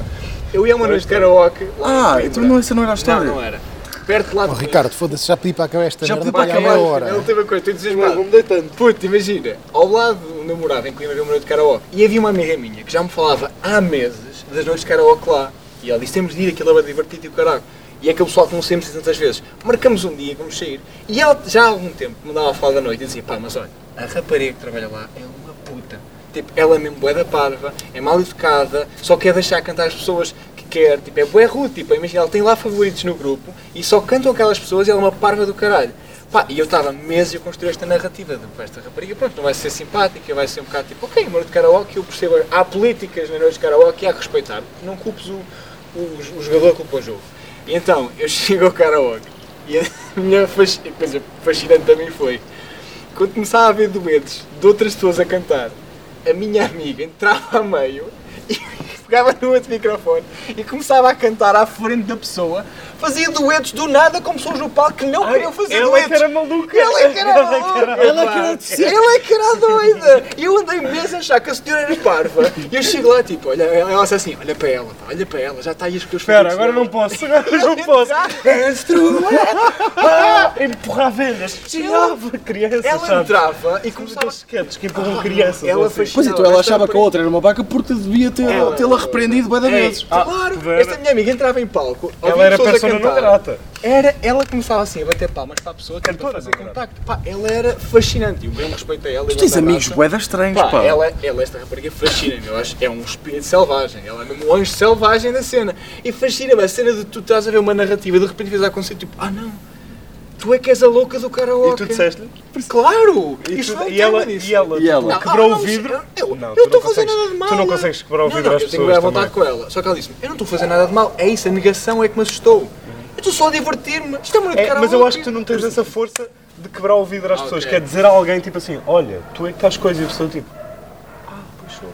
[SPEAKER 4] Eu ia a uma noite de karaoke. lá
[SPEAKER 2] Ah,
[SPEAKER 4] em Coimbra.
[SPEAKER 2] então não, essa não era a
[SPEAKER 4] Não,
[SPEAKER 2] história.
[SPEAKER 4] não é. era. Perto lá
[SPEAKER 1] Oh,
[SPEAKER 4] de Coimbra.
[SPEAKER 1] Ricardo, foda-se, já pedi para acabar esta merda
[SPEAKER 4] Pá, pá,
[SPEAKER 1] para aí há meia
[SPEAKER 4] acabaste,
[SPEAKER 1] hora.
[SPEAKER 4] Ele teve a coisa, estou entusiasmado. Vou-me deitando. Puto, imagina, ao lado onde eu morava, em Coimbra, havia uma noite de karaoke. E havia uma amiga minha que já me falava há meses das noites de karaoke lá. E ela disse: temos de ir, aquilo é divertido e o caralho. E é aquele pessoal que não sempre tantas vezes. Marcamos um dia, vamos sair. E ela já há algum tempo me dava a falar da noite e dizia: pá, mas olha, a rapariga que trabalha lá é uma puta. Tipo, ela é mesmo bué da parva, é mal educada, só quer deixar cantar as pessoas que quer, tipo, é bué rude, tipo, imagina, ela tem lá favoritos no grupo e só cantam aquelas pessoas e ela é uma parva do caralho. Pá, e eu estava meses a construir esta narrativa de pá, esta rapariga, pronto, não vai ser simpática, vai ser um bocado tipo, ok, amor de karaoke, eu percebo, há políticas na noite de karaoke e há que respeitar, não culpes o, o, o jogador que culpa o jogo. E então, eu chego ao karaoke e a minha fasc- coisa fascinante também foi, quando começava a haver duetos de outras pessoas a cantar, a minha amiga entrava a meio e pegava no outro microfone e começava a cantar à frente da pessoa, fazia duetos do nada com pessoas no palco que não queriam fazer
[SPEAKER 3] ela é
[SPEAKER 4] duetos.
[SPEAKER 3] que era maluca!
[SPEAKER 4] Ela é que era louca,
[SPEAKER 3] maluca!
[SPEAKER 4] pá. Ela é que era doida! E eu andei meses a achar que a senhora era parva. E eu chego lá, tipo, olha, ela disse assim, olha para ela, pá, olha para ela, já está aí a escolher os
[SPEAKER 3] Espera,
[SPEAKER 4] favoritos
[SPEAKER 3] agora
[SPEAKER 4] dela.
[SPEAKER 3] não posso, agora não posso! Ah, empurrar velhas! Tirava crianças,
[SPEAKER 4] Ela
[SPEAKER 3] sabes?
[SPEAKER 4] entrava e
[SPEAKER 3] Os
[SPEAKER 4] começava
[SPEAKER 3] aqueles sketches que empurram crianças.
[SPEAKER 4] ela
[SPEAKER 3] ou assim.
[SPEAKER 4] fez-
[SPEAKER 2] Pois então, ela achava que a outra era uma vaca porque devia ter,
[SPEAKER 4] Ela-
[SPEAKER 2] tê-la estava repreendido bem da vezes.
[SPEAKER 3] Ah,
[SPEAKER 4] claro,
[SPEAKER 3] Vera.
[SPEAKER 4] esta minha amiga entrava em palco,
[SPEAKER 3] Ela
[SPEAKER 4] ouvia
[SPEAKER 3] era
[SPEAKER 4] pessoas a
[SPEAKER 3] persona não
[SPEAKER 4] cantar.
[SPEAKER 3] grata.
[SPEAKER 4] Era, ela começava assim a bater palmas para a pessoa, tipo,
[SPEAKER 3] Cantora
[SPEAKER 4] a fazer
[SPEAKER 3] não grata.
[SPEAKER 4] contacto. Pá, ela era fascinante. E o meu respeito a ela. e
[SPEAKER 2] Tu tens
[SPEAKER 4] grande
[SPEAKER 2] amigos
[SPEAKER 4] abraço.
[SPEAKER 2] boedas estranhos,
[SPEAKER 4] Pá,
[SPEAKER 2] pá.
[SPEAKER 4] Ela, é, ela, esta rapariga fascina-me, eu acho, é um espírito selvagem, ela é mesmo um anjo selvagem da cena. E fascina-me a cena de tu estás a ver uma narrativa e de repente vês a acontecer tipo, ah não, tu é que és a louca do karaoke.
[SPEAKER 3] E tu disseste-lhe?
[SPEAKER 4] Claro!
[SPEAKER 3] E,
[SPEAKER 4] Isto
[SPEAKER 3] tu-
[SPEAKER 4] foi um
[SPEAKER 3] e
[SPEAKER 4] tema
[SPEAKER 3] ela,
[SPEAKER 4] nisso.
[SPEAKER 3] e ela,
[SPEAKER 2] E ela?
[SPEAKER 3] tipo,
[SPEAKER 4] Não,
[SPEAKER 3] quebrou
[SPEAKER 4] ah,
[SPEAKER 3] o
[SPEAKER 4] não,
[SPEAKER 3] vidro.
[SPEAKER 4] Eu
[SPEAKER 3] Não,
[SPEAKER 4] não
[SPEAKER 3] tu não
[SPEAKER 4] estou a fazer
[SPEAKER 3] consegues-
[SPEAKER 4] nada de mal. né?
[SPEAKER 3] tu não consegues quebrar o
[SPEAKER 4] Não,
[SPEAKER 3] vidro
[SPEAKER 4] não,
[SPEAKER 3] às
[SPEAKER 4] eu tenho
[SPEAKER 3] pessoas
[SPEAKER 4] bem à vontade
[SPEAKER 3] também.
[SPEAKER 4] com ela. Só que ela disse-me, eu não estou a fazer nada de mal. É isso, a negação é que me assustou. Eu estou só a divertir-me. Isto é uma noite de
[SPEAKER 3] É, mas eu
[SPEAKER 4] karaoke.
[SPEAKER 3] acho que tu não tens essa força de quebrar o vidro às
[SPEAKER 4] Ah,
[SPEAKER 3] pessoas.
[SPEAKER 4] ok.
[SPEAKER 3] Quer dizer a alguém tipo assim, olha, tu é que estás coisa e a pessoa tipo.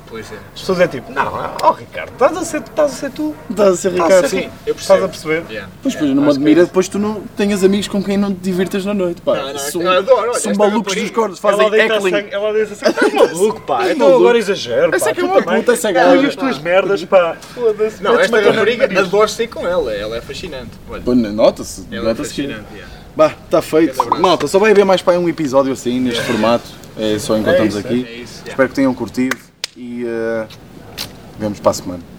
[SPEAKER 4] Pois é.
[SPEAKER 3] As pessoas é tipo, não, oh Ricardo, estás a ser, estás a ser tu.
[SPEAKER 2] Estás a ser
[SPEAKER 3] Estás
[SPEAKER 2] Ricardo.
[SPEAKER 3] a ser
[SPEAKER 4] sim,
[SPEAKER 3] tu.
[SPEAKER 4] eu
[SPEAKER 3] Estás a
[SPEAKER 4] percebo.
[SPEAKER 3] perceber?
[SPEAKER 4] Yeah.
[SPEAKER 2] Pois, pois, não me admira depois tu não tenhas amigos com quem não te divirtas na noite, pá.
[SPEAKER 4] Não, não,
[SPEAKER 2] são
[SPEAKER 4] eu adoro, olha,
[SPEAKER 2] são
[SPEAKER 4] esta
[SPEAKER 2] malucos
[SPEAKER 4] rapariga.
[SPEAKER 2] dos cornos,
[SPEAKER 3] Ela
[SPEAKER 2] fazem
[SPEAKER 3] deita
[SPEAKER 2] heckling.
[SPEAKER 3] sangue, ela deita sangue. Estás maluco, pá. Então
[SPEAKER 2] maluco.
[SPEAKER 3] agora exagero, pá.
[SPEAKER 2] Essa é que
[SPEAKER 3] Tu
[SPEAKER 2] é uma
[SPEAKER 3] também.
[SPEAKER 2] puta, essa
[SPEAKER 3] Olha
[SPEAKER 2] gata,
[SPEAKER 3] as
[SPEAKER 2] pá.
[SPEAKER 3] tuas merdas, pá. Foda-se.
[SPEAKER 4] Não, esta
[SPEAKER 3] metes-me a
[SPEAKER 4] rapariga,
[SPEAKER 3] caminho.
[SPEAKER 4] adoro sair com ela. Ela é fascinante. Olha,
[SPEAKER 2] Pô, Nota-se,
[SPEAKER 4] ela é
[SPEAKER 2] nota-se. que-
[SPEAKER 4] fascinante. yeah.
[SPEAKER 2] Bah, está feito. Malta, só vai haver mais para um episódio assim, neste formato. É só encontramos
[SPEAKER 3] É isso,
[SPEAKER 2] aqui.
[SPEAKER 4] É isso. yeah.
[SPEAKER 2] Espero que tenham curtido e eh, vemos para a semana.